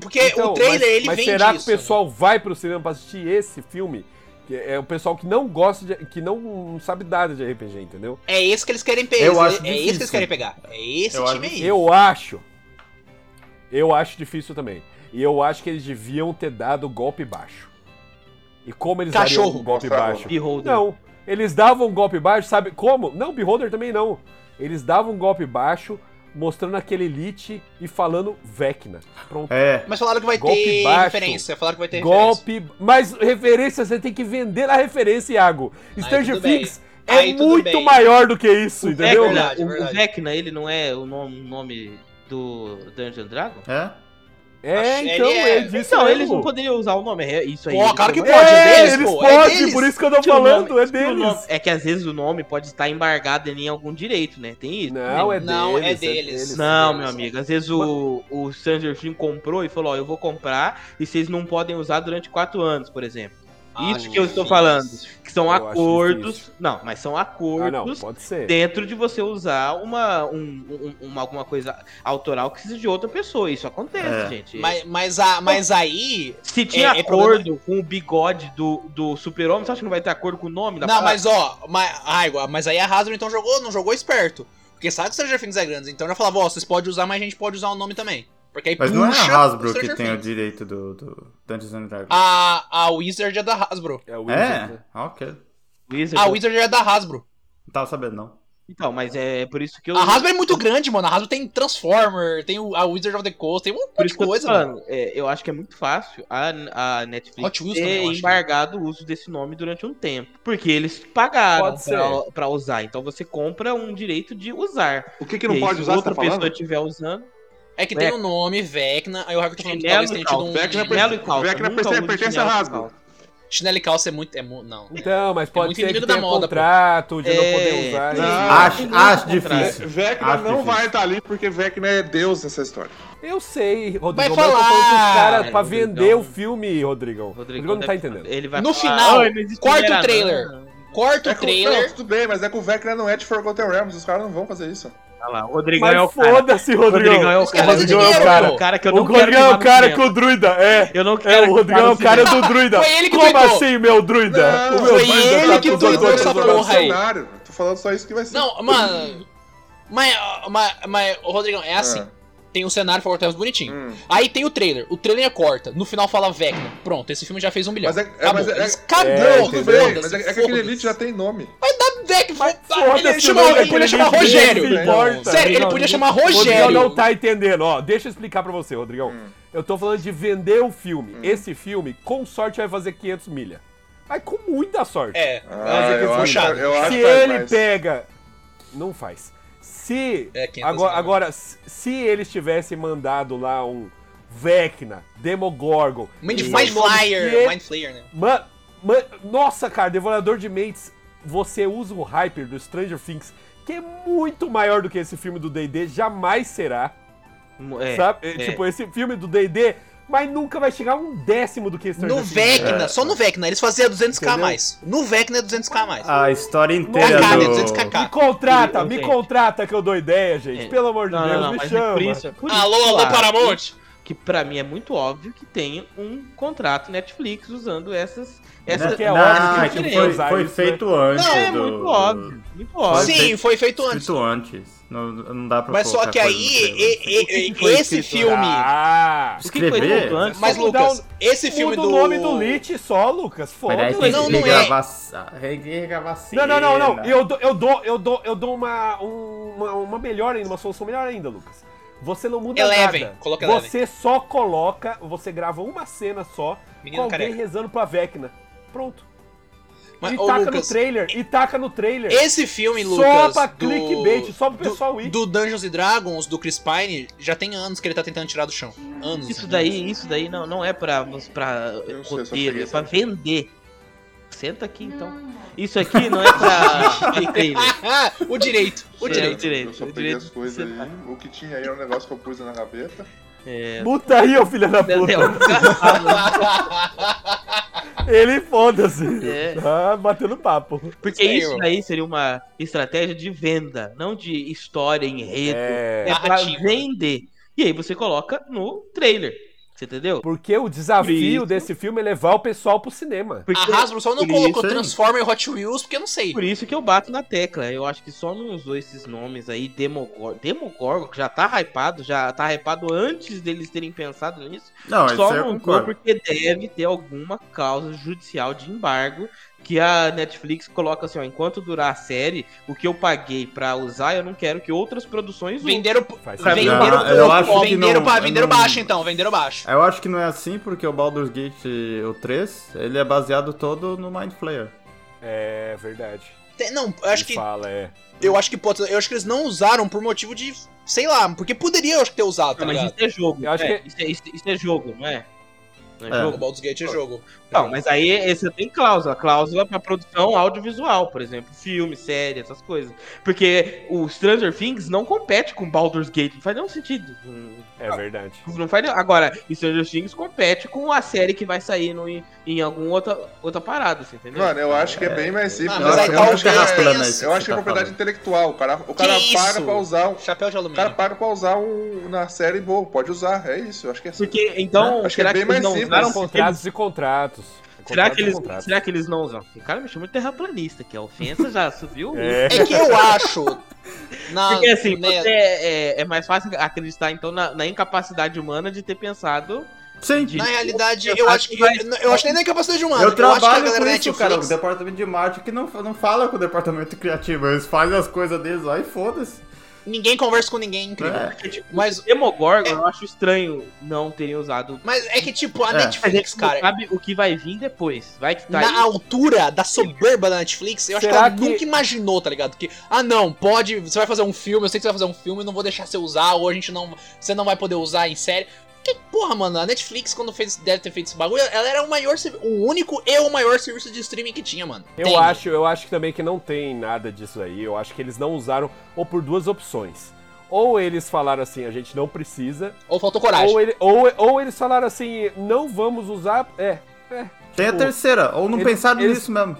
Speaker 2: Porque
Speaker 3: Então,
Speaker 2: o trailer,
Speaker 3: mas-
Speaker 2: ele né?
Speaker 3: mas
Speaker 2: vende
Speaker 3: será
Speaker 2: isso.
Speaker 3: que o pessoal vai pro cinema pra assistir esse filme? Que é o pessoal que não gosta de, que não sabe nada de RPG, entendeu?
Speaker 2: É esse que eles querem pegar.
Speaker 4: Eu
Speaker 2: esse-
Speaker 4: acho
Speaker 2: é esse que eles
Speaker 4: difícil.
Speaker 2: querem pegar. É esse
Speaker 4: Eu
Speaker 2: time
Speaker 4: acho-
Speaker 2: aí.
Speaker 3: Eu acho. Eu acho difícil também. E eu acho que eles deviam ter dado golpe baixo. E como eles
Speaker 2: Cachorro.
Speaker 3: dariam um golpe
Speaker 5: Nossa,
Speaker 2: é
Speaker 3: baixo?
Speaker 1: Beholder.
Speaker 3: Não. Eles davam um golpe baixo, sabe como? Não, Beholder também não. Eles davam um golpe baixo, mostrando aquele Elite e falando Vecna. Pronto.
Speaker 4: É.
Speaker 2: Mas falaram que vai
Speaker 3: Golpe
Speaker 2: ter
Speaker 3: baixo.
Speaker 2: referência. Falaram que vai ter referência.
Speaker 3: Golpe. Mas referência, você tem que vender a referência, Iago. Stranger
Speaker 2: tudo bem.
Speaker 3: Things é
Speaker 2: Aí tudo
Speaker 3: muito
Speaker 2: bem. É
Speaker 3: maior do que isso, entendeu?
Speaker 1: Vecna,
Speaker 2: Verdade,
Speaker 1: o-
Speaker 2: verdade.
Speaker 1: O Vecna, ele não é o nome, nome do Dungeon Dragon?
Speaker 4: É?
Speaker 3: É,
Speaker 2: Ele
Speaker 3: então,
Speaker 2: é-
Speaker 3: é disso.
Speaker 1: Não,
Speaker 3: mesmo.
Speaker 1: eles não poderiam usar o nome. É isso aí.
Speaker 2: Pô,
Speaker 1: eles
Speaker 2: claro que
Speaker 1: não-
Speaker 2: pode, é deles,
Speaker 3: eles
Speaker 2: pô, é
Speaker 3: podem,
Speaker 2: deles.
Speaker 3: por isso que eu tô
Speaker 1: Tinha um
Speaker 3: falando,
Speaker 1: nome-
Speaker 3: é
Speaker 1: tinha um
Speaker 3: deles.
Speaker 1: nome- É que às vezes o nome pode estar embargado em algum direito, né? Tem isso?
Speaker 3: Não, é
Speaker 2: Não, é
Speaker 3: deles.
Speaker 2: deles.
Speaker 1: Não,
Speaker 2: Deus.
Speaker 1: meu amigo. Às vezes o, o Stranger Things comprou e falou, ó, eu vou comprar e vocês não podem usar durante quatro anos, por exemplo.
Speaker 2: Acho
Speaker 1: é Isso que eu estou
Speaker 2: sim.
Speaker 1: falando. Que são
Speaker 3: Eu acho
Speaker 1: acordos.
Speaker 3: difícil.
Speaker 1: Não, mas são
Speaker 3: Ah, não,
Speaker 1: acordos
Speaker 3: pode
Speaker 2: É,
Speaker 3: ser.
Speaker 1: dentro de você usar uma, um- um- uma- alguma coisa autoral que seja de outra pessoa. Isso acontece,
Speaker 4: É.
Speaker 1: gente.
Speaker 2: Mas, mas, a, mas aí...
Speaker 1: Se tinha
Speaker 2: é
Speaker 1: acordo com o bigode do, do super-homem, você acha que não vai ter acordo com o nome da
Speaker 2: Não,
Speaker 1: parada?
Speaker 2: mas ó... Mas, ai, igual- mas aí a Hasbro então jogou, não jogou esperto. Porque sabe que o Stranger Things é grande. Então já falava, ó, vocês podem usar, mas a gente pode usar o nome também. Porque aí
Speaker 4: Mas não é
Speaker 2: puxa
Speaker 4: a Hasbro
Speaker 2: o
Speaker 4: que
Speaker 2: Stranger
Speaker 4: tem o
Speaker 3: assim?
Speaker 2: Things.
Speaker 4: direito do, do Dungeons and Dragons.
Speaker 2: Ah, A, a Wizard é da Hasbro.
Speaker 3: É, o Wizard,
Speaker 4: é?
Speaker 3: né?
Speaker 4: Ah, ok.
Speaker 1: Wizard,
Speaker 2: A Wizard é da Hasbro.
Speaker 4: Não tava sabendo, não.
Speaker 1: Então, mas é por isso que eu...
Speaker 2: A Hasbro é muito grande, mano. A Hasbro tem Transformer, tem o- a Wizard of the Coast, tem um
Speaker 1: Por
Speaker 2: monte de
Speaker 1: isso que eu tô
Speaker 2: coisa, mano.
Speaker 1: falando, é, eu acho que é muito fácil a, a Netflix
Speaker 2: Hot Wheels
Speaker 1: ter
Speaker 2: também, eu acho, né?
Speaker 1: embargado o uso desse nome durante um tempo. Porque eles pagaram
Speaker 3: Pode
Speaker 1: pra, pra usar. Então você compra um direito de usar.
Speaker 8: O que que
Speaker 1: E
Speaker 8: não
Speaker 1: aí,
Speaker 8: pode
Speaker 1: se
Speaker 8: usar, você
Speaker 1: outra
Speaker 8: tá
Speaker 1: pessoa
Speaker 8: falando?
Speaker 1: estiver usando.
Speaker 2: É que
Speaker 1: Vecna.
Speaker 2: tem o nome, Vecna. Aí o Harry tá falando que
Speaker 1: Chinelo
Speaker 2: talvez tenha
Speaker 1: e
Speaker 2: tido
Speaker 1: calça.
Speaker 2: um.
Speaker 8: Vecna é
Speaker 1: Chinelo e calça.
Speaker 8: Vecna
Speaker 1: nunca
Speaker 8: pertence-
Speaker 1: use
Speaker 8: pertence
Speaker 1: chinelo
Speaker 8: à
Speaker 1: e
Speaker 8: Hasbro.
Speaker 1: calça.
Speaker 2: Chinelo e calça é muito. É mu... Não.
Speaker 3: Então, mas pode
Speaker 2: muito
Speaker 3: ser que
Speaker 2: inimigo da
Speaker 3: tenha
Speaker 2: moda, pô.
Speaker 3: contrato de não poder
Speaker 1: É,
Speaker 3: usar.
Speaker 1: tem-
Speaker 3: isso.
Speaker 4: Ah, Acho-
Speaker 1: tem muito
Speaker 4: acho
Speaker 1: contrário.
Speaker 4: difícil.
Speaker 5: É, Vecna
Speaker 4: Acho
Speaker 5: não
Speaker 4: difícil.
Speaker 5: vai estar ali porque Vecna é Deus nessa história.
Speaker 3: Eu sei, Rodrigo,
Speaker 2: Vai
Speaker 3: mas eu tô falando
Speaker 2: falar!
Speaker 3: pros caras pra
Speaker 1: Rodrigão.
Speaker 3: vender o filme, Rodrigão.
Speaker 1: Rodrigo
Speaker 3: Rodrigão não tá
Speaker 1: deve-
Speaker 3: entendendo.
Speaker 1: Ele vai
Speaker 2: No
Speaker 1: falar,
Speaker 2: final,
Speaker 1: "Ai, não existe
Speaker 2: corta o
Speaker 1: mulher anã".
Speaker 2: trailer. Corta
Speaker 5: É
Speaker 2: o
Speaker 5: com-
Speaker 2: trailer.
Speaker 5: Não, tudo bem, mas é que o Vecna não é de Forgotten Realms, os caras não vão fazer isso.
Speaker 1: Olha lá, o Rodrigão é o
Speaker 3: Mas
Speaker 1: cara.
Speaker 3: foda-se, Rodrigão.
Speaker 1: é o
Speaker 2: Isso quer
Speaker 1: cara.
Speaker 2: fazer
Speaker 1: Rodrigão é o
Speaker 2: dinheiro,
Speaker 1: cara.
Speaker 2: pô.
Speaker 1: O cara que eu
Speaker 3: O
Speaker 1: não quero
Speaker 3: Rodrigão é
Speaker 1: queimar
Speaker 3: o
Speaker 1: no
Speaker 3: cara
Speaker 1: cinema.
Speaker 3: com o druida, é.
Speaker 1: Eu não
Speaker 3: É,
Speaker 1: quero
Speaker 3: o Rodrigão é o cara do druida.
Speaker 2: Foi ele que
Speaker 3: Como
Speaker 2: tweetou.
Speaker 3: assim, meu druida? tá
Speaker 5: Não,
Speaker 3: o meu
Speaker 2: É, foi ele que
Speaker 3: tudo
Speaker 2: tweetou
Speaker 3: agora
Speaker 2: essa
Speaker 3: no
Speaker 2: porra aí.
Speaker 5: cenário. Tô falando só isso que vai ser.
Speaker 2: Não, mano. Mas, mas, mas, ô, Rodrigão, é assim.
Speaker 5: Ah.
Speaker 2: Tem o cenário Forward Times bonitinho.
Speaker 5: Hum.
Speaker 2: Aí tem o trailer. O trailer corta. No final fala Vecna. Pronto, esse filme já fez um bilhão.
Speaker 5: Mas é- é-
Speaker 2: Acabou.
Speaker 5: mas é-
Speaker 2: Eles
Speaker 5: é-
Speaker 2: Cagou,
Speaker 3: é,
Speaker 5: Não, tudo bem, mas é, é que aquele Elite já tem nome.
Speaker 2: Vec,
Speaker 3: Foda-se,
Speaker 2: ah, ele
Speaker 3: o nome
Speaker 2: chamou, ele
Speaker 3: daquele
Speaker 2: podia chamar
Speaker 3: livro,
Speaker 2: Rogério.
Speaker 3: não importa.
Speaker 2: Sério, ele podia chamar
Speaker 3: Rodrigão
Speaker 2: Rogério. Hum.
Speaker 3: não tá entendendo, ó. Deixa eu explicar pra você, Rodrigão. Eu tô falando de vender o filme. Esse filme, com sorte, vai fazer 500 milha. Mas com muita sorte.
Speaker 2: É,
Speaker 5: Ah,
Speaker 2: é
Speaker 5: eu acho-
Speaker 2: puxado.
Speaker 5: eu acho
Speaker 3: Se
Speaker 5: que faz
Speaker 3: ele
Speaker 5: mais.
Speaker 3: pega... Não faz. Se...
Speaker 2: É, 500
Speaker 3: agora,
Speaker 2: milha.
Speaker 3: agora, se se eles tivessem mandado lá um Vecna, Demogorgon...
Speaker 2: Mind,
Speaker 3: um
Speaker 2: Mind
Speaker 3: nome
Speaker 2: Flyer,
Speaker 3: que-
Speaker 2: Mind Flyer, né?
Speaker 3: Man, man- nossa, cara, Devorador de Mentes, você usa o Hyper do Stranger Things, que é muito maior do que esse filme do D&D, jamais será,
Speaker 1: É,
Speaker 3: sabe? É,
Speaker 1: é.
Speaker 3: Tipo, esse filme do D&D, mas nunca vai chegar a um décimo do que esse
Speaker 2: No Vecna,
Speaker 5: É.
Speaker 2: só no Vecna, eles faziam 200k a
Speaker 3: Entendeu? Ah,
Speaker 2: mais. No Vecna é 200k a mais.
Speaker 4: A história inteira
Speaker 2: Cagada, é
Speaker 4: do...
Speaker 2: 200kk.
Speaker 3: Me contrata,
Speaker 1: Eu
Speaker 3: me
Speaker 1: entendo.
Speaker 3: contrata que eu dou ideia, gente.
Speaker 1: É.
Speaker 3: Pelo amor de
Speaker 1: Não,
Speaker 3: Deus,
Speaker 1: não, não,
Speaker 3: me
Speaker 1: mas é
Speaker 3: chama.
Speaker 1: por isso, é por isso,
Speaker 2: Alô, alô,
Speaker 1: claro.
Speaker 2: Paramount!
Speaker 1: que pra mim é muito óbvio que tem um contrato Netflix usando essas essas
Speaker 3: que é
Speaker 4: não,
Speaker 3: óbvio
Speaker 4: é
Speaker 3: que
Speaker 4: que
Speaker 3: tinha
Speaker 4: foi,
Speaker 3: que usar
Speaker 4: foi
Speaker 3: isso,
Speaker 4: feito antes
Speaker 2: Não,
Speaker 1: é
Speaker 4: do...
Speaker 1: muito óbvio, muito óbvio.
Speaker 4: Sim,
Speaker 2: Sim, foi feito antes.
Speaker 4: Feito antes. Não, não dá pra
Speaker 2: Mas só
Speaker 4: colocar
Speaker 2: que aí,
Speaker 4: coisa no trailer.
Speaker 2: e- e- e-
Speaker 1: Foi
Speaker 2: esse
Speaker 1: escrito
Speaker 2: filme.
Speaker 3: Ah,
Speaker 1: O que foi
Speaker 4: Escrever?
Speaker 1: feito antes?
Speaker 2: Mas,
Speaker 3: só mudar
Speaker 2: Lucas, esse
Speaker 3: filme
Speaker 2: filme
Speaker 3: muda
Speaker 2: do.
Speaker 3: o nome do Lich só, Lucas.
Speaker 4: Mas aí
Speaker 3: Foda-se.
Speaker 4: tem
Speaker 2: Não,
Speaker 4: que
Speaker 2: não é.
Speaker 4: regravar... sa- re- regravar
Speaker 3: Não, não, não, não.
Speaker 4: cena.
Speaker 3: Eu dou, eu dou, eu dou, eu dou uma, um- uma, uma melhor ainda, uma solução melhor ainda, Lucas. Você não muda
Speaker 2: Eleven,
Speaker 3: nada.
Speaker 2: coloca Eleven.
Speaker 3: você só coloca, você grava uma cena só
Speaker 2: Menino
Speaker 3: com alguém
Speaker 2: careca.
Speaker 3: rezando pra Vecna. Pronto.
Speaker 2: Mas,
Speaker 3: e
Speaker 2: ô,
Speaker 3: taca
Speaker 2: Lucas,
Speaker 3: no trailer, e taca no trailer.
Speaker 2: Esse filme,
Speaker 3: Só
Speaker 2: Lucas.
Speaker 3: pra clickbait, só pro
Speaker 2: do-
Speaker 3: pessoal ir.
Speaker 2: Do Dungeons and Dragons, do Chris Pine, já tem anos que ele tá tentando tirar do chão. Anos.
Speaker 1: Isso daí, isso daí não, não é pra, pra
Speaker 5: Eu sei, só
Speaker 1: roteiro,
Speaker 5: peguei
Speaker 1: é pra
Speaker 5: essa.
Speaker 1: vender. Senta aqui então. Isso aqui não é pra né? pra trailer.
Speaker 2: Ah, o direito, o
Speaker 1: É,
Speaker 2: direito.
Speaker 1: direito,
Speaker 5: Eu só
Speaker 1: o
Speaker 5: peguei
Speaker 1: direito
Speaker 5: as coisas
Speaker 1: de
Speaker 5: aí. O que tinha aí era um negócio que eu pus na gaveta.
Speaker 2: É.
Speaker 3: Puta aí, ô filho da puta. Ele foda-se.
Speaker 1: É.
Speaker 3: Tá batendo papo.
Speaker 1: Porque
Speaker 2: Isso aí,
Speaker 1: isso
Speaker 2: irmão.
Speaker 1: daí seria uma estratégia de venda, não de história, enredo.
Speaker 3: É.
Speaker 1: É, pra
Speaker 2: Narrativa.
Speaker 1: vender. E aí você coloca no trailer. Você entendeu?
Speaker 3: Porque o desafio
Speaker 1: Isso.
Speaker 3: desse filme é levar o pessoal pro cinema.
Speaker 1: Porque-
Speaker 2: A Hasbro só não
Speaker 1: Isso
Speaker 2: colocou
Speaker 4: aí.
Speaker 2: Transformer e Hot Wheels porque eu não sei.
Speaker 1: Por isso que eu bato na tecla. Eu acho que só não usou esses nomes aí, Demogorgon. Demogorgon, que já tá hypado, já tá hypado antes deles terem pensado nisso.
Speaker 4: Não, isso
Speaker 1: só
Speaker 4: aí eu
Speaker 1: não usou
Speaker 4: concordo.
Speaker 1: porque deve ter alguma causa judicial de embargo que a Netflix coloca assim, ó, enquanto durar a série, o que eu paguei pra usar, eu não quero que outras produções usem.
Speaker 2: Venderam,
Speaker 3: Faz
Speaker 2: venderam,
Speaker 4: sentido. Ah, eu acho que
Speaker 2: venderam,
Speaker 4: não-
Speaker 2: pra-
Speaker 4: eu
Speaker 2: venderam
Speaker 4: não-
Speaker 2: baixo então, venderam baixo.
Speaker 4: Eu acho que não é assim, porque o Baldur's Gate, o 3, ele é baseado todo no Mind Flayer.
Speaker 3: É verdade.
Speaker 2: Tem- Não, eu acho
Speaker 3: Me
Speaker 2: que
Speaker 3: Fala, é.
Speaker 2: eu acho que pode, eu acho que eles não usaram por motivo de, sei lá, porque poderia eu acho que ter usado, tá
Speaker 1: Não, mas
Speaker 2: ligado?
Speaker 1: isso é jogo.
Speaker 3: Eu acho
Speaker 1: é,
Speaker 3: que-
Speaker 1: isso, é, isso é- isso é jogo, não é? Não
Speaker 4: É.
Speaker 2: O Baldur's Gate é jogo.
Speaker 1: Não, mas aí eh, você tem cláusula, cláusula pra produção audiovisual, por exemplo, filme, série, essas coisas. Porque o Stranger Things não compete com Baldur's Gate, não faz nenhum sentido. Hum,
Speaker 2: Ah.
Speaker 3: É verdade.
Speaker 1: Não faz nenhum- Agora, Stranger Things compete com a série que vai sair no, em alguma outra, outra parada, você entendeu?
Speaker 5: Mano, eu acho que é bem mais simples.
Speaker 2: Ah,
Speaker 5: eu
Speaker 2: mas aí
Speaker 5: acho, eu
Speaker 2: tá
Speaker 5: acho que é,
Speaker 2: raspando,
Speaker 5: eu
Speaker 2: né,
Speaker 4: isso que
Speaker 5: acho
Speaker 4: você
Speaker 5: que é
Speaker 4: tá
Speaker 5: propriedade
Speaker 4: falando.
Speaker 5: intelectual. O cara, o cara
Speaker 2: Que
Speaker 5: para
Speaker 2: isso? Hum.
Speaker 5: pra usar. O
Speaker 2: Chapéu de
Speaker 5: cara
Speaker 2: alumínio.
Speaker 5: para pra usar um, na série boa. Pode usar, é isso. Eu acho que é assim.
Speaker 1: Porque, então,
Speaker 5: Acho que
Speaker 1: será
Speaker 5: é
Speaker 1: que,
Speaker 5: bem
Speaker 1: eles
Speaker 5: mais
Speaker 1: não usaram?
Speaker 5: simples.
Speaker 1: porque eles-
Speaker 3: Contratos e contratos.
Speaker 1: Será
Speaker 3: Contratos
Speaker 1: que,
Speaker 3: e
Speaker 1: eles,
Speaker 3: contratos.
Speaker 1: será que eles não usam? O cara me chamou de terraplanista, que a ofensa já subiu. o
Speaker 3: É.
Speaker 2: É que eu acho na
Speaker 1: Porque assim,
Speaker 2: né,
Speaker 1: você é, é- é mais fácil acreditar então na, na incapacidade humana de ter pensado.
Speaker 4: Sim,
Speaker 1: De,
Speaker 2: na realidade, eu
Speaker 1: Eu
Speaker 2: acho que.
Speaker 1: acho que
Speaker 2: Eu acho que nem é capacidade humana.
Speaker 4: eu
Speaker 2: acho
Speaker 4: trabalho
Speaker 2: que a galera
Speaker 4: com
Speaker 2: da
Speaker 4: isso, cara. O
Speaker 2: Netflix-
Speaker 4: departamento de marketing não, não fala com o departamento criativo. Eles fazem as coisas deles lá e foda-se.
Speaker 2: Ninguém conversa com ninguém, incrível.
Speaker 4: É.
Speaker 2: Mas,
Speaker 1: tipo, Demogorgon, eu acho estranho não terem usado.
Speaker 2: mas é que, tipo, a
Speaker 4: É.
Speaker 1: A
Speaker 2: Netflix,
Speaker 1: gente não
Speaker 2: cara,
Speaker 1: sabe o que vai vir depois. Vai que tá
Speaker 2: na
Speaker 1: aí.
Speaker 2: altura da soberba da Netflix, eu acho que
Speaker 3: Será
Speaker 2: ela
Speaker 3: que-
Speaker 2: nunca imaginou, tá ligado? Que, ah, não, pode, você vai fazer um filme, eu sei que você vai fazer um filme, eu não vou deixar você usar, ou a gente não. Você não vai poder usar em série. Que porra, mano, a Netflix, quando fez, deve ter feito esse bagulho, ela era o maior, servi- o único e o maior serviço de streaming que tinha, mano.
Speaker 3: Eu
Speaker 2: Tem.
Speaker 3: acho, eu acho que também que não tem nada disso aí. Eu acho que eles não usaram, ou por duas opções. Ou eles falaram assim, a gente não precisa.
Speaker 2: Ou faltou coragem.
Speaker 3: Ou, ele- ou- ou eles falaram assim, não vamos usar. É. é.
Speaker 4: Tem a
Speaker 3: Tipo,
Speaker 4: terceira, ou não
Speaker 3: eles-
Speaker 4: pensaram
Speaker 3: eles-
Speaker 4: nisso mesmo.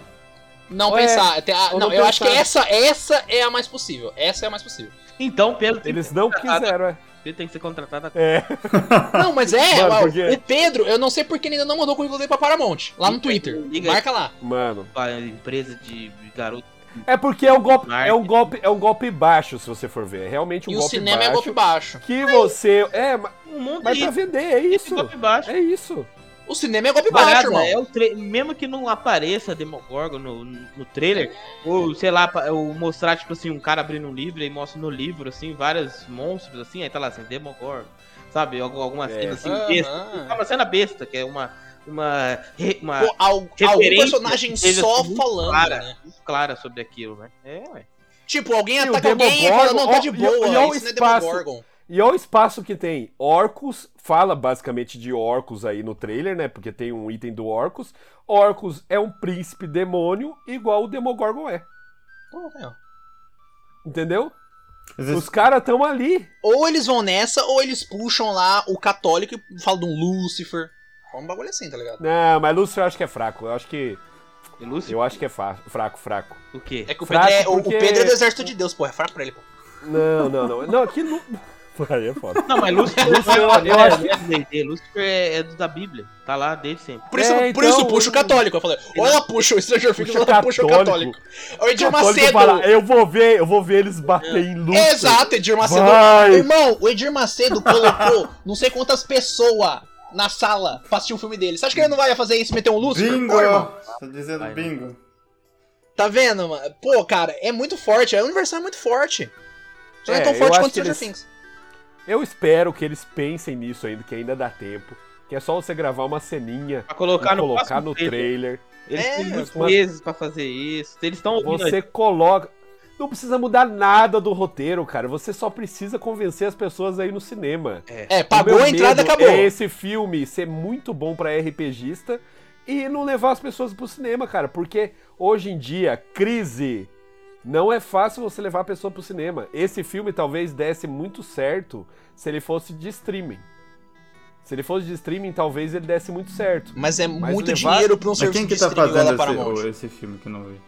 Speaker 2: Não
Speaker 3: É,
Speaker 2: pensar. até a-
Speaker 3: ou
Speaker 2: não,
Speaker 3: não
Speaker 2: eu acho que
Speaker 3: pensar.
Speaker 2: essa, essa é a mais possível. Essa é a mais possível.
Speaker 1: Então, Pedro tem,
Speaker 3: Eles não quiseram, é.
Speaker 1: ele tem que ser contratado.
Speaker 3: É.
Speaker 2: Não, mas é,
Speaker 3: Mano,
Speaker 2: ó,
Speaker 3: porque-
Speaker 2: o Pedro, eu não sei porque ele ainda não mandou o currículo dele pra Paramount, lá no
Speaker 1: Liga
Speaker 2: Twitter.
Speaker 1: aí, liga aí.
Speaker 2: Marca lá.
Speaker 3: Mano.
Speaker 1: com a empresa de garoto.
Speaker 3: É porque é um golpe, é um golpe, é um golpe baixo, se você for ver. É realmente um
Speaker 2: e o
Speaker 3: golpe
Speaker 2: cinema
Speaker 3: baixo.
Speaker 2: é golpe baixo.
Speaker 3: Que você. É, ma-
Speaker 1: Um mundo
Speaker 3: mas
Speaker 1: aí,
Speaker 3: pra vender, é isso.
Speaker 1: golpe baixo.
Speaker 3: É isso.
Speaker 2: O cinema é golpe baixo,
Speaker 1: Parada,
Speaker 2: irmão.
Speaker 1: é o tra- Mesmo que não apareça Demogorgon no, no trailer, ou sei lá, pa- ou mostrar, tipo assim, um cara abrindo um livro e mostra no livro, assim, vários monstros, assim, aí tá lá assim, Demogorgon, sabe? Algu- Alguma
Speaker 3: É.
Speaker 1: cena assim,
Speaker 2: Aham.
Speaker 1: besta. Tá uma cena besta, que é uma. Uma. re- uma
Speaker 2: Pô, al- algum
Speaker 1: referência
Speaker 2: personagem
Speaker 1: que seja,
Speaker 2: só
Speaker 1: assim, muito
Speaker 2: falando,
Speaker 1: clara.
Speaker 2: né?
Speaker 1: muito clara sobre aquilo, né? É, ué.
Speaker 2: Tipo, alguém
Speaker 3: E o
Speaker 2: ataca alguém e fala, não, tá de
Speaker 3: Demogorgon, ó,
Speaker 2: boa,
Speaker 3: e- e olha o
Speaker 2: isso não é
Speaker 3: espaço.
Speaker 2: Demogorgon.
Speaker 3: E olha o espaço que tem. Orcus, fala basicamente de Orcus aí no trailer, né? Porque tem um item do Orcus. Orcus é um príncipe demônio, igual o Demogorgon é.
Speaker 2: Pô, é, ó.
Speaker 3: Entendeu?
Speaker 4: Existe-
Speaker 3: Os caras estão ali.
Speaker 2: Ou eles vão nessa, ou eles puxam lá o católico e falam de um Lúcifer. É um bagulho assim, tá ligado?
Speaker 3: Não, mas Lúcio eu acho que é fraco. Eu acho que.
Speaker 1: E Lúcio,
Speaker 3: Eu acho que é fa- fraco, fraco.
Speaker 1: o quê?
Speaker 2: É que o Pedro,
Speaker 3: Fraco
Speaker 2: é, o-
Speaker 3: porque-
Speaker 2: o Pedro é do exército de Deus, pô, é fraco pra ele, pô.
Speaker 3: Não, não, não. Não, aqui não. Aí é foda.
Speaker 1: Não, mas Lúcio,
Speaker 3: Lúcio, eu- eu
Speaker 1: é,
Speaker 3: acho-
Speaker 1: não é do D&D, Lúcifer é, é do- da Bíblia. Tá lá desde sempre.
Speaker 2: Por isso,
Speaker 3: É,
Speaker 2: por isso
Speaker 3: então,
Speaker 2: puxa o católico. Eu falei, ou ela puxa o Stranger Things,
Speaker 3: Puxa
Speaker 2: ou ela puxa o católico. O Edir
Speaker 3: Católico
Speaker 2: Macedo.
Speaker 3: fala, eu vou ver, eu vou ver eles bater em Lúcio.
Speaker 2: Exato, Edir Macedo.
Speaker 3: Vai.
Speaker 2: Irmão, o Edir Macedo colocou não sei quantas pessoas na sala pra assistir o filme dele. Você acha que ele não vai fazer isso e meter um Lúcifer?
Speaker 4: Bingo!
Speaker 2: Pô, irmão.
Speaker 4: Tá dizendo
Speaker 1: Vai,
Speaker 4: bingo.
Speaker 2: Tá vendo, mano? Pô, cara, é um muito forte. A Universal é muito forte. Só não é
Speaker 3: É,
Speaker 2: tão
Speaker 3: eu
Speaker 2: forte
Speaker 3: acho
Speaker 2: quanto o
Speaker 3: que
Speaker 2: Stranger
Speaker 3: eles-
Speaker 2: Things.
Speaker 3: Eu espero que eles pensem nisso ainda, que ainda dá tempo. Que é só você gravar uma ceninha
Speaker 1: Pra colocar
Speaker 3: e
Speaker 1: no,
Speaker 3: colocar
Speaker 1: próximo
Speaker 3: no trailer.
Speaker 1: Eles
Speaker 2: É,
Speaker 1: têm muitos
Speaker 3: mas-
Speaker 1: meses pra fazer isso. Eles estão ouvindo a
Speaker 3: Você coloca. Não precisa mudar nada do roteiro, cara. Você só precisa convencer as pessoas aí no cinema.
Speaker 2: É,
Speaker 3: O
Speaker 2: pagou
Speaker 3: meu
Speaker 2: a entrada
Speaker 3: medo
Speaker 2: acabou.
Speaker 3: É esse filme ser muito bom pra RPGista e não levar as pessoas pro cinema, cara, porque hoje em dia, crise, não é fácil você levar a pessoa pro cinema. Esse filme talvez desse muito certo se ele fosse de streaming. Se ele fosse de streaming, talvez ele desse muito certo.
Speaker 2: Mas é
Speaker 3: Mas
Speaker 2: muito
Speaker 3: levar-
Speaker 2: dinheiro pra um
Speaker 4: Mas
Speaker 2: serviço
Speaker 4: quem que
Speaker 2: de
Speaker 4: tá
Speaker 2: streaming igual
Speaker 4: fazendo
Speaker 2: a Paramount.
Speaker 4: esse, esse filme que eu não vi?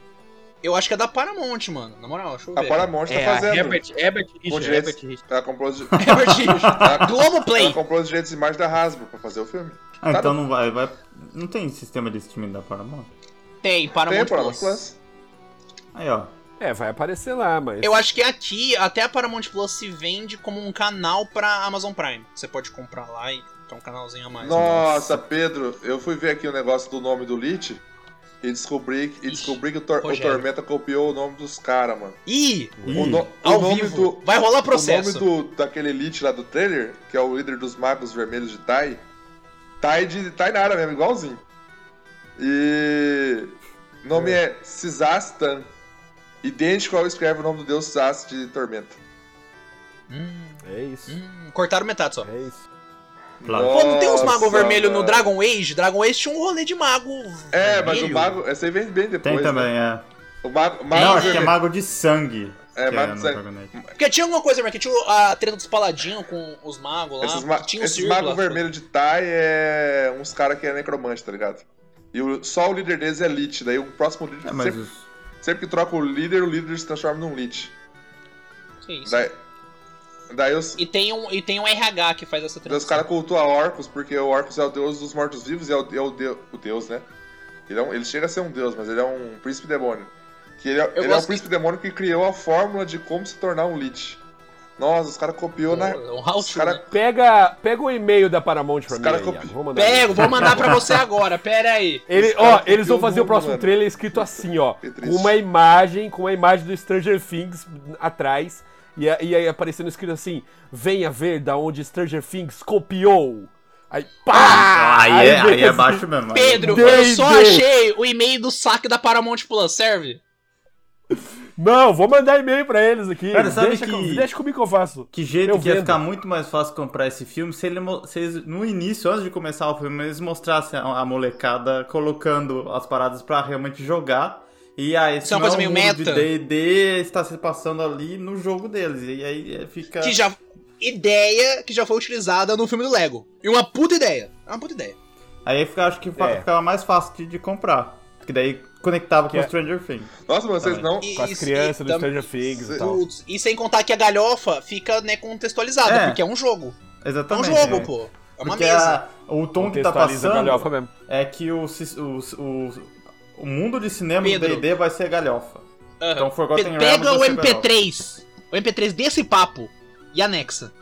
Speaker 2: Eu acho que é da Paramount, mano. Na moral, deixa eu ver.
Speaker 5: A Paramount tá
Speaker 1: É, a
Speaker 5: fazendo.
Speaker 1: Herbert, Herbert
Speaker 5: Com
Speaker 1: Richard,
Speaker 5: direitos-
Speaker 1: Herbert Richard.
Speaker 5: Ela comprou, os,
Speaker 2: Herbert
Speaker 3: Tá.
Speaker 2: Richards. É Globoplay.
Speaker 5: ela comprou os direitos de imagem da Hasbro pra fazer o filme.
Speaker 4: Ah,
Speaker 5: Tá
Speaker 4: então não vai, vai. Não tem sistema de streaming da Paramount?
Speaker 2: Tem, Paramount
Speaker 5: Tem Paramount
Speaker 2: Plus.
Speaker 5: Plus.
Speaker 4: Aí, ó.
Speaker 3: É, vai aparecer lá, mas.
Speaker 2: Eu acho que aqui, até a Paramount Plus se vende como um canal pra Amazon Prime. Você pode comprar lá e ter um canalzinho a mais.
Speaker 5: Nossa, Pedro, eu fui ver aqui o negócio do nome do Lich e descobri, e descobri que o, Tor- o
Speaker 2: Rogério.
Speaker 5: Tormenta copiou o nome dos caras, mano.
Speaker 2: Ih,
Speaker 5: O,
Speaker 4: Ih,
Speaker 5: no- o
Speaker 2: ao
Speaker 5: nome
Speaker 2: vivo.
Speaker 5: do.
Speaker 2: Vai rolar processo.
Speaker 5: O nome do, daquele Lich lá do trailer, que é o líder dos magos vermelhos de Tai, Tai de Tai Nara mesmo, igualzinho. E. O nome é, Sisastan. Idêntico ao que escreve o nome do deus Sas de Tormenta.
Speaker 2: Hum,
Speaker 3: É isso.
Speaker 2: hum, cortaram metade só.
Speaker 3: É isso.
Speaker 4: Claro.
Speaker 2: Pô, não tem uns magos
Speaker 5: Nossa,
Speaker 2: vermelhos no
Speaker 5: mano.
Speaker 2: Dragon Age? Dragon Age tinha um rolê de mago.
Speaker 5: É, mas o
Speaker 2: vermelho.
Speaker 5: mago. Essa aí vem bem depois.
Speaker 4: Tem
Speaker 5: né?
Speaker 4: também, é.
Speaker 5: O mago. mago
Speaker 4: Não, acho que é
Speaker 5: vermelho.
Speaker 4: Mago de Sangue.
Speaker 5: É,
Speaker 4: que
Speaker 5: Mago de
Speaker 4: no
Speaker 5: Sangue.
Speaker 4: Dragon Age.
Speaker 2: Porque tinha alguma coisa, mano, que tinha a treta dos paladinos com os magos lá.
Speaker 5: Esses, ma
Speaker 2: tinha o
Speaker 5: esses
Speaker 2: círculo
Speaker 5: magos
Speaker 2: lá.
Speaker 5: vermelhos de Tai é uns caras que é necromante, tá ligado? E o- só o líder deles é Lich, daí o próximo líder.
Speaker 4: É, mas
Speaker 5: sempre,
Speaker 4: os-
Speaker 5: sempre que troca o líder, o líder se transforma num Lich.
Speaker 2: Que isso.
Speaker 5: Daí, daí os,
Speaker 2: E tem, um, e tem um RH que faz essa
Speaker 5: daí os
Speaker 2: transição.
Speaker 5: caras cultuam Orcus, porque o Orcus é o deus dos mortos-vivos e é o, é o, deu- o deus, né? Ele, é um- ele chega a ser um deus, mas ele é um príncipe demônio. Que ele é, ele é
Speaker 2: gosto
Speaker 5: o príncipe demônio que criou a fórmula de como se tornar um Lich. Nossa, os caras copiou na.
Speaker 2: Um house
Speaker 5: Os
Speaker 2: show,
Speaker 5: cara-
Speaker 2: né?
Speaker 3: Pega, pega o e-mail da Paramount pra
Speaker 5: Os
Speaker 3: mim.
Speaker 5: cara
Speaker 3: aí,
Speaker 5: copi-
Speaker 3: Iago. Vou mandar aí.
Speaker 2: Pego, vou mandar pra você agora, pera aí.
Speaker 3: Ele,
Speaker 5: Os
Speaker 3: ó,
Speaker 5: caras
Speaker 3: eles vão
Speaker 5: copiam
Speaker 3: fazer o
Speaker 5: muito,
Speaker 3: próximo
Speaker 5: mano.
Speaker 3: trailer escrito assim, ó.
Speaker 5: Que
Speaker 3: Com
Speaker 5: triste.
Speaker 3: uma imagem, com uma imagem do Stranger Things atrás. E, a- e aí aparecendo escrito assim: Venha ver da onde Stranger Things copiou. Aí pá!
Speaker 4: Aí é,
Speaker 3: vem
Speaker 4: aí é
Speaker 3: assim,
Speaker 4: baixo mesmo. aí-
Speaker 2: Pedro, eu
Speaker 3: Dei,
Speaker 2: só
Speaker 3: dei.
Speaker 2: achei o e-mail do saque da Paramount Plus, serve?
Speaker 3: Não, vou mandar e-mail pra eles aqui.
Speaker 4: Cara, sabe
Speaker 3: deixa,
Speaker 4: que-
Speaker 3: com- deixa comigo que eu faço.
Speaker 4: Que jeito
Speaker 3: Eu
Speaker 4: que ia
Speaker 3: vendo.
Speaker 4: ficar muito mais fácil comprar esse filme se, ele, mo- se eles, no início, antes de começar o filme, eles mostrassem a, a molecada colocando as paradas pra realmente jogar. E ah, aí,
Speaker 2: Isso é uma coisa meio
Speaker 4: o um mundo
Speaker 2: meta.
Speaker 4: de D&D está se passando ali no jogo deles. E aí é, fica...
Speaker 2: Que já. Ideia que já foi utilizada no filme do Lego. E uma puta ideia. É uma puta ideia.
Speaker 4: Aí fica, acho que fa-
Speaker 3: É.
Speaker 4: ficava mais fácil de, de comprar. Porque daí conectava
Speaker 3: Que
Speaker 4: com o
Speaker 3: é-
Speaker 4: Stranger Things.
Speaker 5: Nossa, mano, vocês não.
Speaker 2: E-
Speaker 3: Com as
Speaker 2: e-
Speaker 3: crianças
Speaker 2: e
Speaker 3: do
Speaker 2: tam-
Speaker 3: Stranger Things e tal.
Speaker 2: Putz, E sem contar que a galhofa fica, né, contextualizada,
Speaker 4: É.
Speaker 2: porque é um jogo. É um
Speaker 4: Exatamente.
Speaker 2: jogo,
Speaker 4: é.
Speaker 2: pô. É uma
Speaker 4: Porque
Speaker 2: mesa.
Speaker 4: a- o tom que
Speaker 3: Contextualiza
Speaker 4: tá
Speaker 3: a
Speaker 4: passando
Speaker 3: galhofa mesmo.
Speaker 4: é que o, sis- o, o, o mundo de cinema do
Speaker 2: Pedro.
Speaker 4: D&D vai ser galhofa.
Speaker 2: Aham.
Speaker 4: Então
Speaker 2: Pe-
Speaker 4: Forgotten Realms
Speaker 2: Pega o
Speaker 4: vai ser galhofa.
Speaker 2: MP3. O MP3 desse papo e anexa.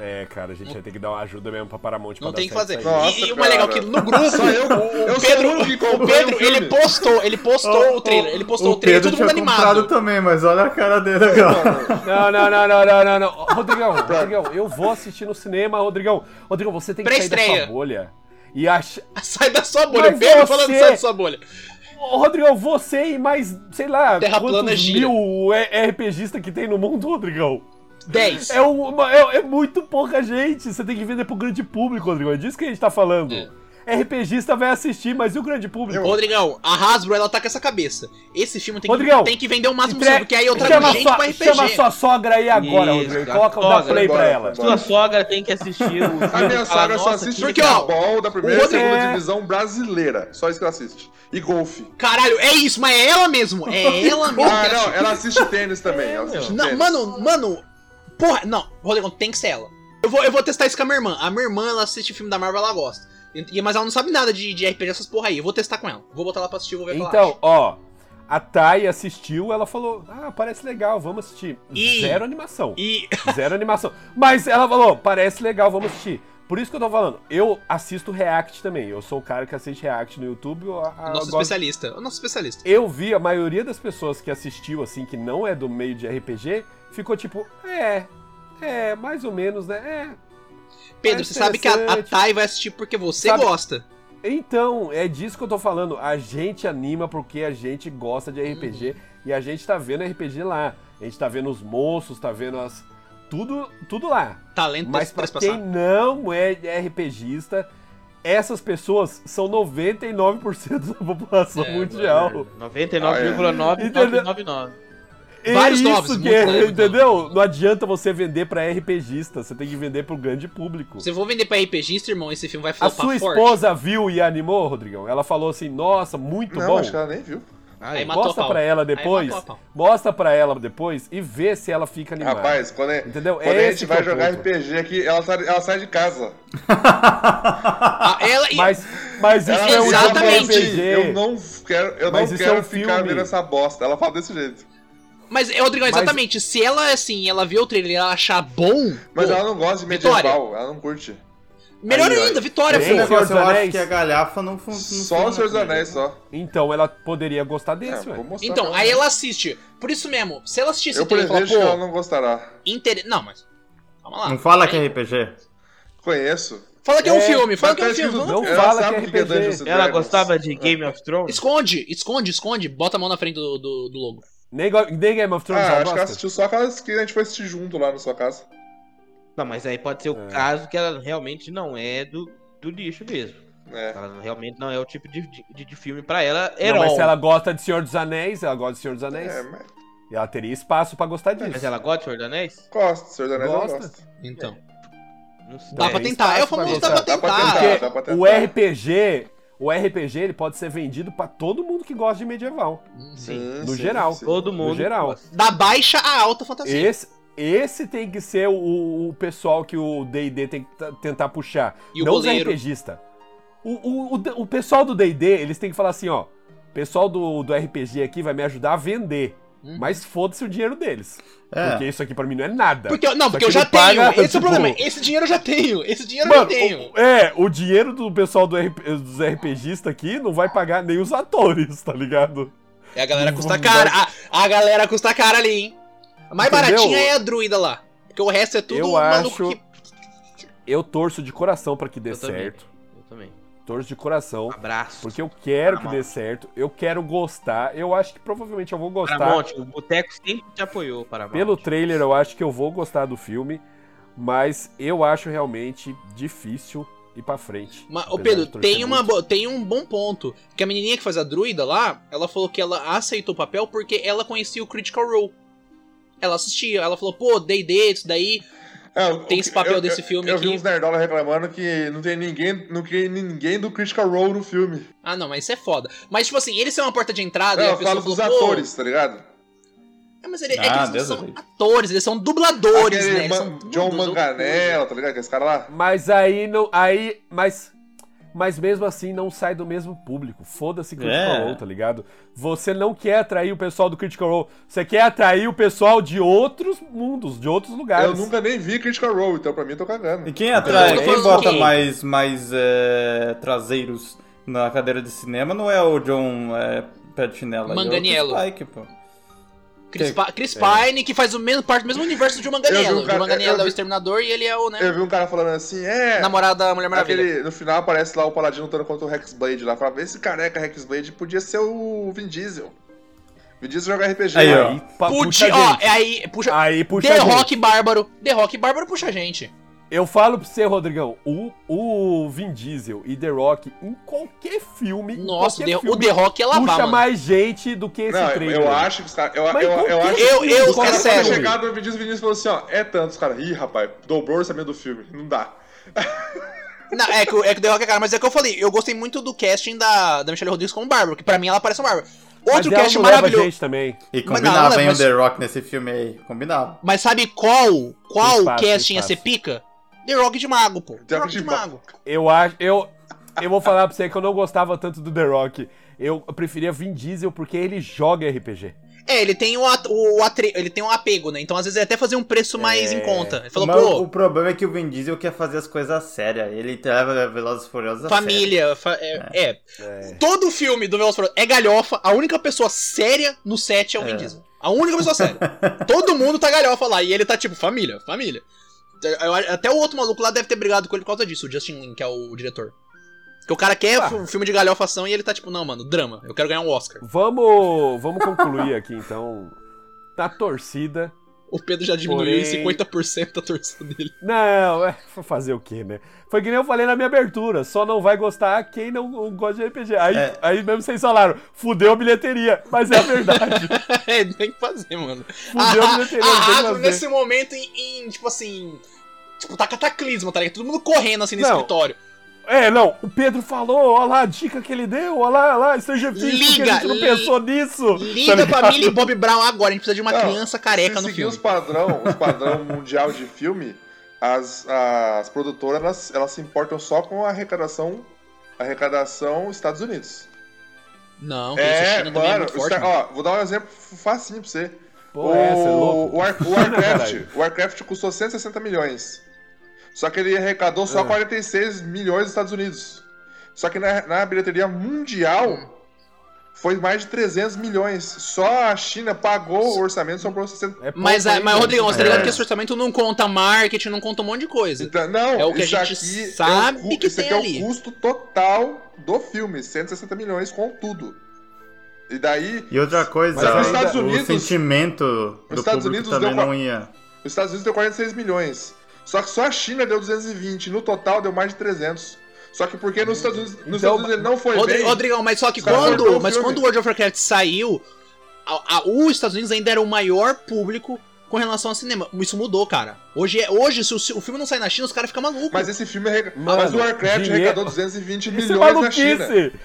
Speaker 3: É, cara, a gente vai ter que dar uma ajuda mesmo pra Paramount. pra
Speaker 2: Não
Speaker 3: dar
Speaker 2: tem que
Speaker 3: certo
Speaker 2: fazer.
Speaker 3: isso aí.
Speaker 5: Nossa,
Speaker 2: e, e o mais
Speaker 5: cara.
Speaker 2: legal é que no grupo.
Speaker 5: Só eu, eu
Speaker 2: o
Speaker 5: sou
Speaker 2: Pedro,
Speaker 5: o único que
Speaker 2: o
Speaker 5: comprei
Speaker 2: Pedro
Speaker 5: o filme.
Speaker 2: ele postou, ele postou o trailer, ele postou o, trailer,
Speaker 4: Pedro
Speaker 2: todo mundo
Speaker 4: tinha comprado
Speaker 2: animado.
Speaker 4: também, mas olha a cara dele agora.
Speaker 3: Não, não, não, não, não, não, não. Ô, Rodrigão, Rodrigão, eu vou assistir no cinema, Rodrigão. Rodrigão, você tem que sair da
Speaker 2: Pré-estreia.
Speaker 3: sua bolha. E achar.
Speaker 2: Sai da sua bolha,
Speaker 3: Mas
Speaker 2: Pedro
Speaker 3: você-
Speaker 2: falando sai da sua bolha.
Speaker 3: Ô, Rodrigão, você e mais, sei lá,
Speaker 2: Terra
Speaker 3: quantos
Speaker 2: plana gira.
Speaker 3: mil é- RPGista que tem no mundo, Rodrigão?
Speaker 2: 10.
Speaker 3: É, uma- é- é muito pouca gente. Você tem que vender pro grande público, Rodrigão. É disso que a gente tá falando.
Speaker 2: É.
Speaker 3: RPGista vai assistir, mas e o grande público?
Speaker 2: Rodrigão, a Hasbro ela tá com essa cabeça. Esse filme tem,
Speaker 3: Rodrigão,
Speaker 2: que, tem um que vender o máximo
Speaker 3: Entre-
Speaker 2: possível, porque aí eu trago
Speaker 3: chama
Speaker 2: gente
Speaker 3: sua,
Speaker 2: pra
Speaker 3: Chama
Speaker 2: RPG.
Speaker 3: sua sogra aí agora,
Speaker 1: Isso,
Speaker 3: Rodrigão. e
Speaker 1: a
Speaker 3: Coloca o da
Speaker 1: sogra,
Speaker 3: play pra
Speaker 5: bora,
Speaker 3: ela.
Speaker 5: bora.
Speaker 1: Sua sogra tem que assistir o
Speaker 5: A minha sogra só assiste
Speaker 2: Porque, ó,
Speaker 5: futebol da primeira
Speaker 2: o
Speaker 5: e segunda
Speaker 3: Rodrigo-
Speaker 5: divisão brasileira. Só isso que ela assiste. E golfe.
Speaker 2: Caralho, é isso, mas é ela mesmo. É ela mesmo.
Speaker 5: Ah,
Speaker 2: que
Speaker 5: não,
Speaker 2: assiste.
Speaker 5: ela assiste tênis também. Ela assiste
Speaker 2: Não,
Speaker 5: tênis.
Speaker 2: mano, mano. Porra, não, Rodrigão, tem que ser ela. Eu vou, eu vou testar isso com a minha irmã. A minha irmã, ela assiste filme da Marvel, ela gosta. E- mas ela não sabe nada de, de RPG, essas porra aí. Eu vou testar com ela. Vou botar ela pra assistir, vou ver o que ela
Speaker 3: Então, ó, a Thay assistiu, ela falou: Ah, parece legal, vamos assistir.
Speaker 2: Ih.
Speaker 3: Zero animação.
Speaker 2: E.
Speaker 3: Zero animação. Mas ela falou: parece legal, vamos assistir. Por isso que eu tô falando, eu assisto React também. Eu sou o cara que assiste React no YouTube. Eu,
Speaker 2: O
Speaker 3: a-
Speaker 2: nosso
Speaker 3: eu gosto-
Speaker 2: especialista. O nosso especialista.
Speaker 3: eu vi a maioria das pessoas que assistiu, assim, que não é do meio de RPG, ficou tipo, é. É, mais ou menos, né?
Speaker 2: Pedro,
Speaker 3: É
Speaker 2: você sabe que a, a
Speaker 3: interessante.
Speaker 2: Thay vai assistir porque você
Speaker 3: Sabe-
Speaker 2: gosta.
Speaker 3: É. Então, é disso que eu tô falando. A gente anima porque a gente gosta de RPG
Speaker 2: Uhum.
Speaker 3: e a gente tá vendo RPG lá. A gente tá vendo os moços, tá vendo as. Tudo, tudo lá.
Speaker 2: Talento
Speaker 3: Mas pra quem
Speaker 2: traspassado.
Speaker 3: não é RPGista, essas pessoas são 99% da população
Speaker 2: É,
Speaker 3: mundial.
Speaker 1: 99,9999.
Speaker 3: É
Speaker 2: Vários
Speaker 3: isso
Speaker 2: novos,
Speaker 3: que
Speaker 2: muito
Speaker 3: é,
Speaker 2: novos,
Speaker 3: entendeu? Não adianta você vender pra RPGista, você tem que vender pro grande público.
Speaker 2: Você vou vender pra RPGista, irmão, esse filme vai
Speaker 3: A
Speaker 2: flopar
Speaker 3: sua
Speaker 2: forte.
Speaker 3: esposa viu e animou, Rodrigão? Ela falou assim: "Nossa, muito
Speaker 5: não,
Speaker 3: bom".
Speaker 5: acho que ela nem viu.
Speaker 2: Aí matou a
Speaker 3: Mostra
Speaker 2: pau.
Speaker 3: pra ela
Speaker 2: Aí
Speaker 3: depois.
Speaker 2: matou a pau.
Speaker 3: Mostra pra ela depois e vê se ela fica animada.
Speaker 5: Rapaz, quando, é-
Speaker 3: Entendeu?
Speaker 5: quando
Speaker 3: É
Speaker 5: a
Speaker 3: esse
Speaker 5: gente
Speaker 3: que é
Speaker 5: vai
Speaker 3: o
Speaker 5: jogar
Speaker 3: ponto.
Speaker 5: RPG aqui, ela sai, ela sai de casa.
Speaker 2: Ah, ela e
Speaker 3: Mas mas isso
Speaker 5: Ela
Speaker 3: é um
Speaker 5: não joga
Speaker 2: Exatamente.
Speaker 5: RPG. Eu
Speaker 3: RPG.
Speaker 5: não quero, eu
Speaker 3: Mas
Speaker 5: não
Speaker 3: isso
Speaker 5: quero
Speaker 3: é um
Speaker 5: ficar
Speaker 3: filme.
Speaker 5: vendo essa bosta. Ela fala desse jeito.
Speaker 2: Mas, é, Rodrigão,
Speaker 3: Mas-
Speaker 2: exatamente. Se ela, assim, ela vê o trailer e ela achar bom.
Speaker 5: Mas
Speaker 2: pô,
Speaker 5: ela não gosta de medieval,
Speaker 2: Vitória.
Speaker 5: ela não curte.
Speaker 2: melhor
Speaker 5: Aí, ó.
Speaker 2: ainda, vitória,
Speaker 4: Esse
Speaker 3: Sim.
Speaker 2: pô.
Speaker 3: Senhor dos
Speaker 4: negócio eu acho
Speaker 3: Anéis.
Speaker 4: que a galhafa não funciona.
Speaker 5: Só os Senhor dos Anéis, só.
Speaker 3: Então ela poderia gostar
Speaker 5: É,
Speaker 3: desse,
Speaker 5: vou
Speaker 3: né? ué.
Speaker 5: mostrar pra
Speaker 2: Então, aí ela assiste. Por isso mesmo, se ela assistir esse
Speaker 5: Eu
Speaker 2: trailer e falar,
Speaker 5: prevejo que ela
Speaker 2: pô,
Speaker 5: não gostará.
Speaker 2: inter... Não, mas. Calma lá.
Speaker 4: Não fala que é RPG.
Speaker 5: Conheço.
Speaker 2: Fala que é um
Speaker 3: É,
Speaker 2: filme, fala que é um
Speaker 5: Tá escrito-
Speaker 2: filme. vamos-
Speaker 3: Não
Speaker 5: ela
Speaker 3: fala
Speaker 5: sabe
Speaker 3: que é
Speaker 5: o
Speaker 3: RPG.
Speaker 5: Dungeons and
Speaker 1: Ela
Speaker 5: Dragons.
Speaker 1: gostava de Game of Thrones?
Speaker 2: Esconde, esconde, esconde. Bota a mão na frente do, do, do logo.
Speaker 3: Nem, go- nem Game of Thrones
Speaker 5: Ah,
Speaker 3: ela
Speaker 5: acho que ela
Speaker 3: gosta.
Speaker 5: assistiu só aquelas que a gente foi assistir junto lá na sua casa.
Speaker 1: Não, mas aí pode ser o
Speaker 3: É.
Speaker 1: caso que ela realmente não é do, do lixo mesmo.
Speaker 5: É.
Speaker 3: Tá,
Speaker 1: Ela realmente não é o tipo de, de, de filme pra ela
Speaker 3: Não,
Speaker 1: herói.
Speaker 3: mas se ela gosta de Senhor dos Anéis, ela gosta de Senhor dos Anéis.
Speaker 5: É, mas
Speaker 3: E ela teria espaço pra gostar disso.
Speaker 1: Mas ela gosta de Senhor dos Anéis?
Speaker 5: gosto, Senhor dos Anéis eu
Speaker 3: Gosta?
Speaker 5: gosto.
Speaker 2: Então.
Speaker 1: Não sei.
Speaker 2: Dá
Speaker 3: É,
Speaker 2: pra tentar.
Speaker 3: espaço
Speaker 2: É o
Speaker 3: pra
Speaker 2: famoso dá pra
Speaker 5: Dá pra
Speaker 2: tentar.
Speaker 5: tentar. dá pra
Speaker 3: Porque o RPG, o RPG ele pode ser vendido pra todo mundo que gosta de medieval,
Speaker 1: Sim.
Speaker 3: no geral.
Speaker 1: Todo mundo.
Speaker 3: no geral.
Speaker 1: gosta.
Speaker 2: Da Hum, baixa à alta fantasia.
Speaker 3: Esse, esse tem que ser o, o pessoal que o D&D tem que t- tentar puxar,
Speaker 2: E o
Speaker 3: não os
Speaker 2: goleiro.
Speaker 3: RPGista. O, o, o, D- o pessoal do D&D, eles têm que falar assim, ó, pessoal do, do RPG aqui vai me ajudar a vender,
Speaker 2: Uhum.
Speaker 3: mas foda-se o dinheiro deles, porque
Speaker 4: É.
Speaker 3: isso aqui pra mim não é nada.
Speaker 2: Porque, eu- não, porque eu
Speaker 3: Só
Speaker 2: já
Speaker 3: que ele
Speaker 2: tenho.
Speaker 3: paga,
Speaker 2: Esse é o
Speaker 3: tipo-
Speaker 2: problema. Esse dinheiro eu já tenho. Esse dinheiro eu já
Speaker 3: Mano,
Speaker 2: tenho.
Speaker 3: o- é, o dinheiro do pessoal do RP dos RPGistas aqui não vai pagar nem os atores, tá ligado?
Speaker 2: É, a galera custa
Speaker 3: Vamos
Speaker 2: cara. A, a galera custa cara ali, hein? A mais
Speaker 3: Entendeu?
Speaker 2: baratinha é a druida lá. Porque o resto é tudo
Speaker 3: Eu
Speaker 2: maluco
Speaker 3: acho-
Speaker 2: que.
Speaker 3: Eu torço de coração pra que dê
Speaker 1: Eu também.
Speaker 3: certo.
Speaker 1: Eu também.
Speaker 3: Torço de coração.
Speaker 1: Abraço.
Speaker 3: Porque eu quero
Speaker 1: Pra
Speaker 3: que dê certo, eu quero gostar, eu acho que provavelmente eu vou gostar.
Speaker 1: Paramonte, o Boteco sempre te apoiou, Paramonte.
Speaker 3: Pelo trailer eu acho que eu vou gostar do filme, mas eu acho realmente difícil ir pra frente.
Speaker 2: Ma- Ô
Speaker 3: Apesar
Speaker 2: Pedro,
Speaker 3: de torcer
Speaker 2: tem, uma,
Speaker 3: muito.
Speaker 2: bo- tem um bom ponto. Que a menininha que faz a druida lá, ela falou que ela aceitou o papel porque ela conhecia o Critical Role. Ela assistia, ela falou, pô, D&D, isso daí.
Speaker 5: É, o-
Speaker 2: Tem
Speaker 5: o-
Speaker 2: esse papel
Speaker 5: eu-
Speaker 2: desse
Speaker 5: eu-
Speaker 2: filme
Speaker 5: Eu
Speaker 2: aqui.
Speaker 5: vi uns nerdola reclamando que não tem ninguém, não tem ninguém do Critical Role no filme.
Speaker 2: Ah, não, mas isso é foda. Mas, tipo assim, eles são uma porta de entrada
Speaker 5: Não,
Speaker 2: e a
Speaker 5: É, eu
Speaker 2: pessoa falou,
Speaker 5: falo dos
Speaker 2: pô...
Speaker 5: atores, tá ligado?
Speaker 2: É, mas ele, é que
Speaker 4: Ah,
Speaker 2: eles não
Speaker 4: Deus
Speaker 2: são
Speaker 4: do céu.
Speaker 2: atores, eles são dubladores,
Speaker 5: Aquele
Speaker 2: né? Eles
Speaker 5: Man-
Speaker 2: são
Speaker 5: John
Speaker 2: dublando,
Speaker 5: Manganella, tá ligado? Esse cara lá.
Speaker 3: Mas aí não. Aí. Mas. Mas mesmo assim não sai do mesmo público. Foda-se Critical
Speaker 4: É.
Speaker 3: Role, tá ligado? Você não quer atrair o pessoal do Critical Role. Você quer atrair o pessoal de outros mundos, de outros lugares.
Speaker 5: Eu nunca nem vi Critical Role, então pra mim eu tô
Speaker 4: E
Speaker 2: Né?
Speaker 5: cagando.
Speaker 4: quem atrai,
Speaker 2: Entendeu?
Speaker 4: quem
Speaker 2: Eu tô
Speaker 4: bota
Speaker 2: falando que-
Speaker 4: mais, mais é, traseiros na cadeira de cinema não é o John é, Petinella.
Speaker 2: Manganiello.
Speaker 4: É o Chris Pike, pô.
Speaker 2: Chris,
Speaker 4: Que-
Speaker 2: Pa- Chris Pine, que faz o mesmo parte do mesmo universo do Joe
Speaker 5: É, Eu vi
Speaker 2: Manganiello.
Speaker 5: um
Speaker 2: O
Speaker 5: cara-
Speaker 2: Joe
Speaker 5: eu
Speaker 2: Manganiello
Speaker 5: vi-
Speaker 2: é o Exterminador e ele é o, né,
Speaker 5: Eu vi um cara falando assim, é.
Speaker 2: namorado da Mulher Maravilha.
Speaker 5: Aquele, no final aparece lá o Paladino lutando contra o Hexblade lá. Falava, esse careca Hexblade podia ser o Vin Diesel. Vin Diesel joga RPG.
Speaker 4: Aí,
Speaker 5: né?
Speaker 4: ó.
Speaker 3: pa-
Speaker 2: Puxa,
Speaker 3: puxa
Speaker 2: ó,
Speaker 3: gente.
Speaker 2: é aí, puxa...
Speaker 3: Aí puxa.
Speaker 2: The
Speaker 3: gente.
Speaker 2: Rock Bárbaro. The Rock Bárbaro puxa a gente.
Speaker 3: Eu falo pra você, Rodrigão, o, o Vin Diesel e The Rock em qualquer filme. em
Speaker 2: Nossa, o
Speaker 3: qualquer
Speaker 2: The,
Speaker 3: filme,
Speaker 2: o The Rock é
Speaker 3: puxa
Speaker 2: lavar, mano.
Speaker 3: mais gente do que esse
Speaker 5: Não, eu,
Speaker 3: trailer.
Speaker 5: eu acho que os caras. Eu, eu,
Speaker 3: Mas
Speaker 5: eu,
Speaker 3: qualquer
Speaker 5: acho
Speaker 2: Eu-
Speaker 3: filme,
Speaker 2: eu-
Speaker 5: Os caras
Speaker 2: é
Speaker 5: quando
Speaker 2: sério.
Speaker 5: chegaram no Vin Diesel, o Vin Diesel falou assim, ó, é tanto, os caras, ih, rapaz, dobrou o orçamento do filme, não dá.
Speaker 2: Não, é que, o- é que o The Rock é cara, mas é o que eu falei. Eu gostei muito do casting da, da Michelle Rodrigues como Bárbaro, que pra mim ela parece um Bárbaro.
Speaker 3: Mas
Speaker 2: Outro
Speaker 3: ela
Speaker 2: casting
Speaker 3: não leva
Speaker 2: maravilhoso.
Speaker 3: gente também.
Speaker 4: E
Speaker 2: Mas
Speaker 4: combinava,
Speaker 2: não,
Speaker 4: hein,
Speaker 2: né, mas-
Speaker 4: o The Rock nesse filme aí. Combinava.
Speaker 2: Mas sabe qual, qual
Speaker 3: Espaço,
Speaker 2: casting ia
Speaker 3: espaço.
Speaker 2: ser pica? The Rock de Mago, pô. The
Speaker 5: Rock
Speaker 2: Rock de
Speaker 5: de
Speaker 2: Mago.
Speaker 3: Eu acho. Eu, eu vou falar pra você que eu não gostava tanto do The Rock. Eu preferia Vin Diesel porque ele joga RPG.
Speaker 2: É, ele tem o, at- o atre- ele tem um apego, né? Então às vezes é até fazer um preço mais em conta. Ele falou,
Speaker 4: Mas o-
Speaker 2: pô,
Speaker 4: o problema é que o Vin Diesel quer fazer as coisas sérias. Ele leva Velozes e Furiosos a
Speaker 2: família, fa- é, é. Todo filme do Velociraptor é galhofa, a única pessoa séria no set é o Vin
Speaker 4: É.
Speaker 2: Diesel. A única pessoa séria. Todo mundo tá galhofa lá. E ele tá tipo, família, família. Eu acho- Até o outro maluco lá deve ter brigado com ele por causa disso, o Justin Lin, que é o diretor. Porque o cara quer
Speaker 4: Ah.
Speaker 2: um filme de galhofação e ele tá tipo, não, mano, drama, eu quero ganhar um Oscar.
Speaker 3: Vamos, vamos concluir aqui então. Na torcida.
Speaker 2: O Pedro já diminuiu
Speaker 3: Porém-
Speaker 2: em 50% a torcida dele.
Speaker 3: Não, é, fazer o quê, né? Foi que nem eu falei na minha abertura, só não vai gostar quem não, não gosta de RPG. Aí,
Speaker 4: É.
Speaker 3: aí mesmo vocês falaram, fudeu a bilheteria, mas é a verdade.
Speaker 2: é, tem que fazer, mano.
Speaker 3: Fudeu a bilheteria, não tem o que
Speaker 2: Arrasa
Speaker 3: fazer.
Speaker 2: nesse momento em, em, tipo assim. Tipo, tá cataclisma, tá ligado? Todo mundo correndo assim no
Speaker 3: Não.
Speaker 2: escritório.
Speaker 3: É, não, o Pedro falou, olha lá a dica que ele deu, olha lá, olha lá, Stranger Things, porque
Speaker 2: Liga,
Speaker 3: a gente não
Speaker 2: li-
Speaker 3: pensou nisso.
Speaker 2: Liga
Speaker 3: tá
Speaker 2: pra
Speaker 3: ligado?
Speaker 2: Millie Bob Brown agora, a gente precisa de uma
Speaker 5: Não,
Speaker 2: criança careca
Speaker 5: Se
Speaker 2: no
Speaker 5: seguir
Speaker 2: filme.
Speaker 5: os padrão, os padrão mundial de filme, as, as produtoras elas, elas se importam só com a arrecadação, arrecadação Estados Unidos.
Speaker 2: Não, isso, a
Speaker 5: é,
Speaker 2: China também é
Speaker 5: mano,
Speaker 2: muito forte.
Speaker 5: Star-
Speaker 2: mano.
Speaker 5: ó, vou dar um exemplo facinho pra você.
Speaker 3: Pô, é, você é
Speaker 5: o,
Speaker 3: louco.
Speaker 5: o, War- o Warcraft, o Warcraft custou 160 milhões. Só que ele arrecadou só
Speaker 3: Ah.
Speaker 5: 46 milhões nos Estados Unidos. Só que na, na bilheteria mundial foi mais de 300 milhões. Só a China pagou o orçamento, sobrou 60.
Speaker 3: É pouco
Speaker 2: Mas, a-
Speaker 3: ainda.
Speaker 2: mas Rodrigão, você tá ligado
Speaker 5: É.
Speaker 2: que esse orçamento não conta marketing, não conta um monte de coisa.
Speaker 5: Então, não,
Speaker 2: É o que a
Speaker 5: isso
Speaker 2: gente
Speaker 5: aqui é o
Speaker 2: sabe
Speaker 5: cu-
Speaker 2: que
Speaker 5: isso aqui
Speaker 2: tem
Speaker 5: é
Speaker 2: ali.
Speaker 5: o custo total do filme, 160 milhões com tudo. E daí,
Speaker 4: E outra coisa,
Speaker 3: Mas nos
Speaker 5: Estados
Speaker 4: o
Speaker 5: Unidos-
Speaker 4: sentimento do
Speaker 5: Estados
Speaker 4: público
Speaker 5: Unidos
Speaker 4: também
Speaker 5: deu
Speaker 4: não ia.
Speaker 5: Os Estados Unidos deu 46 milhões. Só que só a China deu 220. No total deu mais de 300. Só que porque nos Estados Unidos, nos Estados Unidos ele não foi
Speaker 2: Rodri-
Speaker 5: bem.
Speaker 2: Rodrigão, mas só que
Speaker 5: Cara, cortou
Speaker 2: quando,
Speaker 5: o
Speaker 2: mas
Speaker 5: filme.
Speaker 2: quando o World of Warcraft saiu, a, a- os Estados Unidos ainda era o maior público com relação ao cinema. Isso mudou, cara. Hoje, é, hoje se, o, se o filme não sai na China, os caras ficam malucos.
Speaker 5: Mas esse filme arrega-
Speaker 3: Mano,
Speaker 5: Mas o Warcraft
Speaker 3: dinheiro-
Speaker 5: arrecadou 220
Speaker 3: Isso é
Speaker 5: milhões na China.
Speaker 3: maluquice!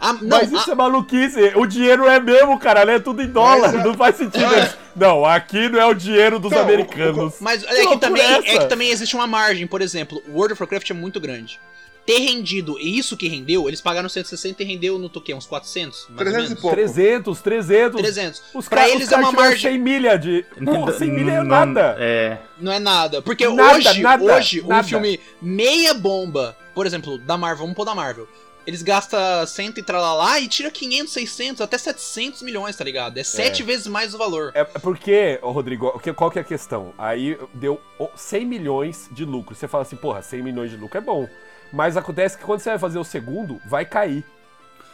Speaker 2: Ah, não,
Speaker 3: Mas isso
Speaker 2: ah,
Speaker 3: é maluquice. O dinheiro é mesmo, caralho. É tudo em dólar.
Speaker 5: Mas é-
Speaker 3: Não faz sentido.
Speaker 5: É.
Speaker 3: isso. Não, aqui não é o dinheiro dos
Speaker 5: Não,
Speaker 3: americanos.
Speaker 2: mas
Speaker 3: Que
Speaker 2: é que,
Speaker 3: loucura
Speaker 2: também,
Speaker 3: é essa?
Speaker 2: é que também existe uma margem. Por exemplo, o World of Warcraft é muito grande. Ter rendido, e isso que rendeu, eles pagaram 160 e rendeu no que? Uns 400? Mais
Speaker 5: 300
Speaker 2: ou
Speaker 5: e
Speaker 2: menos?
Speaker 5: pouco.
Speaker 3: 300, 300.
Speaker 2: 300.
Speaker 3: Os
Speaker 2: pra
Speaker 3: caras
Speaker 2: eles é uma margem.
Speaker 3: 100 milha de... Porra, 100 milha é nada.
Speaker 4: É.
Speaker 2: Não é nada. Porque
Speaker 3: Nada,
Speaker 2: hoje,
Speaker 3: nada,
Speaker 2: hoje um
Speaker 3: nada.
Speaker 2: filme meia bomba, por exemplo, da Marvel, vamos pôr da Marvel. Eles gastam 100 e tralalá e tira 500, 600, até 700 milhões, tá ligado? É sete vezes mais o valor.
Speaker 3: É porque, ô, Rodrigo, o que- qual que é a questão? Aí deu o- 100 milhões de lucro. Você fala assim, porra, 100 milhões de lucro é bom. Mas acontece que quando você vai fazer o segundo, vai cair.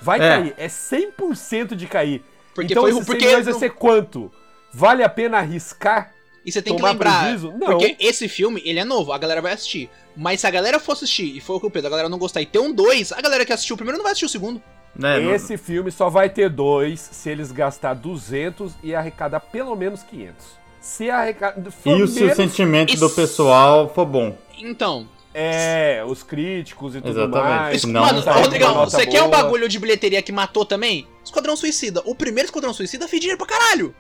Speaker 3: Vai
Speaker 4: É.
Speaker 3: cair. É 100% de cair.
Speaker 2: Porque
Speaker 3: então
Speaker 2: foi
Speaker 3: esses 100
Speaker 2: porque
Speaker 3: milhões vai
Speaker 2: não-
Speaker 3: ser quanto? Vale a pena arriscar?
Speaker 2: E você tem que
Speaker 3: tomar
Speaker 2: lembrar,
Speaker 3: prejuízo? Não.
Speaker 2: porque esse filme, ele é novo, a galera vai assistir. Mas se a galera for assistir, e for o que o Pedro, a galera não gostar e ter um dois, a galera que assistiu o primeiro não vai assistir o segundo.
Speaker 4: Né, não-
Speaker 3: Esse filme só vai ter dois se eles gastar 200 e arrecadar pelo menos 500. Se arrecadar...
Speaker 4: E se o sentimento do
Speaker 2: Isso.
Speaker 4: pessoal for bom.
Speaker 2: Então,
Speaker 3: É, os críticos e tudo
Speaker 4: Exatamente.
Speaker 3: mais.
Speaker 4: Isso,
Speaker 3: Não
Speaker 2: mano,
Speaker 3: sai com uma
Speaker 2: Rodrigão,
Speaker 3: nota
Speaker 2: você quer um
Speaker 3: boa.
Speaker 2: bagulho de bilheteria que matou também? Esquadrão Suicida. O primeiro Esquadrão Suicida fez dinheiro pra caralho.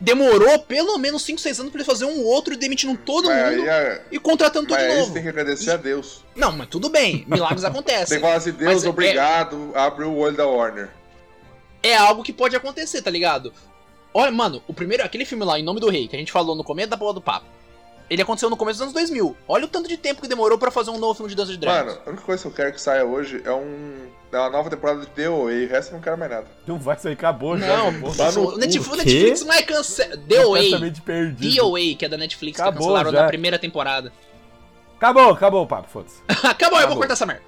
Speaker 2: Demorou pelo menos 5, 6 anos pra ele fazer um outro e demitindo todo
Speaker 5: Mas
Speaker 2: mundo
Speaker 5: aí, é-
Speaker 2: e contratando tudo
Speaker 5: mas
Speaker 2: de
Speaker 5: aí
Speaker 2: novo.
Speaker 5: você tem que agradecer a Deus.
Speaker 2: Não, mas tudo bem, milagres
Speaker 5: Tem
Speaker 2: acontecem.
Speaker 5: que falar assim,
Speaker 2: Mas
Speaker 5: Deus,
Speaker 2: é-
Speaker 5: obrigado, abre o olho da Warner.
Speaker 2: É algo que pode acontecer, tá ligado? Olha, mano, o primeiro, aquele filme lá, Em Nome do Rei, que a gente falou no começo da bola do papo. Ele aconteceu no começo dos anos 2000. Olha o tanto de tempo que demorou pra fazer um novo filme de dança de dragons.
Speaker 5: Mano, a única coisa que eu quero que saia hoje é um. É uma nova temporada de DOA, e o resto eu não quero mais nada.
Speaker 3: Não vai sair, acabou já.
Speaker 2: não,
Speaker 3: acabou.
Speaker 4: tá no
Speaker 2: o Netflix,
Speaker 4: cu.
Speaker 2: o Netflix não é cancela. Deu aí.
Speaker 3: Completamente perdido.
Speaker 2: DOA, que é da Netflix, que
Speaker 3: Acabou
Speaker 2: cancelaram
Speaker 3: já.
Speaker 2: na primeira temporada.
Speaker 3: Acabou, acabou o papo, foda-se.
Speaker 2: acabou, eu vou
Speaker 3: Acabou.
Speaker 2: cortar essa merda.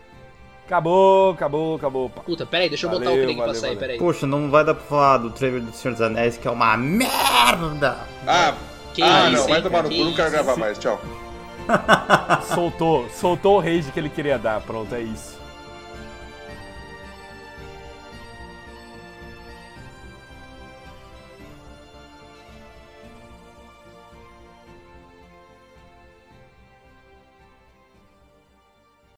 Speaker 3: Acabou, acabou, acabou o papo.
Speaker 2: Puta, peraí, deixa eu botar
Speaker 3: Valeu,
Speaker 2: o Craig pra
Speaker 3: valeu,
Speaker 2: sair,
Speaker 3: valeu.
Speaker 2: peraí.
Speaker 4: Poxa, não vai dar pra falar do trailer do Senhor dos Anéis, que é uma merda!
Speaker 5: Ah,
Speaker 2: Que
Speaker 5: ah
Speaker 2: isso,
Speaker 5: não, vai
Speaker 2: hein?
Speaker 5: tomar no
Speaker 2: Que
Speaker 5: cu, não quero
Speaker 2: isso.
Speaker 5: gravar mais, tchau.
Speaker 3: Soltou, soltou o rage que ele queria dar, pronto, é isso.